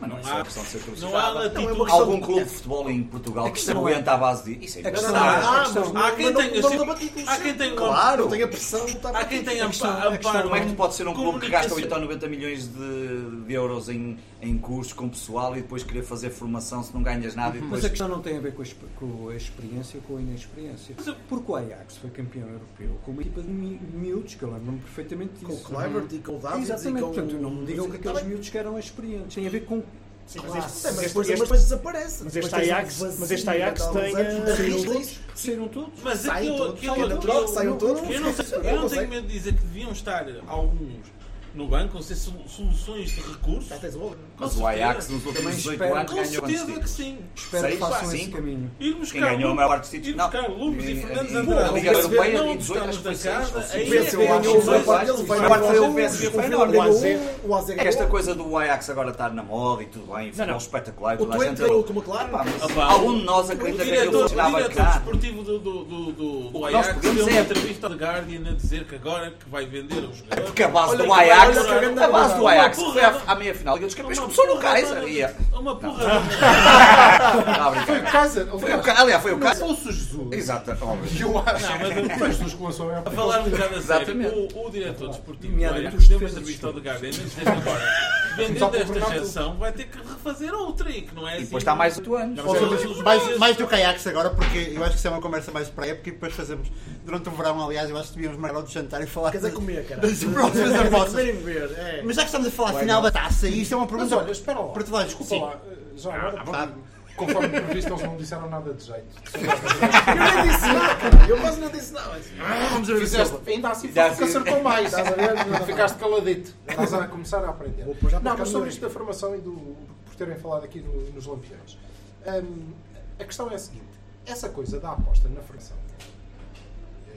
S6: Mas não é
S3: Não
S6: só
S3: há-
S6: questão de ser
S3: não há
S6: cruzada.
S4: Não, é
S3: latitude.
S4: uma questão-
S6: Algum clube de futebol em Portugal
S7: A
S6: que se
S7: questão é-
S6: aguenta à base disso. Isso é
S7: a questão
S6: verdade.
S7: é-
S4: Ah,
S7: questão-
S4: mas-
S3: Há quem
S4: mas não- não
S3: tenha sempre-
S4: dá batido no
S3: há
S4: chão.
S3: quem tenha-
S4: Claro. Não tem a pressão. não está
S3: há quem
S4: batido.
S3: tenha
S7: a questão-
S3: ampa-
S7: a questão-
S3: amparo.
S6: Como é que tu pode ser um clube que gasta
S3: comunicação.
S6: 80 ou 90 milhões de, de euros em, em cursos com pessoal e depois querer fazer formação se não ganhas nada e depois
S7: Mas a questão não tem a ver com a, exp- com a experiência ou com a inexperiência. Porque o Ajax foi campeão europeu com uma equipa de mi- miúdos, que eu lembro-me perfeitamente disso.
S4: Com o Kluivert e com o Davids e
S7: Exatamente,
S4: com o-
S7: portanto, não me digam que
S4: Tá
S7: aqueles
S4: bem.
S7: miúdos que eram experientes. Tem a ver com
S2: Sim, mas
S7: classe.
S2: este-
S4: É, mas
S2: este-
S4: depois,
S2: este-
S4: mas desaparece.
S2: mas este
S4: Depois tens um
S2: Ajax-
S4: vazio
S2: mas este Ajax
S4: durante alguns
S2: tem,
S4: anos.
S2: eh,
S4: Arriscam-se.
S7: Saíram todos?
S3: Mas é que
S4: Saem
S3: eu,
S4: todos,
S3: que eu,
S4: saem da
S3: eu-
S4: troca,
S3: eu-
S4: saem todos.
S3: eu não, sei- eu não tenho medo de dizer que deviam estar alguns no banco, ou ser solu- soluções de recursos.
S4: Já tens o outro.
S3: Com
S6: Mas o
S3: certeza.
S6: Ajax nos outros
S7: Também
S6: 18
S7: espero-
S6: anos
S3: Com
S6: ganhou quantos
S3: certeza que
S6: títulos?
S3: sim.
S7: Espero
S6: Seis,
S7: que façam esse
S6: cinco.
S7: caminho.
S3: Ir buscar
S6: Quem ganhou a
S3: Lu-
S6: maior parte dos títulos?
S3: ir buscar
S6: Não.
S3: Lupes e
S6: Em-
S3: Fernandes
S6: em-
S3: Andrade.
S6: na Liga Europeia,
S3: não
S6: 18
S3: estamos
S6: acho que
S3: da
S6: foi seis,
S3: casa,
S6: ou seis.
S3: aí
S4: O
S3: é
S4: PSV
S3: que
S4: ganhou
S3: ganhou
S4: o maior
S3: dois,
S4: parte deles,
S3: dois,
S4: vai
S6: O quarto foi o PSV
S4: O
S6: Feyenoord.
S4: Feyenoord ganhou um, o AZ ganhou
S6: É Esta
S4: um.
S6: coisa do Ajax agora estar na moda e tudo bem, futebol
S2: não.
S6: espetacular. e
S4: O é
S6: toda a
S4: Twente
S6: gente-
S4: ganhou com o McLaren.
S6: Epá, mas
S3: Epá,
S6: Algum de nós
S3: O
S6: acredita que aquilo
S3: diretor, o
S6: funcionava
S3: diretor
S6: cá.
S3: desportivo do, do, do, do, do
S6: Nós
S3: Ajax
S6: podemos
S3: deu uma
S6: é-
S3: entrevista ao The Guardian a dizer que agora que vai vender os jogadores.
S6: Porque a base
S4: Olha
S6: do
S4: que- olha que
S6: Ajax,
S4: a grande
S6: a base do
S4: porra.
S6: Ajax que
S3: Uma
S6: foi à,
S3: porra.
S6: à meia-final da Liga dos Campeões
S3: Uma
S6: começou no
S3: porra
S6: Kaiser.
S3: da-
S6: e é-
S3: Uma porra.
S6: Tá a brincar.
S5: Foi o Kaiser.
S6: Foi o Kaiser, aliás, foi o Kaiser.
S5: Fosse o Jesus.
S6: Exato, óbvio.
S5: Eu acho.
S3: Não, mas eu-
S5: Mas nos começou a
S3: A falar um bocado a sério,
S6: Exatamente.
S3: o, o diretor desportivo do
S7: Nomeadamente
S3: Ajax
S7: os
S3: deu uma
S7: defesas
S3: entrevista ao The Guardian a dizer que agora dependendo desta gestão, vai ter que refazer outra aí, que não é assim.
S6: depois está mais oito anos.
S3: Não, mas
S8: Ou
S3: é
S8: seja,
S3: todos os
S8: mais,
S3: meses.
S8: mais do caiaques agora, porque eu acho que isso é uma conversa mais para a época e depois fazemos, durante o verão, aliás, eu acho que devíamos marcar outro jantar e falar.
S4: Queres a comer, <laughs> cara?
S8: Das próximas apostas.
S4: Comer e beber, é.
S8: Mas já que estamos a falar
S4: Vai
S8: final da
S4: não.
S8: taça, e isto é uma pergunta.
S5: Mas olha, espera lá.
S8: Para te lá, desculpa
S5: Sim.
S8: lá.
S5: Já agora,
S8: Ah,
S5: porque, conforme previsto, eles não disseram nada de jeito.
S4: Eu nem disse nada, cara. Eu quase não disse "Ah, nada. mas-
S8: Vamos ver
S5: Fizeste,
S8: se
S5: ainda assim
S8: Já
S5: foi que
S8: assim.
S5: acertou mais.
S4: Estás a ver?
S5: Ficaste caladito. Estás a começar a aprender.
S4: pôr já para
S5: Não, mas sobre
S4: caminhões.
S5: isto da formação e do, por terem falado aqui no- nos lampiões. Hum, a questão é a seguinte. Essa coisa da aposta na formação. eh,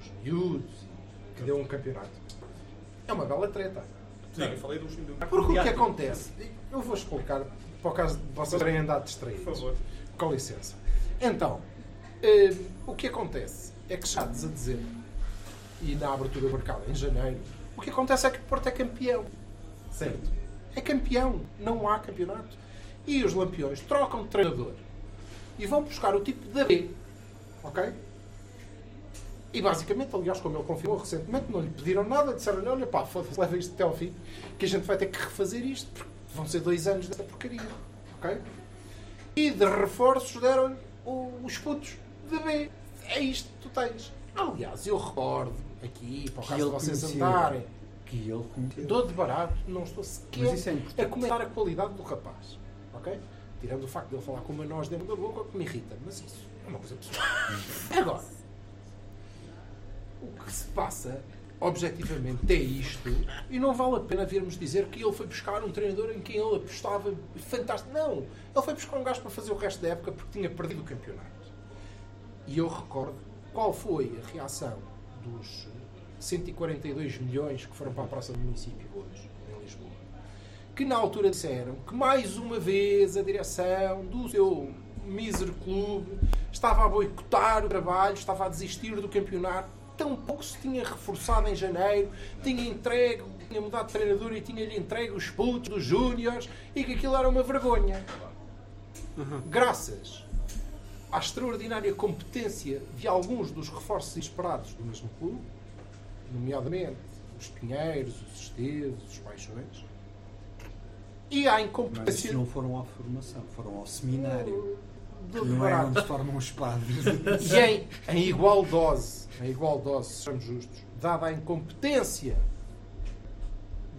S5: Os miúdos e que deu um campeonato. É uma bela treta.
S9: Não, eu falei dos do
S8: é
S5: Porque o que acontece? Eu vou explicar, para o caso de vocês terem andado distraídos.
S9: Por favor.
S5: Com licença. Então, eh, o que acontece é que chegados a dezembro e na abertura do mercado em janeiro, o que acontece é que o Porto é campeão. Certo? É campeão. Não há campeonato. E os lampiões trocam de treinador e vão buscar o tipo da B. Ok? E basicamente, aliás, como ele confirmou recentemente, não lhe pediram nada, disseram-lhe: olha pá, foda-se, leva isto até ao fim, que a gente vai ter que refazer isto, porque vão ser dois anos dessa porcaria. Ok? E de reforços deram-lhe o- os putos de B. É isto que tu tens. Aliás, eu recordo aqui, para o caso de vocês andarem,
S7: Que ele conhecia.
S5: dou de barato, não estou sequer
S7: Mas isso é importante.
S5: a comentar a qualidade do rapaz. Ok? Tirando o facto de ele falar com uma nós dentro da boca, que me irrita, mas isso é uma coisa
S7: <laughs>
S5: pessoal. Agora, o que se passa, objetivamente, é isto. E não vale a pena virmos dizer que ele foi buscar um treinador em quem ele apostava fantástico. Não! Ele foi buscar um gajo para fazer o resto da época porque tinha perdido o campeonato. E eu recordo qual foi a reação dos 142 milhões que foram para a Praça do Município hoje, em Lisboa. Que na altura disseram que mais uma vez a direção do seu mísero clube estava a boicotar o trabalho, estava a desistir do campeonato. Tão pouco se tinha reforçado em janeiro, tinha entregue, tinha mudado de treinador e tinha-lhe entregue os putos dos júniores e que aquilo era uma vergonha. Graças à extraordinária competência de alguns dos reforços inesperados do mesmo clube, nomeadamente os Pinheiros, os Esteves, os Paixões, e à
S7: Mas esses
S5: incompetência
S7: não foram à formação, foram ao seminário.
S5: Do-
S7: Que
S4: Oh.
S5: do
S7: não é
S5: barato.
S7: um
S4: <laughs>
S7: onde se formam os padres.
S5: e em, em igual dose, em igual dose, sejamos justos, dada a incompetência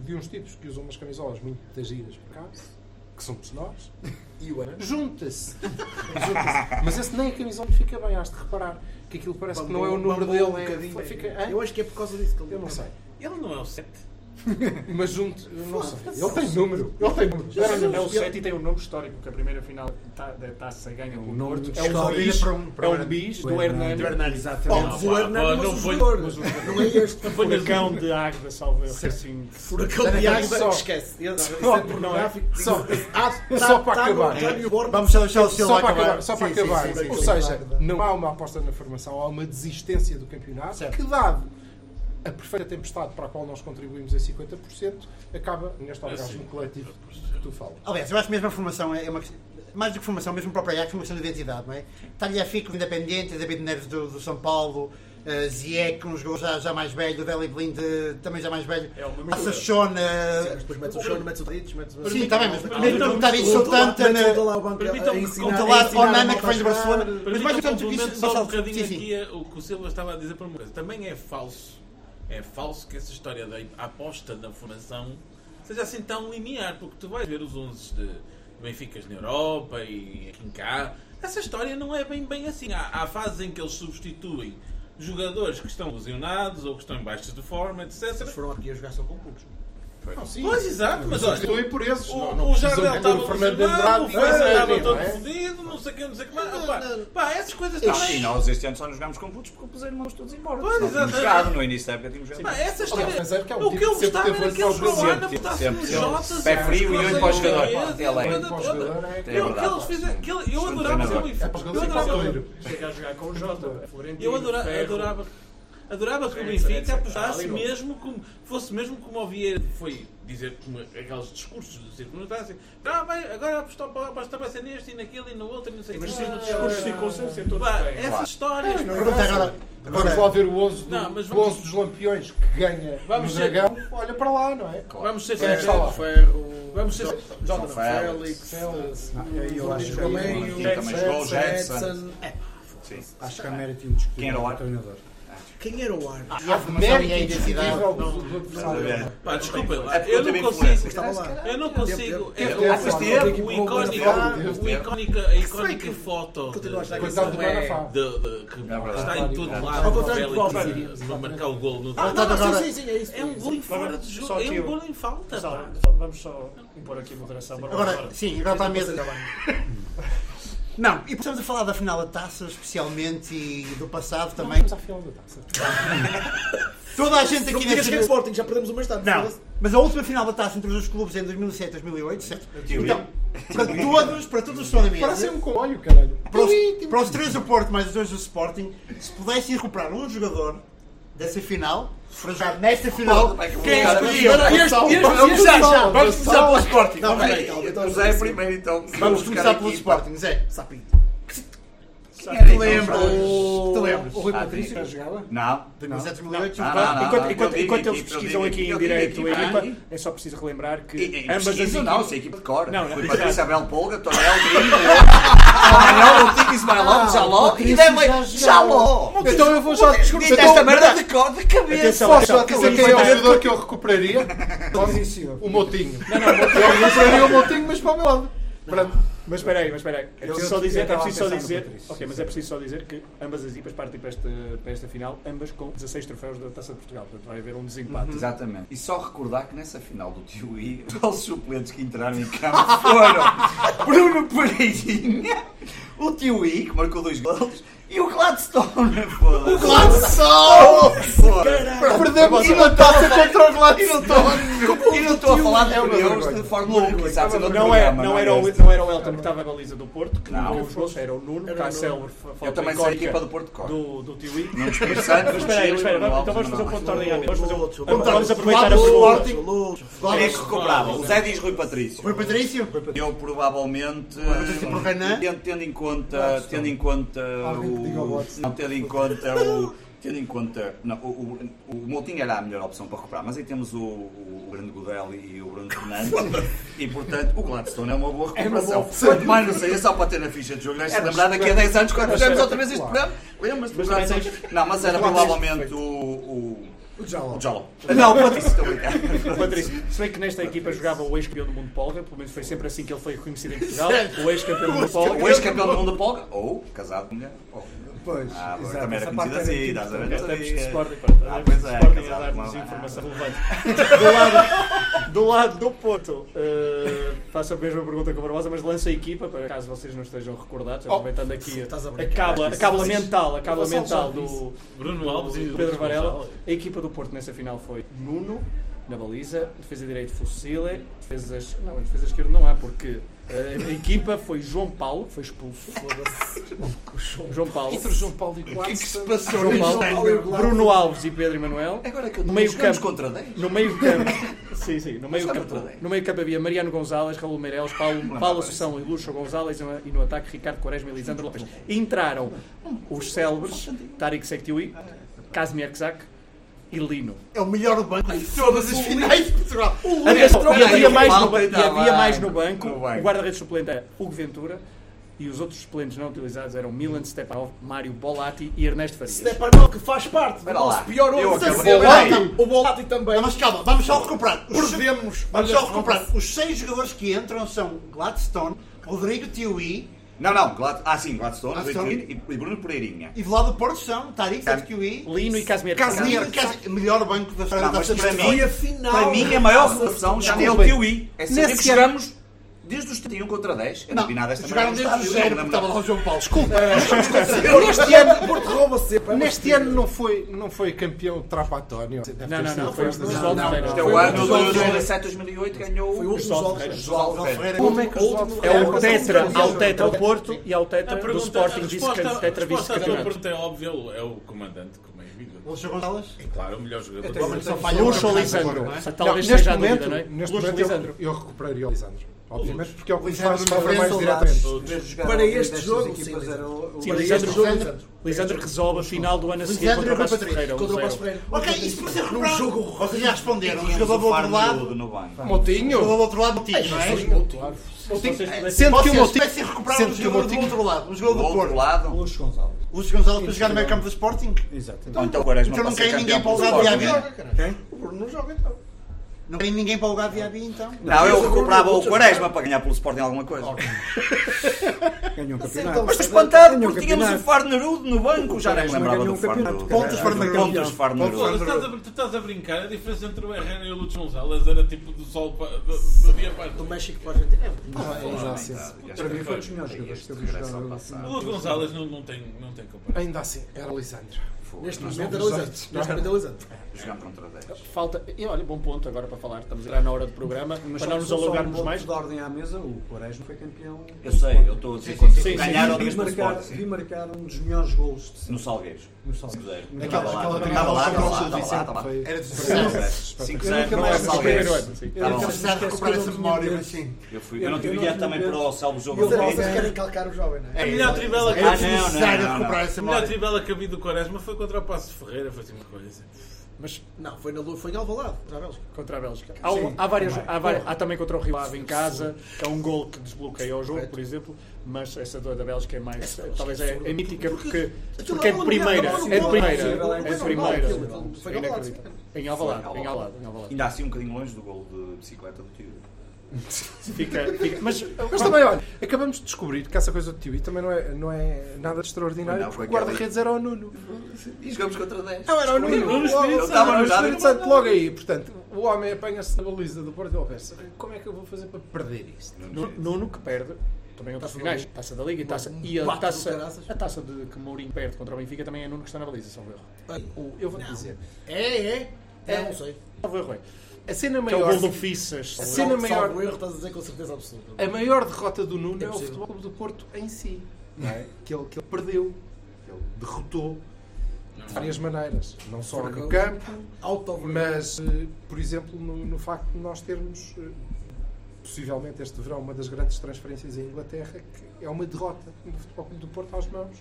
S5: de uns tipos que usam umas camisolas muito giras, por acaso, que somos nós, junta-se. Junta-se. Mas esse nem a camisola lhe fica bem, has de reparar que aquilo parece que não é o número dele.
S4: Bambou um
S5: é-
S4: bocadinho.
S5: fica- hã?
S4: Eu acho que é por causa disso que ele
S5: Eu não sei.
S3: Ele não é o 7.
S5: Mas junto, eu não sei.
S9: Foda-se.
S5: Ele tem número. Ele tem número.
S9: Era
S5: Era-lhe
S9: é o
S5: Nelson.
S9: 7 e tem um nome histórico, que a primeira final
S2: tá,
S9: ta- da taça ganha pelo
S7: nome
S9: Porto. É um
S7: histórico.
S9: bis,
S7: Para um- para
S9: é
S7: um
S9: um bis do Hernani.
S2: Oh, mas o Hernani, mas o jogador. Não é este.
S9: Furacão de Águeda, salvo eu. que Assim,
S4: Furacão de água, esquece. Esse
S5: Só-
S4: é pornográfico.
S5: só- é
S4: Ah,
S5: Só para
S4: tá no
S5: acabar.
S4: António Borges.
S8: Vamos só deixar o Silva
S5: Só para
S8: acabar.
S5: acabar, só para
S8: Sim, sim,
S5: acabar.
S8: sim, sim,
S5: Ou
S8: sim.
S5: seja, não há uma aposta na formação, há uma desistência do campeonato que, dado a perfeita tempestade para a qual nós contribuímos em 50%, acaba neste orgasmo coletivo que tu falas.
S8: Aliás, eu acho que mesmo a formação é é uma questão. Mais do que formação, mesmo o próprio Ajax é uma questão de identidade, não é? Talhafico, Independente, David Neves do, do São Paulo, eh, Zieck, uns gols já, já mais velho, o Deli Blind eh, também já mais velho,
S4: É
S7: Ah,
S4: uma
S8: Passachona.
S4: Mas depois metes o chão, metes o dedos, metes o...
S8: Sim, está bem, mas
S4: Permitam-me-
S8: não está isso
S4: Permitam-me-
S8: tanta na.
S4: Permitam-me lá o banco a- a ensinar- a
S8: Contalar
S4: ensinar
S8: Onana
S4: a
S8: que vem do
S4: malta a jogar.
S8: Barcelona. Mas mais do que tanto
S3: Permita-me
S8: isso,
S3: só um
S8: Marcelo,
S3: bocadinho
S8: sim, sim.
S3: aqui a- o que o Silva estava a dizer para uma coisa. Também é falso. É falso que essa história da aposta na formação seja assim tão linear, porque tu vais ver os 11 de Benficas na Europa e aqui em cá. Essa história não é bem, bem assim. Há, há fases em que eles substituem jogadores que estão lesionados ou que estão em baixas de forma, etc.
S4: Foram aqui a jogar só com clubes.
S5: Não, sim.
S3: Pois, exato, mas olha.
S5: Substitui por esses.
S3: O,
S5: Não,
S3: o
S5: não precisam
S3: Jardel
S5: de
S3: estava
S5: pôr o Fernando
S3: lesionado, o
S5: Andrade.
S3: França
S5: É,
S3: estava
S5: não
S3: todo
S5: é?
S3: fodido, não sei o que, não sei o que mais. Opa, Pá, essas coisas
S6: E
S3: também.
S6: nós este ano só nos jogámos com putos porque puseram-nos todos embora.
S3: Pois,
S6: Nós tínhamos
S3: exatamente.
S6: jogado, no início da época tínhamos jogado.
S3: Pá, essa
S5: Olha,
S3: história.
S5: mas é que é um
S3: o
S5: tipo
S3: que eu
S5: que sempre
S3: gostava
S5: teve
S3: era que eles
S5: outros
S3: para o ano
S6: sempre,
S3: botassem
S6: sempre,
S3: os
S6: sempre.
S3: Jotas.
S6: Pé
S3: e as
S6: frio e
S3: coisas
S6: olho para o jogador.
S3: aí,
S6: Pá,
S3: essa
S6: é lei.
S8: um
S3: coisa
S6: Para o
S3: toda.
S5: jogador é-
S3: Eu- que eles fizeram- que ele- Eu adorava ser o
S5: É para os jogadores
S3: Eu
S5: em
S3: adorava.
S5: Catoiro.
S9: Chega a jogar com o Jota, Florentino,
S3: Eu adora-
S9: Ferro.
S3: adorava. Adorava que o
S2: Sim,
S3: Benfica
S2: sim, sim.
S3: apostasse
S2: Ali no-
S3: mesmo como, fosse mesmo como o Vieira foi dizer como aqueles discursos de circunstância. Não, vai, agora apostou para aposta vai ser neste e naquele e no outro e não sei o
S2: Mas
S3: quê.
S2: sim, no discurso de circunstância todos
S3: Pá,
S2: têm.
S3: Essas
S2: Claro.
S3: histórias.
S2: Não, não,
S3: pá.
S2: não, agora-
S5: Vamos lá ver o 11, do-
S3: Não, mas
S5: o 11 dos Lampiões que ganha
S3: Vamos
S5: no
S3: ser-
S5: Dragão. Olha para lá, não é?
S3: Vamos ser
S5: É, está lá.
S3: sinceros. Vamos ser
S5: Jonathan
S3: Félix.
S10: Eu acho que
S4: Gomes,
S10: também jogou o
S4: Jetson,
S10: Jetson.
S4: Jetson. É.
S10: Acho que a
S7: é um
S10: mérito indiscutível
S4: Quem era
S10: do treinador.
S4: Quem era o árbitro?
S10: E a formação e a identidade.
S5: então,
S3: Pá, desculpa,
S4: É porque
S3: eu
S4: não
S3: não
S4: teve
S3: consigo.
S4: influência.
S3: Eu não
S4: Teve-
S3: consigo.
S4: teve- teve- teve- teve-
S3: é, o- o- O
S4: teve-
S3: icónico,
S4: teve-
S3: o
S4: teve-
S3: icónico, a icónica foto de,
S4: Continuo a achar que
S3: Coitado
S4: isso
S3: do
S4: é-
S3: Manafá. de- de- que
S4: verdade.
S3: está em todo
S4: É.
S3: lado.
S4: Ao contrário do
S3: Félix,
S4: Paulo.
S3: Vai marcar o gol no
S4: Ah, não, não, sim, sim, sim, é isso.
S3: É um gol em fora de jogo. É um gol em falta.
S2: Pessoal,
S3: pá.
S2: só- Vamos só impor aqui moderação. para
S7: Agora,
S2: agora.
S7: sim, agora para a mesa.
S2: Acabar.
S7: Não, e estamos a falar da final da taça, especialmente, e do passado também.
S11: Vamos à final da taça.
S7: Toda a gente
S4: Não
S7: aqui
S4: podias
S7: neste
S4: ser Sporting, já perdemos uma estátua.
S7: Não, mas a última final da taça entre os dois clubes é em 2007 2008, certo? Então, para todos, para todos os que estão na mesa.
S11: Parece um comboio, caralho.
S7: Para os, para os três do Porto mais os dois do Sporting, se pudessem recuperar um jogador dessa final, para jogar nesta final,
S5: Vai que eu vou
S7: quem
S5: buscar a minha
S7: escolhia?
S5: sala. Vamos começar já, vamos começar pelo Sporting.
S7: Não,
S5: Vai,
S7: peraí, calma,
S5: o
S7: então,
S5: Zé
S7: vamos-
S5: primeiro, então, que eu
S7: Vamos
S5: vou buscar
S7: começar
S5: aqui,
S7: pelo
S5: pá.
S7: Sporting, Zé. Sapito.
S5: Quem
S7: Que
S5: era,
S7: te
S5: então,
S7: lembras?
S5: Sporting?
S7: Que te lembras?
S5: O Rui Patrício já jogava?
S6: Não.
S7: 2007,
S2: Não.
S7: 2008.
S4: Ah,
S2: Não,
S7: claro.
S2: não, não, Enquanto, enquanto, enquanto eles pesquisam aqui em direito a equipa, é só preciso relembrar que ambas as
S6: Pesquisa
S2: equipas...
S6: não, se é equipe de cor.
S2: Não, não,
S6: Foi
S2: exato.
S6: Patrícia Abel Polga, Tonel, Grilo, Samanhol, Otico,
S2: Ah,
S6: Ismailov, Jaló e também Jaló.
S5: Então eu vou já
S6: Dito esta merda de cor de cabeça.
S5: Atenção, Posso já dizer quem é o jogador que eu recuperaria?
S6: <laughs>
S5: O Motinho. Eu recuperaria o é Motinho, mas para o meu lado. Pronto.
S2: Mas espera aí, mas espera aí. É
S5: Eu-
S2: preciso só
S5: eu
S2: dizer, é
S5: estava a
S2: preciso só
S5: pensar no
S2: dizer,
S5: Patrício,
S2: ok, mas é preciso só dizer que ambas as equipas partem para esta, para esta final, ambas com 16 troféus da Taça de Portugal. Portanto, vai haver um
S6: Uhum.
S2: desempate.
S6: Exatamente. E só recordar que nessa final do Tio I, os suplentes que entraram em campo
S2: <laughs>
S6: foram Bruno Pereirinha, o Tio I, que marcou dois gols, e o Gladstone. O
S5: Caralho! Perdemos uma taça contra o Gladstone!
S6: E não estou a falar de campeões de Fórmula 1, que está a ser
S2: É Não,
S6: outro
S2: é,
S6: programa,
S2: não, era
S6: é
S2: o,
S6: este.
S2: não era o Elton que estava na baliza do Porto, que
S6: Não.
S2: não os gols, era o Nuno,
S6: Era
S2: que
S6: o
S2: a célebre
S6: Nuno.
S2: foto
S6: Eu também sou a
S2: icónica
S6: equipa do Porto Cor.
S2: Do, do Tiwi.
S6: Não desperdiçando,
S2: Mas espera aí, mas espera aí,
S6: não,
S2: vamos- então vamos fazer um
S6: não,
S2: ponto de
S6: não,
S2: ordem à mesa. Vamos fazer- vamos-
S7: Vamos
S2: Vamos
S7: dar-
S2: aproveitar a
S7: vamos
S2: pergunta.
S7: Sporting.
S6: Quem é que recuperava?
S4: né?
S6: O Zé diz Rui Patrício. Rui
S7: Patrício?
S6: Eu provavelmente.
S7: Patrício por Renan?
S6: Tendo, tendo em conta. Tendo em conta.
S7: Alguém que diga o
S6: O,
S7: Watson.
S6: não, tendo em conta o. Tendo em conta. Não, o, o, o Moutinho era a melhor opção para recuperar, mas aí temos o, o grande Godel e o Bruno Fernandes. e portanto, o Gladstone é uma boa
S5: É uma boa
S6: recuperação.
S5: opção.
S6: Quanto mais não seja só para ter na ficha de jogo. Deve-se
S5: É, mas-
S6: lembrar daqui a 10 anos quando
S5: mas-
S6: fizemos outra vez
S5: claro.
S6: este programa. Lembras-te do
S5: Mas
S6: Gladstone?
S5: também tens-
S6: Não, mas era
S5: mas lá tens-
S6: provavelmente o. o
S5: O Jaló.
S6: O Jaló. Não, o Patrício, estou a brincar.
S2: Patrício, se bem que nesta equipa jogava o ex-campeão do mundo polga, pelo menos foi sempre assim que ele foi reconhecido em Portugal, o ex-campeão do mundo polga.
S6: O ex-campeão do mundo da polga. Ou casado com mulher. Ou-
S2: Pois,
S6: Ah, pois,
S2: exato,
S6: também era
S2: essa parte
S6: conhecido
S2: era
S6: assim,
S2: muito
S6: estás a ver?
S2: importante. Estamos de
S6: Sabia.
S2: Sporting, pronto,
S6: Ah,
S2: estamos
S6: pois
S2: de
S6: é,
S2: Sporting a
S6: casado com
S2: dar-nos
S6: uma-
S2: informação relevante. <laughs> Do lado do, lado do Porto, eh, faço a mesma pergunta que a Barbosa, mas lanço a equipa, para caso vocês não estejam recordados, aproveitando aqui
S3: Oh, estás a
S2: a,
S3: brincar.
S2: cábula, a cábula mental, a cábula
S3: Eu vou um saltar
S2: mental do
S3: isso. Bruno Alves e
S2: do
S3: do
S2: Pedro
S3: Luís
S2: Varela.
S3: Gonçalves.
S2: A equipa do Porto nessa final foi Nuno, na baliza, defesa direito Fusile, defesas. Não, defesa esquerda não há, porque eh, a equipa foi João Paulo, foi expulso. João Paulo.
S11: Entre João Paulo e Gladstone.
S2: O que é que se passou? João
S11: João
S2: Paulo,
S11: Paulo e Gladstone.
S2: Bruno Alves e Pedro Emanuel.
S6: Agora que eu-
S2: no meio
S6: jogamos
S2: campo,
S6: contra dez.
S2: No meio
S7: <laughs>
S2: campo. sim, sim. No meio
S6: Jogamos
S2: campo,
S6: contra dez.
S2: no meio campo havia Mariano Gonzalez, Raul Meireles, Paulo,
S6: Não,
S2: Paulo
S6: não,
S2: Assunção e Lúcio Gonzalez e no ataque Ricardo Quaresma e Lisandro Lopes. Entraram os célebres Tarek Sektiui, Casimir Kzak e Lino.
S7: É o melhor banco de todas as finais de Portugal.
S2: Atenção, e havia mais no, ba- e
S7: Malta
S2: havia
S7: estava-
S2: mais no banco.
S7: no
S2: O guarda-redes suplente era Hugo Ventura. E os outros suplentes não utilizados eram Milan Stepanov, Mário Bolatti e Ernesto Farias.
S4: Stepanov, que faz parte do
S2: Espera
S4: nosso
S2: lá.
S4: pior
S2: Eu
S4: 11 da
S2: acabei- Bolatti.
S4: semana. O Bolatti também.
S7: É, Mas calma, vamos só recuperar. Os-
S4: Perdemos.
S7: Vamos
S4: Olha,
S7: só recuperar. Os seis jogadores que entram são Gladstone, Rodrigo Tiwi
S6: Não, não. Glad... Ah, sim, Gladstone, Rui
S7: Gladstone.
S6: Quirino e e Bruno Pereirinha.
S7: e do lado do Porto são Tariq Tiwi,
S2: Lino e Casemiro.
S7: Casemiro, Casemiro, é melhor banco da história
S6: Não,
S7: da
S6: mas
S7: Taça de
S6: para
S7: Portugal.
S6: mim, para mim a maior relação já é o
S7: Desculpem.
S6: Tio I. É sempre
S7: Nesse
S6: que
S7: ano-
S6: chegamos Desde os 31 contra 10, eu não, vi nada esta
S12: jogaram
S6: merda.
S12: desde
S6: Estava-
S12: o jogo,
S6: estava
S12: lá o João Paulo.
S6: Desculpa.
S4: É,
S5: Neste ano, Porto rouba sempre. Neste
S13: Neste
S5: ano não foi, não foi campeão Trapatónio.
S2: Não, não, não, foi o Josualdo
S6: Não,
S2: Ferreira.
S6: isto é o
S2: um
S6: ano de 2007, 2008, ganhou
S2: Foi o Josualdo Ferreira.
S6: Como é que o Josualdo Ferreira-
S2: É o tetra, há o tetra do Porto e há o tetra do
S3: a
S2: Sporting
S3: resposta-
S2: vice-tetra
S3: a resposta da
S2: vice-campeonato.
S3: pergunta é óbvia, é o comandante, como é evidente.
S12: O Sr. Gonzalez?
S3: É claro, o melhor jogador
S12: Até
S3: do
S12: só
S3: mundo.
S12: falhou
S3: Luxo
S12: o
S3: ou
S12: campeonato
S3: Lisandro?
S12: agora, não é?
S3: Talvez
S5: Não,
S3: seja a
S5: neste momento,
S3: dúvida, não é?
S5: neste
S3: Luxo
S5: momento eu, eu recuperei o Lisandro. Obviamente, porque é o que me faz
S12: Lisandro
S5: falar mais
S12: Lourenço
S5: diretamente.
S12: Para este jogo, sim, Lisandro.
S2: Sim,
S12: Para
S2: Lisandro,
S12: este jogo,
S2: Lisandro resolve a final do ano a seguir
S12: Lisandro
S2: contra
S12: e
S2: o Vasco
S12: Rapatriz,
S2: Ferreira.
S12: contra o
S2: 1-0.
S12: Vasco Ferreira. Ok, isso pode ser
S4: Num
S12: recuperado.
S4: jogo
S12: Vocês já responderam.
S6: Tínhamos
S12: Jogou do
S6: o Faro
S12: outro lado.
S6: miúdo no banco.
S5: Motinho?
S12: Jogou do outro lado, Motinho, não é?
S2: Vocês-
S12: Sendo que o Motinho.
S2: Vocês-
S12: Vai ser recuperado um jogador do outro lado. Um jogador
S6: Do
S12: do
S6: outro
S12: Porto.
S6: lado?
S7: Lúcio Gonçalves.
S12: Lúcio Gonzalo para jogar no meio campo do Sporting?
S7: Exatamente.
S6: Ou então o Quaresma
S12: Então não
S6: para
S12: quer
S6: ser
S12: ninguém para o
S6: campeão
S12: lugar de
S6: do
S12: Iabi?
S6: Sporting.
S12: O Bruno não joga então. Não tem ninguém para o lugar de Iabi então?
S6: Não, eu recuperava o Quaresma
S7: é?
S6: para ganhar pelo Sporting alguma coisa.
S7: Ganhou um
S6: Mas
S7: campeonato.
S6: estou espantado
S7: Ganhou um
S6: porque tínhamos o
S7: campeonato.
S6: Faro Narudo no banco. Já nem me
S7: Quaresma
S6: lembrava
S7: ganhou
S6: do
S7: um
S6: Faro
S7: campeonato.
S6: Narudo.
S7: Pontos Faro Narudo.
S6: Pontos Faro
S7: Pontos
S3: Tu
S6: Narudo.
S3: estás, a, tu estás a brincar, a diferença entre o Herrera e o Lúcio Gonzalez era tipo do sol para, do, do dia para a noite.
S4: Do México para a Argentina.
S7: Para mim foi um dos melhores jogadores que eu vi
S3: O
S7: jogar.
S3: Lúcio Gonzalez não, não tem, não tem comparação.
S5: Ainda assim, era o Lisandro.
S4: Neste
S5: Nós
S4: momento era
S5: somos
S4: Lisandro.
S5: oito,
S4: Neste
S5: não é?
S4: momento era Lisandro.
S6: Jogar contra 10.
S2: Falta, e olha, bom ponto agora para falar, estamos já na hora do programa,
S7: Mas
S2: para não nos
S7: só um
S2: alongarmos
S7: ponto
S2: mais.
S7: de ordem à mesa, o Quaresma foi campeão.
S6: Eu sei, eu estou a dizer contigo. Ganharam outra vez
S7: Vi
S6: pelo
S7: marcar, vi
S6: Sporting.
S7: marcar um dos melhores golos de
S6: No Salgueiros.
S7: No Salgueiros.
S6: 5-0.
S7: Aquela-
S6: Estava lá,
S7: aquela-
S6: estava lá, estava lá, É estava
S7: aquela-
S6: lá, estava lá.
S7: foi-
S12: Era de
S7: Eu
S6: 5-0,
S7: nunca
S6: não é
S7: mais
S6: Salgueiros.
S7: esqueci.
S6: Tá bom.
S7: Eu nunca mais
S12: Precisava
S7: esqueci
S12: recuperar
S7: que eu
S12: essa
S7: não
S12: memória,
S7: tinha
S12: mas sim.
S6: Eu, fui, eu
S7: Eu-
S6: não tive
S7: eu
S6: guiar
S7: não-
S6: também
S7: eu-
S6: para o Salvo Jogo.
S4: Mas era- Vocês querem calcar o jovem, não é?
S6: É,
S3: A melhor
S6: é,
S3: trivela
S6: é.
S3: que eu
S6: Ah,
S3: tive-
S6: não, não,
S12: Necessário
S6: não, não.
S12: recuperar essa
S3: a melhor
S12: memória.
S3: trivela que havia do Quaresma foi contra o Passo Ferreira, foi assim uma coisa.
S2: Mas
S4: Não, foi, na, Lu- foi em Alvalade, contra a Bélgica.
S2: contra a Bélgica. Há, um- há várias, há, várias- há também contra o Rio Ave em casa, que é um gol que desbloqueia o jogo, por exemplo, mas essa da da Bélgica é mais, talvez é, é mítica porque, porque é de primeira, é de primeira, é de primeira. É inacreditável. Em Alvalade, em Alvalade, em Alvalade.
S6: Ainda assim um bocadinho longe do gol de bicicleta do tio.
S2: Fica, fica, mas
S5: <laughs> Mas também, olha, acabamos de descobrir que essa coisa do tio e também não é, não é nada de extraordinário,
S6: Não, foi
S5: porque o guarda-redes era o Nuno.
S6: E jogamos contra 10.
S5: Não, era o Nuno.
S6: Nuno
S5: Logo-
S6: Espírito Santo.
S5: Nuno Espírito
S6: Nuno
S5: Santo, logo aí. Portanto, o homem apanha-se na baliza do Porto e ele pensa, como é que eu vou fazer para perder isto?
S2: Nu- Nuno que perde também outras
S4: Taça da
S2: finais,
S4: Liga.
S2: taça da Liga e taça e a
S4: Quatro
S2: taça
S4: caraças.
S2: a taça de que Mourinho perde contra o Benfica também é Nuno que está na baliza, salvo erro. O- Eu vou te dizer,
S4: É, é. É, não sei.
S2: salvo erro é.
S5: A cena
S2: Que é o
S5: maior...
S2: gol do Fissas.
S5: A cena
S4: Salvo
S5: maior...
S4: erro, estás a dizer com certeza absoluta.
S12: É
S5: A maior derrota do Nuno é, o
S4: possível.
S5: Futebol Clube do Porto em si. não é? que, ele, que ele perdeu. que Ele derrotou. De várias maneiras. Não só no
S4: Fraco.
S5: campo,
S4: Auto
S5: mas, eh, por exemplo, no, no facto de nós termos, eh, possivelmente este verão, uma das grandes transferências em Inglaterra, que é uma derrota do Futebol Clube do Porto às mãos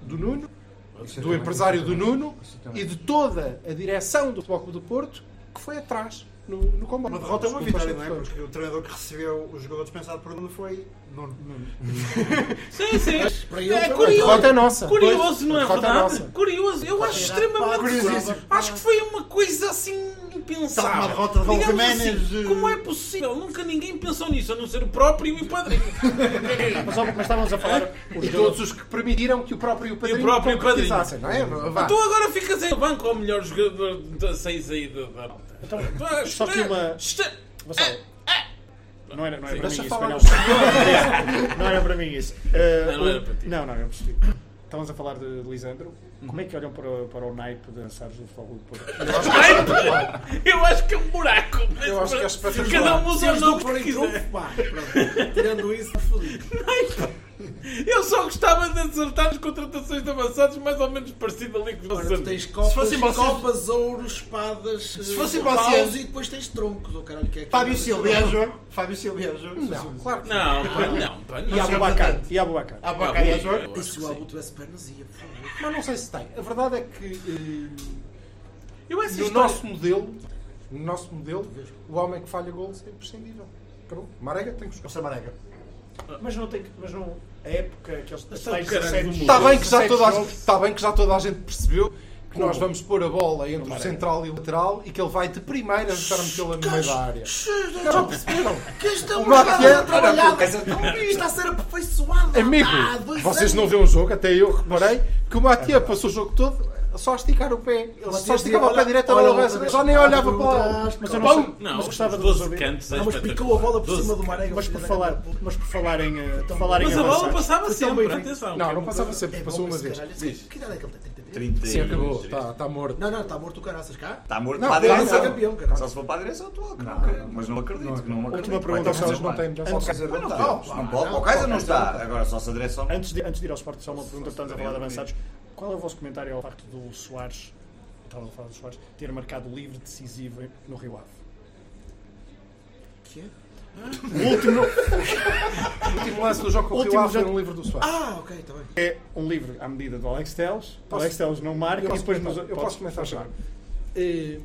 S5: do Nuno, do empresário do Nuno e de toda a direção do Futebol Clube do Porto, que foi atrás no, no combate.
S12: Uma derrota é uma
S5: Desculpa,
S12: vitória, não é?
S5: senhor.
S12: Porque o treinador que recebeu o jogador dispensado por Nuno foi Nuno.
S3: Sim, sim.
S4: Para ele,
S3: É
S4: foi-
S5: A derrota é
S3: curioso.
S5: nossa.
S3: Curioso, não é
S5: A derrota é
S3: verdade?
S5: nossa.
S3: Curioso. Eu acho extremamente.
S12: Curiosíssimo.
S3: Acho que foi uma coisa assim
S12: Tal como a
S3: impensável.
S12: derrota de
S3: Digamos
S12: Valdemenes,
S3: assim,
S12: eh,
S3: Como é possível? Nunca ninguém pensou nisso, a não ser o próprio e o padrinho. É.
S2: Mas, mas estávamos a falar o
S5: E
S2: jogador,
S5: todos os que permitiram que o próprio padrinho
S3: E o próprio Então,
S5: concretizasse, não é? Vá.
S3: Tu agora ficas em banco ao melhor jogador de seis aí da da malta. Tu és-
S2: só que uma-
S3: Está-
S2: Vassal, não era, não era para mim
S5: Deixa
S2: isso,
S5: falar.
S2: Manel. um <laughs> Não era para mim isso. Eh,
S3: Não, não
S2: o-
S3: era para ti.
S2: Não, não, eu percebi. Estávamos a falar de, de Lisandro. Como é que olham para, para o naipe de dançares do Futebol Clube do Porto?
S3: Eu acho que é um buraco.
S5: Eu acho que é
S3: Cada
S5: espetacular.
S3: um usa o nome que quiser.
S4: Tirando isso, tá fodido.
S3: Eu só gostava de acertar as contratações de avançados mais ou menos parecido ali com os
S4: Agora
S3: nossos
S4: tu
S3: amigos.
S4: tens copas,
S12: fossem vocês-
S4: copas, ouro, espadas, se
S12: fossem vocês-
S4: e depois tens troncos, ou caralho que é que-
S12: Fábio Silva e a jogo. Fábio Silva e a jogo.
S5: Não, claro que não.
S3: Não, pá, não, pá,
S2: E
S3: não.
S2: Abubacar. E Abubacar.
S12: Ah,
S3: Ah,
S12: pá, cá e a
S3: boa,
S12: jogo.
S3: boa.
S4: E se o Abu tivesse pernas, ia, por favor.
S5: Mas não sei se tem. A verdade é que eh,
S3: Eu acho
S5: no
S3: isto-
S5: nosso modelo, no nosso modelo, o homem que falha gols é imprescindível. Acabou. Marega tem que
S12: O
S5: jogar.
S12: Samarega.
S2: Mas não tem que. Mas não. A época que eles
S3: Mas são caralho do mundo.
S5: Está bem, que já
S2: Sete
S5: toda a,
S2: jogos.
S5: está bem que já toda a gente percebeu que nós vamos pôr a bola entre o central e o lateral e que ele vai de primeira tentar metê-la no meio da área. Já perceberam?
S4: Que é um esta
S5: O
S4: mulher
S5: Marquinhos-
S4: está trabalhada, está a ser aperfeiçoada.
S5: Amigo,
S4: há dois anos.
S5: vocês É. não vêem o jogo, até eu reparei, que o Matia passou o jogo todo só a esticar o pé. Ele
S4: Vocês
S5: só esticava o
S4: diziam,
S5: pé direito a
S4: olha,
S5: bola,
S4: outra vez.
S5: só nem
S4: Ah,
S5: olhava para o.
S4: perguntaste, mas eu
S5: Pau!
S4: não sei.
S2: Não,
S4: mas
S2: gostava
S4: os
S2: dos
S4: 12
S2: cantos é
S4: Não, Ah, mas picou a bola por cima do Marega.
S2: Mas por falar, mas por falar em, eh, por falar em
S3: Então, Mas a bola
S2: avançar-
S3: passava
S2: Então,
S3: sempre,
S2: Benfica-
S3: atenção.
S5: Não, não passava sempre,
S4: É
S5: passou
S4: bom
S5: uma
S4: esse
S5: vez.
S4: caralho.
S5: Diz.
S4: Que idade é que ele tem?
S6: 30
S5: Sim, acabou, tá.
S6: e-
S5: está morto.
S4: Não, não, está morto o caraças cá.
S6: Está morto
S4: Não,
S6: para a
S4: vai
S6: direção.
S4: ser campeão, caralho.
S6: Só se for para a direção atual, claro. Mas não acredito. que não acredito.
S2: Última pergunta,
S6: Vai ter que
S2: só-
S6: fazer
S2: não
S6: parte.
S2: tem-
S6: Não, não,
S2: não,
S6: não,
S2: não,
S6: não pode.
S2: não, É.
S6: O Kaiser não
S2: não,
S6: está.
S2: não.
S6: Agora só se a direção.
S2: Antes de, antes de ir ao esporte, só uma pergunta, estamos a falar de
S6: Bem,
S2: avançados. Qual é o vosso comentário ao facto do Soares, estava a falar do Soares, ter marcado o livre decisivo no Rio Ave?
S4: Que
S2: O último...
S5: O último lance do jogo com o Rio
S2: Último
S5: Ave foi
S2: jogo-
S5: um livro do Soares.
S4: Ah, ok, está bem.
S2: É um livro à medida do Alex Teles. O
S5: Posso-
S2: Alex Teles não marca
S5: eu
S2: e
S5: posso
S2: depois
S5: comentar-
S2: nos-
S5: eu
S2: podes-
S5: posso começar
S2: podes-
S5: já. Eh,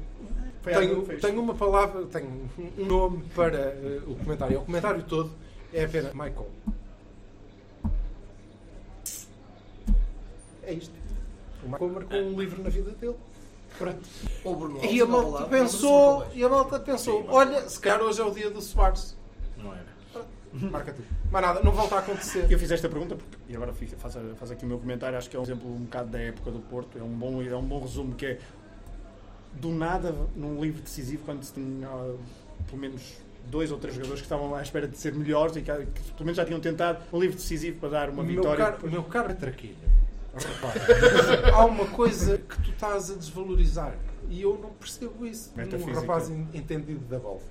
S2: Foi à
S5: Tenho,
S2: boa, fez.
S5: tenho uma palavra, tenho um nome para eh, o comentário. O comentário todo é apenas Michael. É isto. O Michael marcou um livro na vida dele. Pronto.
S4: Ou Bruno Alves,
S5: E a
S4: não, lá,
S5: malta
S4: não,
S5: pensou,
S4: não, não,
S5: e a malta pensou, olha, se calhar hoje é o dia do Soares.
S3: Não
S6: é.
S3: era.
S5: Marca tu. Mais nada, não volta a acontecer.
S2: Eu fiz esta pergunta porque, e agora fica- faço, faço aqui o meu comentário. Acho que é um exemplo um bocado da época do Porto. É um bom, é um bom resumo que é do nada num livro decisivo quando se tinha ah, pelo menos dois ou três jogadores que estavam à espera de ser melhores e que, que pelo menos já tinham tentado um livro decisivo para dar uma
S5: meu
S2: vitória.
S5: Caro, meu caro Traquilho, repara, há uma coisa que tu estás a desvalorizar e eu não percebo isso num
S2: Metafísica.
S5: rapaz en- entendido da bola.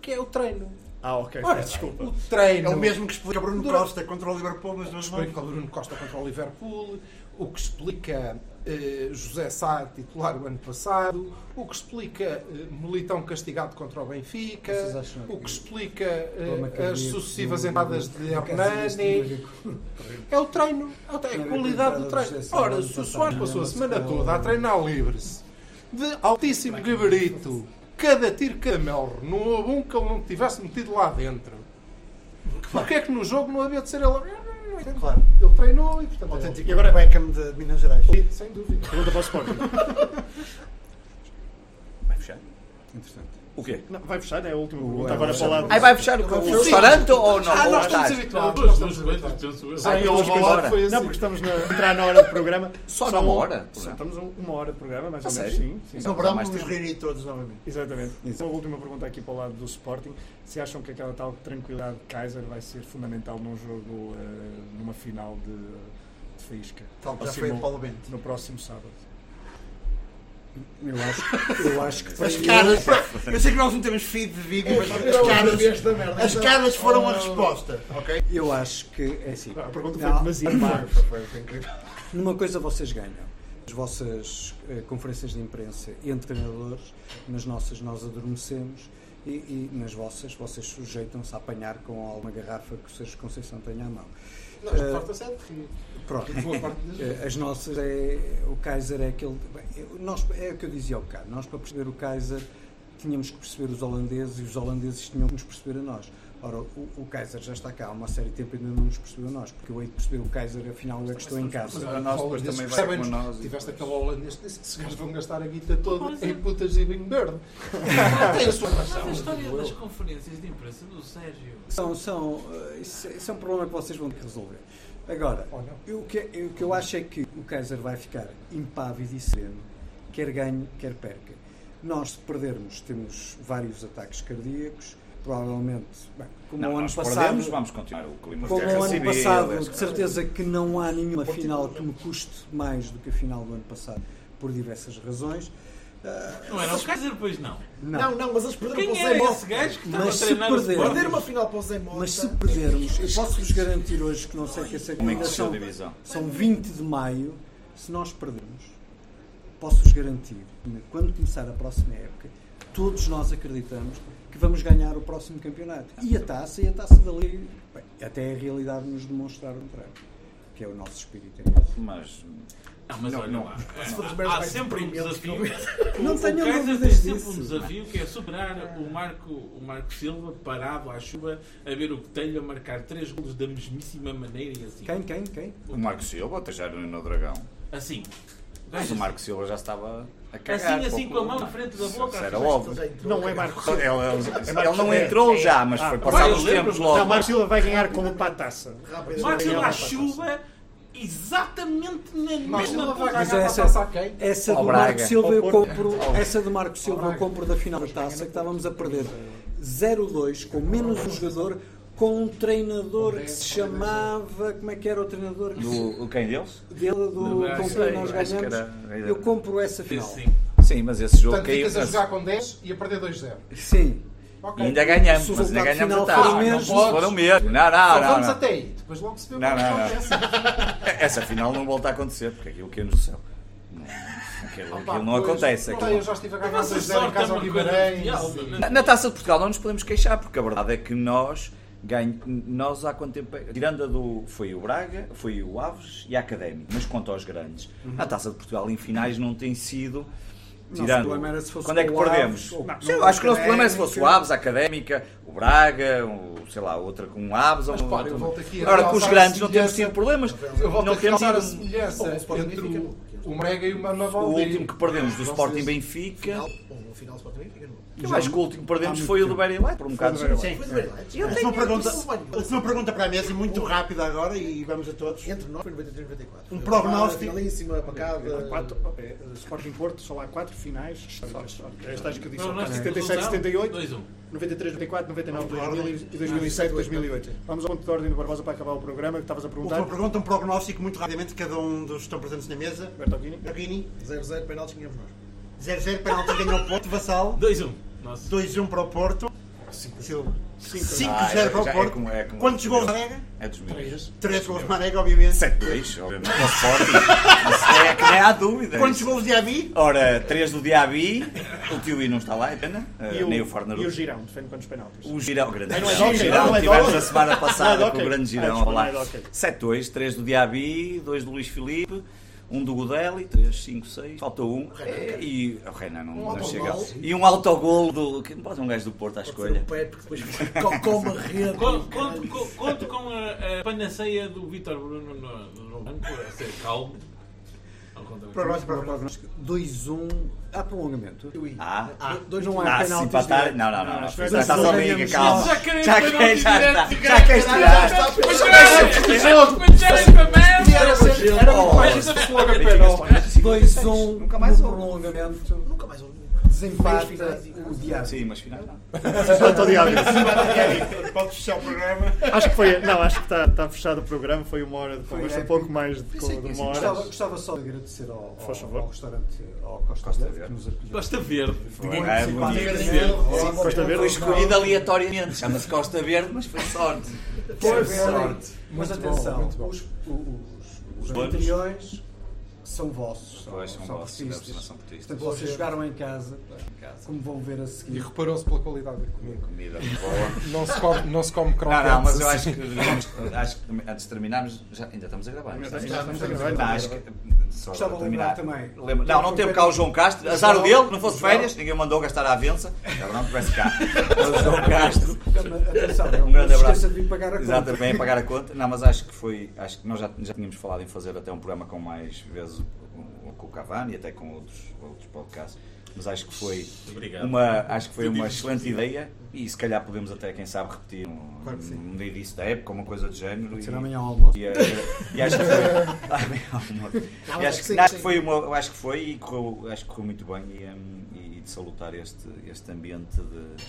S5: Que é o treino.
S2: Ah, ok.
S5: Ora,
S2: desculpa.
S5: O treino. é?
S8: É o mesmo que explica Bruno
S5: Durante-
S8: Costa contra o Liverpool, mas não
S5: que explica o Bruno Costa contra o Liverpool, o que explica eh, José Sá titular o ano passado, o que explica eh, Militão castigado contra o Benfica,
S7: Vocês acham
S5: o que
S7: que-
S5: explica eh,
S7: Toma cardíaco,
S5: as sucessivas
S7: não-
S5: entradas de
S7: não quer dizer
S5: Hernani.
S7: isto,
S5: É o treino, é o treino, é a qualidade do treino. Ora, se o Soares passou a semana toda a treinar livre-se, de altíssimo gabarito, cada tiro, cada melro, não houve um que ele não tivesse metido lá dentro. Porquê é que no jogo não havia de ser ele? Eu não- não entendo.
S8: Claro.
S5: Ele treinou e, portanto, é
S8: Autêntico
S2: E agora-
S8: Beckham de Minas Gerais.
S5: ele. sem dúvida.
S2: Pergunta para o Sporting.
S6: Vai fechar. Interessante. O quê?
S2: Não, vai fechar, é a última pergunta. Agora para lá.
S14: Aí vai fechar o, o restaurante ou não?
S5: Ah,
S14: Ou
S5: nós
S14: o
S5: estamos
S14: estádio?
S5: habituados. nós
S3: Duas
S5: estamos
S3: duas coisas,
S5: habituados.
S3: penso eu.
S2: Ah,
S14: Sai
S2: eu
S14: pelos
S2: vou
S14: que
S2: lá.
S14: embora.
S5: Foi assim.
S2: Não, porque estamos na, entrar na hora do programa.
S14: <laughs> Só
S2: São-
S14: na hora do
S2: Só
S14: programa?
S2: estamos um- uma hora de programa, mais
S14: A
S2: ou menos.
S14: sério?
S2: Sim, sim.
S8: Então, vamos nos reunir todos novamente.
S2: Exatamente. Uma última pergunta aqui para o lado do Sporting. Se acham que aquela tal tranquilidade de Kaiser vai ser fundamental num jogo, eh, numa final de, de faísca?
S8: Tal que já
S2: Assim,
S8: foi
S2: no-
S8: o Paulo Bento.
S2: No próximo sábado.
S7: Eu acho, eu acho que
S8: As
S7: foi-
S8: caras. <laughs> Eu sei que nós não temos feed de vídeo, mas as caras.
S4: Esta merda.
S8: As caras foram
S4: Oh.
S8: a resposta, ok?
S7: Eu acho que é assim.
S2: A pergunta foi
S6: <coughs>
S7: Não,
S2: demasiado.
S7: pá,
S2: Foi,
S4: Foi, foi incrível.
S7: Numa coisa vocês ganham. As vossas eh, conferências de imprensa entre treinadores, nas nossas nós adormecemos e, e nas vossas vocês sujeitam-se a apanhar com alguma garrafa que o Sérgio Conceição tenha à mão.
S5: Não, esta
S7: Eh,
S5: parte eu sei de rir.
S7: Pronto.
S5: Boa parte das vezes.
S7: <laughs> Eh, As nossas é. O Kaiser é aquele. bem, eu- nós, é o que eu dizia ao bocado. Nós, para perceber o Kaiser, tínhamos que perceber os holandeses e os holandeses tinham que nos perceber a nós. Ora, o, o Kaiser já está cá há uma série de tempo e ainda não nos percebeu a nós, porque eu hei de perceber o Kaiser, afinal, eu é que estou em casa.
S5: Mas
S6: Para
S5: agora
S6: nós
S5: nós
S6: depois
S5: holandeses
S6: também vai
S5: percebem-nos.
S6: com nós e
S5: Tiveste
S6: depois-
S5: aquele holandês que disse que se gajos vão gastar a guita toda em putas e vinho verde.
S8: É
S5: Tem a sua
S3: Mas
S5: razão.
S3: é a história
S5: digo eu.
S3: das conferências de imprensa do Sérgio.
S7: São, são, eh, isso, é- isso é um problema que vocês vão ter que resolver. Agora, eu, o que, eu- o que eu acho é que o Kaiser vai ficar impávido e sereno, quer ganhe, quer perca. Nós, se perdermos, temos vários ataques cardíacos, provavelmente, bem, como
S6: Não,
S7: o um ano
S6: nós
S7: passado.
S6: perdemos, vamos continuar o clima de
S7: Como
S6: guerra
S7: o ano
S6: civil,
S7: passado,
S6: essas
S7: de certeza que não há nenhuma final que me custe mais do que a final do ano passado, por diversas razões. Ah,
S3: Não era o Kaiser, pois não.
S7: não.
S4: Não, não, mas eles perderam
S3: Quem
S4: para o Zé
S3: era esse
S4: Mota.
S3: gajo que estava a
S7: Mas se
S3: treinar o
S7: perder-
S3: Sporting?
S4: Perderam uma final para o Zé Mota.
S7: Mas se perdermos, eu posso-vos garantir hoje que não sei que essa
S6: Como é que
S7: ainda
S6: se chama
S7: são,
S6: a divisão?
S7: são 20 de maio. Se nós perdermos, posso-vos garantir que quando começar a próxima época, todos nós acreditamos que vamos ganhar o próximo campeonato. E a taça, e a taça da Liga. Bem, até a realidade nos demonstrar o contrário, que é o nosso espírito. É esse.
S6: Mas.
S3: Não, mas
S6: Não,
S3: olha
S6: não.
S3: lá.
S4: Se for dos
S3: Há,
S4: meus mais
S3: sempre um
S4: deprimentos
S3: desafio.
S7: Não
S3: o
S7: tenham
S3: Kaiser
S7: dúvidas
S3: tem sempre
S7: disso.
S3: um desafio que é superar o Marco, o Marco Silva parado à chuva a ver o Botelho a marcar três golos da mesmíssima maneira e assim.
S7: Quem, quem, quem?
S6: O Marco Silva, até já era no Dragão.
S3: Assim.
S6: Mas o Marco Silva já estava a cagar.
S3: Assim, assim, com
S6: pouco-
S3: a mão na frente da boca.
S6: Isso era
S3: assim.
S6: óbvio.
S2: Não é
S5: Então,
S2: Marco
S6: Ele,
S2: Silva.
S6: ele-
S2: Marcos
S6: ele não
S5: é
S2: Silva.
S6: entrou já, mas
S2: Ah,
S6: foi
S2: pá,
S6: passado
S3: eu
S6: os
S3: lembro-me.
S6: tempos logo.
S2: um Não, Marco Silva vai ganhar como para a taça.
S4: Rápido.
S3: Marco
S2: Vai ganhar
S3: Silva à
S2: como para a taça.
S3: chuva exatamente na
S5: Mas
S3: mesma
S5: ele
S3: posição.
S5: vai
S8: é,
S5: ganhar
S7: Mas essa, essa do
S5: Ao
S7: Marco
S5: Braga.
S7: Silva eu
S5: Ao Porto.
S7: compro, essa do Marco Silva eu compro da final da taça que estávamos a perder 0-2 com menos um jogador com um treinador que se chamava como é que era o treinador que se-
S6: Do, o quem deles?
S7: dele do, com quem
S6: acho que
S7: nós ganhamos
S6: era-
S7: eu compro essa final
S6: Sim. Sim, mas esse jogo
S5: Portanto,
S6: caiu.
S5: ficas a jogar com 10 e a perder 2-0.
S7: Sim.
S6: E ainda ganhamos,
S5: Se o
S6: mas ainda
S5: resultado
S6: ganhamos a
S5: final
S6: taça.
S5: for o
S6: Não
S5: mesmo,
S6: podes. Foram mesmo. Não, não,
S5: Só
S6: Ah, não,
S5: Então vamos
S6: não.
S5: até aí. Depois logo se vê o que
S6: Não, não, não.
S5: acontece.
S6: Essa final não volta a acontecer, porque aquilo que é no céu. Não, Aquilo,
S5: Pá,
S6: aquilo não
S5: pois,
S6: acontece.
S5: não
S6: aquilo não-
S5: sei, eu já estive a
S3: A
S5: ganhar
S3: nossa
S5: 2-0 em
S3: sorte é
S5: casa ao
S3: uma coisa
S5: Guimarães.
S3: mundial, é?
S5: e-
S6: Na, na Taça de Portugal não nos podemos queixar, porque a verdade é que nós ganho, nós há quanto tempo. é- Tirando a do. Foi o Braga, foi o Aves e a Académico, mas quanto aos grandes.
S7: Uhum.
S6: A Taça de Portugal em finais não tem sido.
S7: Nosso
S6: Tirando.
S7: problema era se fosse
S6: Quando é que
S7: com o Aves,
S6: perdemos?
S7: ou-
S6: Sim,
S7: não,
S6: eu acho que o nosso
S7: Académica.
S6: problema é se fosse o Aves, a Académica, o Braga, o, sei lá, outra com o Aves.
S5: Mas
S6: ou
S5: pá, eu
S6: outra-
S5: volto aqui a
S6: Agora, com os
S5: realçar a
S6: grandes não temos
S5: semelhança-
S6: tido problemas.
S5: Eu volto
S6: não
S5: a
S6: temos um
S5: recalcar a
S6: tido.
S5: semelhança entre o, o Mega e o Mama
S6: O
S5: Valdez.
S6: último que perdemos do
S5: Vocês-
S6: Sporting Benfica.
S4: No final do Sporting Benfica, não.
S6: Eu acho que o último que perdemos foi o do Barry Light, por um bocado.
S8: Sim.
S6: Sim.
S8: Eu tenho uma pergunta, uma pergunta para a mesa e muito rápida agora e vamos a todos.
S4: Entre nós foi 93 94.
S8: Um prognóstico.
S4: Finalíssima, pacada.
S15: Quatro, eh, Sporting Porto, só há quatro finais históricas. Estas que eu disse,
S3: Não, nós
S15: 77,
S3: temos
S15: 78,
S3: dois, um.
S15: 93, 94, 99,
S8: Vamos à ordem.
S15: 2000 e 2007, 2008. Vamos ao ponto de ordem do Barbosa para acabar o programa que estavas a perguntar.
S8: Última pergunta, um prognóstico muito rapidamente, cada um dos que estão presentes na mesa.
S15: Bertolini.
S4: 0-0, penaltis ganhamos nós.
S8: 0-0, penalti ganhou o Porto, Vassal.
S3: 2-1.
S8: 2-1 para o Porto. Silva. 5-0
S6: Ah, é,
S8: para o
S6: já é
S8: Porto.
S6: como- é como-
S8: Quantos gols Marega?
S6: É dos meus.
S8: 3 gols Marega, obviamente.
S6: 7-2, obviamente. Para o Sporting. Isso é que nem há dúvidas.
S8: Quantos gols de Abi?
S6: Ora, 3 do Diaby. O tio I não está lá, é pena. Ah,
S15: E o,
S6: nem o Fornaru.
S15: e o Girão, defende quantos penaltis?
S6: O Girão, o grande
S15: Ah, não é
S6: Girão. O
S15: Doca,
S6: Girão
S15: não é
S6: tivemos
S15: Doca.
S6: a semana
S15: Não
S6: passada
S15: é
S6: com
S15: Doca.
S6: o grande
S15: Ah,
S6: Girão.
S15: desculpa,
S6: Olá.
S15: não é Doca.
S6: 7-2, 3 do Diaby, 2 do Luís Filipe, 1 do Godeli, 3, 5, 6. Faltou um. E o Renan não,
S4: Um
S6: não
S4: autogol.
S6: chega. E um autogol do. que Pode ser um gajo do Porto à escolha.
S4: <laughs> Como rede.
S3: Conto, conto- co- conto com a, a panaceia do Vítor Bruno no, no banco, a ser calmo. Ao contrário.
S7: Prognóstico, prognóstico. 2-1 há prolongamento.
S6: Ah,
S7: dois não há
S6: Ah, se
S7: penaltis né?
S6: empatar.
S7: direto.
S6: Não, não, não. não.
S7: Dois
S6: Está
S7: não
S6: só
S7: ganhamos
S6: liga,
S7: nada.
S6: calma. Já queres já está. Já é
S7: Já
S6: queres tirar.
S3: Mas era
S7: sempre- era muito mais um isso que se logo a penal. 2-1 nunca mais houve prolongamento. Nunca mais houve. Desempate o diabo.
S6: Sim, mas final não.
S15: Desempate o diabo.
S8: Podes fechar o programa.
S15: Acho que foi. Não, acho que está está fechado o programa. Foi uma hora de
S7: Foi
S15: conversa, um
S7: épico.
S15: pouco mais de,
S7: Sim, sim,
S15: de
S7: sim.
S15: uma hora.
S7: Gostava, gostava só de agradecer ao,
S15: Faz
S7: ao,
S15: favor.
S7: ao restaurante ao Costa, Verde que nos acolheu.
S3: Costa Verde.
S7: Sim,
S6: É,
S7: sim,
S6: muito
S7: Costa
S6: difícil.
S7: Verde.
S6: Sim,
S7: Sim,
S6: Costa Verde. Foi escolhido aleatoriamente. Chama-se Costa Verde, mas foi sorte. Foi
S7: Foi sorte.
S6: sorte.
S7: Mas
S6: Muito
S7: atenção,
S6: bom, muito bom.
S7: os, os, os, os
S6: Bônus.
S7: anteriores são vossos. São,
S6: Pois, são vossos,
S7: portistas.
S6: deve ser, são portistas.
S7: Portanto, vocês jogaram em casa, como vão ver a seguir.
S5: E reparou-se pela qualidade da comida.
S6: Comida boa.
S5: Não se come, não se come
S6: Não,
S5: crocantes.
S6: não, mas eu acho
S5: assim.
S6: que, vamos- acho que antes de terminarmos, já, ainda estamos a gravar.
S7: Ainda
S6: Estamos-
S7: estamos a
S6: estamos
S7: gravar.
S6: Não, acho que, só
S7: Gostava
S6: para
S7: de lembrar
S6: terminar.
S7: também.
S6: Lembra- não, não teve cá o João Castro. Azar o dele, não fosse férias, ninguém mandou gastar à avença. Já não tivesse cá. <laughs> Mas o João Castro.
S7: Atenção, não
S6: <laughs> Um grande
S7: se esqueça
S6: abraço.
S7: de vir pagar a conta.
S6: Exatamente, vem pagar a conta. Não, mas acho que foi. Acho que nós já, já tínhamos falado em fazer até um programa com mais vezes o- o- com o Cavani e até com outros, outros podcasts. Mas acho que foi
S3: Obrigado.
S6: uma, acho que foi uma
S3: Obrigado.
S6: excelente ideia e se calhar podemos até, quem sabe, repetir um,
S7: Claro que sim.
S6: um dia disso da época, uma coisa do género.
S7: Pode
S6: e-
S7: ser amanhã ao almoço.
S6: E, eh, e acho que foi. <laughs> amanhã ao almoço.
S7: Não, mas
S6: E
S7: é
S6: acho,
S7: que sim,
S6: que, acho
S7: sim.
S6: que foi uma, acho que foi e correu, acho que correu muito bem e, hum, e de salutar este, este ambiente de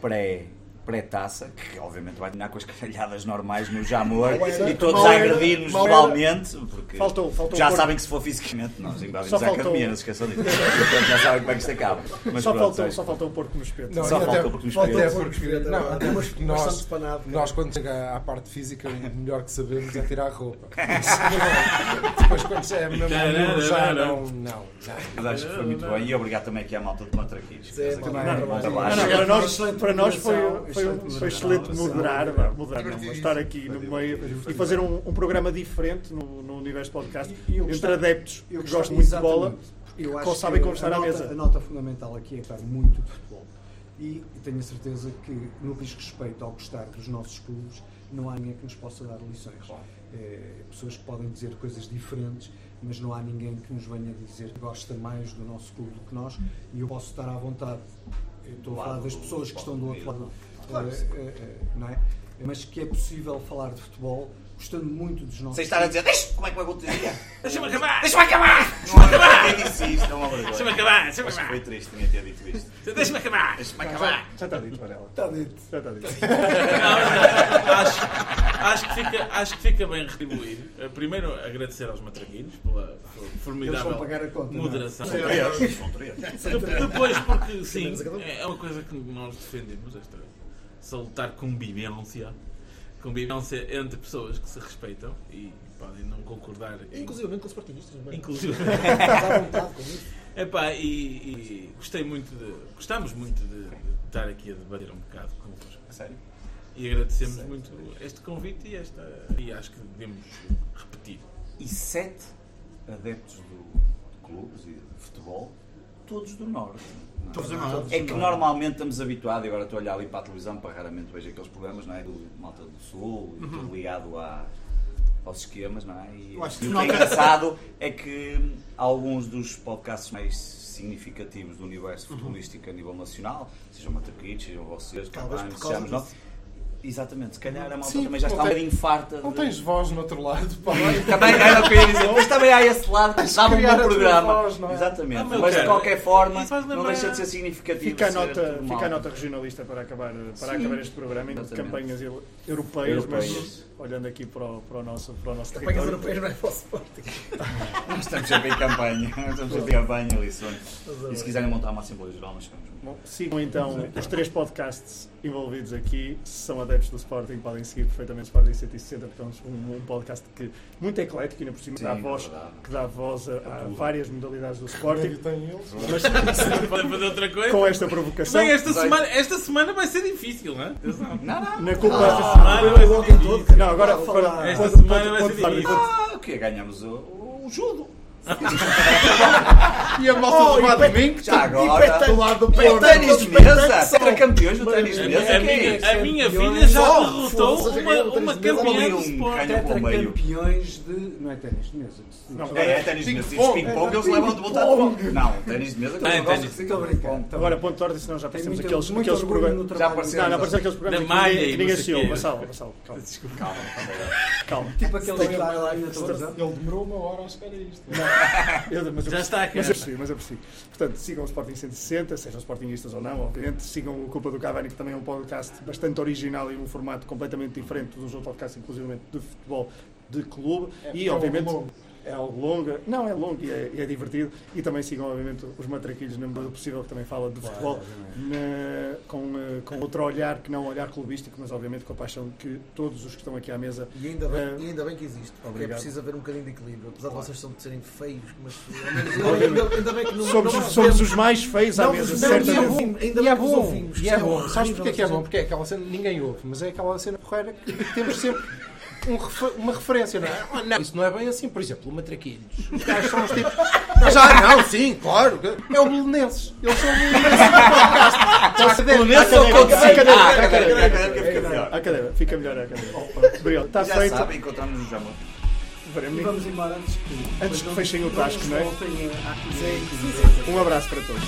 S6: pré pré-taça, que obviamente vai terminar com as caralhadas normais no Jamor
S15: Mal era,
S6: e todos
S15: mal
S6: a
S15: era,
S6: agredir-nos
S15: mal era.
S6: verbalmente, porque
S15: Faltou- faltou
S6: já
S15: o Porto.
S6: sabem que se for fisicamente nós invadimos
S15: Só
S6: a
S15: faltou-
S6: academia, não se esqueçam disso. Portanto, já sabem como é que isto acaba. Mas
S15: só,
S6: pronto, é
S15: faltou,
S6: acho-
S15: só faltou o porco no espeto.
S5: Não,
S6: Só
S5: e até-
S6: faltou porque nos
S5: faltou
S6: pediram.
S5: porque-
S6: Até
S5: não,
S7: É
S5: até
S6: bastante
S5: porque nós,
S6: espanado, cara.
S5: nós, quando chega à parte física, o melhor que sabemos é tirar
S6: <laughs>
S5: a roupa. Depois, quando é mesmo já não. não,
S6: Mas acho que foi muito bem e obrigado também aqui à malta de Matraquilhos.
S5: Sim, também.
S15: Não, não, para nós, para nós foi, foi, foi excelente moderar, vá, moderar não, mas estar aqui no meio e fazer um, um programa diferente no, no Universo Podcast
S7: E eu
S15: entre
S7: gostava-
S15: adeptos
S7: eu
S15: que
S7: gostava-
S15: gostam muito de
S7: exatamente.
S15: bola e
S7: Eu acho
S15: que sabem
S7: que
S15: conversar
S7: a
S15: à
S7: nota-
S15: mesa.
S7: A nota fundamental aqui é estar muito de futebol. E tenho a certeza que, no que diz respeito ao gostar dos nossos clubes, não há ninguém que nos possa dar lições. Eh, pessoas que podem dizer coisas diferentes, mas não há ninguém que nos venha dizer que gosta mais do nosso clube do que nós. E eu posso estar à vontade. Eu estou a falar das pessoas que estão do outro lado.
S8: Claro.
S7: Eh, eh, eh, não é? mas que é possível falar de futebol gostando muito dos nossos.
S16: Sem estar a dizer, deixa como é que eu acontecia?
S3: Deixa-me acabar!
S16: Deixa-me acabar!
S6: Não há ninguém disse isto, é uma vergonha.
S3: Deixa-me acabar, deixa-me
S6: Acho que
S3: acabar.
S6: foi triste, tinha ter dito isto.
S3: Deixa-me acabar!
S6: Deixa-me acabar!
S2: Já está dito, Varela.
S7: Está dito.
S2: Já está dito.
S3: Não, não, acho, acho, que fica, acho que fica bem retribuído. Eh, Primeiro, agradecer aos matraquinhos pela pela formidável
S7: Eles vão pagar a conta, não é?
S3: moderação.
S7: São três, são
S6: três.
S3: De- Depois, porque sim,
S7: Sabemos a cada um.
S3: é uma coisa que nós defendemos, esta salutar convivência. Convivência entre pessoas que se respeitam e podem não concordar. em-
S4: Inclusivamente com os partidistas, não é?
S7: <laughs>
S3: Inclusive.
S4: Está à vontade com isso.
S3: Epá, e, e gostei muito de. Gostámos muito de, de estar aqui a debater um bocado convosco.
S6: Sério?
S3: E agradecemos muito este convite e esta. E acho que devemos repetir.
S6: E sete adeptos do, de clubes e de futebol, todos do Norte. não é?
S3: Todos do Norte.
S6: É que normalmente estamos habituados, e agora estou a olhar ali para a televisão, para raramente vejo aqueles programas, não é? Do Malta do Sul, e
S17: Uhum.
S6: tudo ligado à- aos esquemas, não é? E,
S17: Eu acho que
S6: e o que
S17: não.
S6: é engraçado é que alguns dos podcasts mais significativos do universo
S17: Uhum.
S6: futebolístico a nível nacional, sejam Mataquitos, sejam vocês,
S17: Talvez
S6: Cavani,
S17: por causa
S6: sejamos nós. Exatamente, se calhar a malta
S5: Sim,
S6: também já
S5: não
S6: está um
S5: tem-
S6: bocadinho farta.
S5: Não
S6: de-
S5: tens voz no outro lado, pá.
S6: também era o que eu ia dizer. Mas também há esse lado que dá um
S5: Criar a
S6: bom
S5: tua
S6: programa.
S5: voz, não é?
S6: Exatamente.
S5: Ah, meu
S6: mas de
S5: cara,
S6: qualquer forma,
S5: isso faz
S6: não
S5: lembrar-
S6: deixa de ser significativo.
S2: Fica a,
S6: ser
S2: nota,
S6: tudo
S2: fica a
S6: mal.
S2: nota regionalista para acabar, para
S6: Sim.
S2: acabar este programa em
S6: Exatamente.
S2: campanhas eu- europeias,
S6: Europeias.
S2: mas olhando aqui para o, para o nosso, para o nosso
S4: Campanhas
S2: território.
S4: europeias não é para o Sporting.
S6: Nós estamos sempre em campanha. Nós Estamos sempre em campanha, lições. E se quiserem montar uma Assembleia Geral, nós ficamos.
S2: Bom, Sigam então os três podcasts envolvidos aqui. Se são adeptos do Sporting, podem seguir perfeitamente o Sporting 160. Portanto, um, um podcast que, muito é eclético, ainda por cima,
S6: Sim,
S2: dá voz,
S6: verdade. É
S2: que dá voz a, a
S6: tudo.
S2: várias modalidades do Sporting.
S5: remédio tem eles?
S3: Mas- Podem fazer outra coisa?
S2: Com esta provocação.
S3: Bem, esta,
S2: Vai.
S3: semana, esta semana vai ser difícil, não é? Atenção.
S2: Na culpa.
S3: Esta semana vai ser difícil.
S2: Não, agora. agora-
S3: Esta
S2: ponto-
S3: semana vai
S2: ponto-
S3: ser
S2: ponto-
S3: difícil.
S2: ponto-
S6: Ah, o que é? Ganhamos o, o judo.
S18: E a malta
S6: Oh,
S18: do
S6: e
S18: Vado
S6: pet-
S18: Mingo
S6: já agora.
S18: do lado do
S6: E o
S18: Porto.
S6: ténis de mesa? Contra campeões do
S18: Maravilha.
S6: ténis
S3: A
S6: de mesa?
S3: minha- a minha-
S6: que é isso?
S3: a minha filha
S6: Campeões.
S3: já
S6: Oh,
S3: derrotou
S6: foda-se,
S3: uma-
S6: ganhou
S3: uma
S6: três meses.
S3: campeã
S6: Um
S3: de Sporting.
S6: ganhou pelo meio.
S7: Campeões de. Não é ténis de mesa.
S6: Não, é, é ténis de mesa. Se diz ping-pong, eles levam de volta de Não, ténis de mesa, que eles gostam de
S7: Estou a brincar.
S2: Agora, ponto de ordem, senão já passamos
S7: tá muito-
S2: aqueles,
S7: muito
S2: aqueles
S7: orgulho
S2: programas.
S7: no trabalho. Já apareceu,
S2: não,
S7: já.
S2: não apareceu aqueles
S7: Da
S2: programas que
S7: malha
S2: ninguém,
S7: e
S2: que ninguém
S7: não sei
S2: assistiu.
S7: quê.
S2: Vassalo, vassalo,
S7: <laughs>
S2: calma.
S3: Desculpa.
S6: Calma,
S2: Calma.
S7: Tipo aquele
S5: Steak
S7: que vai lá e na televisão.
S5: Ele demorou uma hora à espera isto.
S2: Eu- mas eu
S3: Já está a
S2: Mas
S3: criança.
S2: eu percebi, mas eu percebi. Portanto, sigam o Sporting 160, sejam sportingistas ou não, obviamente. Sigam o Culpa do Cavani, que também é um podcast bastante original e um formato completamente diferente dos outros podcasts, inclusive de futebol de clube.
S5: É,
S2: e,
S5: é algo
S2: obviamente,
S5: longo.
S2: é algo longo. Não, é longo e é, e é divertido. E também sigam, obviamente, os Matraquilhos, na medida do possível, que também fala de futebol na- com, eh, com outro olhar que não o olhar clubístico, mas, obviamente, com a paixão que todos os que estão aqui à mesa.
S4: E ainda, bem,
S2: eh,
S4: e ainda bem que existe, porque
S2: Obrigado.
S4: é preciso haver um bocadinho de equilíbrio. Apesar de vocês são de serem feios, mas ao menos-
S2: Obviamente.
S4: ainda, ainda bem que não
S2: Somos,
S4: não
S2: os-
S4: há-
S2: somos os mais feios à
S4: Não,
S2: mesa,
S4: não,
S2: certamente.
S4: e é bom. Ainda
S5: E é
S4: bem que os
S5: bom,
S4: ouvimos,
S5: e
S4: isto
S5: é
S4: é
S5: bom.
S4: horrível,
S5: Sabes porque é que é
S4: vocês-
S5: bom? Porque é aquela cena que ninguém ouve, mas é aquela cena porreira que temos sempre um refe- uma referência, não é? Ah, não, isso não é bem assim. Por exemplo, o Matraquilhos. Os caras são os
S4: <laughs>
S5: tipos... Ah, já não, sim, claro. É o Belenenses. Eles são o Belenenses do podcast.
S6: Belenenses ou Conselho? Ah, a cadeira, a cadeira fica melhor.
S2: A cadeira, Ah, fica melhor a cadeira. Obrigado, está
S6: Já
S2: feito.
S6: sabem, encontramos no Jamão.
S7: E
S2: Veremos.
S7: vamos embora antes que.
S2: Antes que fechem o
S7: depois
S2: Tasco, não é?
S7: voltem a- a-
S2: Um abraço para todos.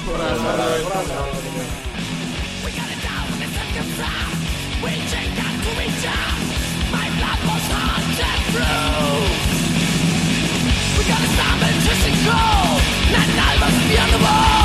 S19: We gotta stop and just go. Not all must be on the wall.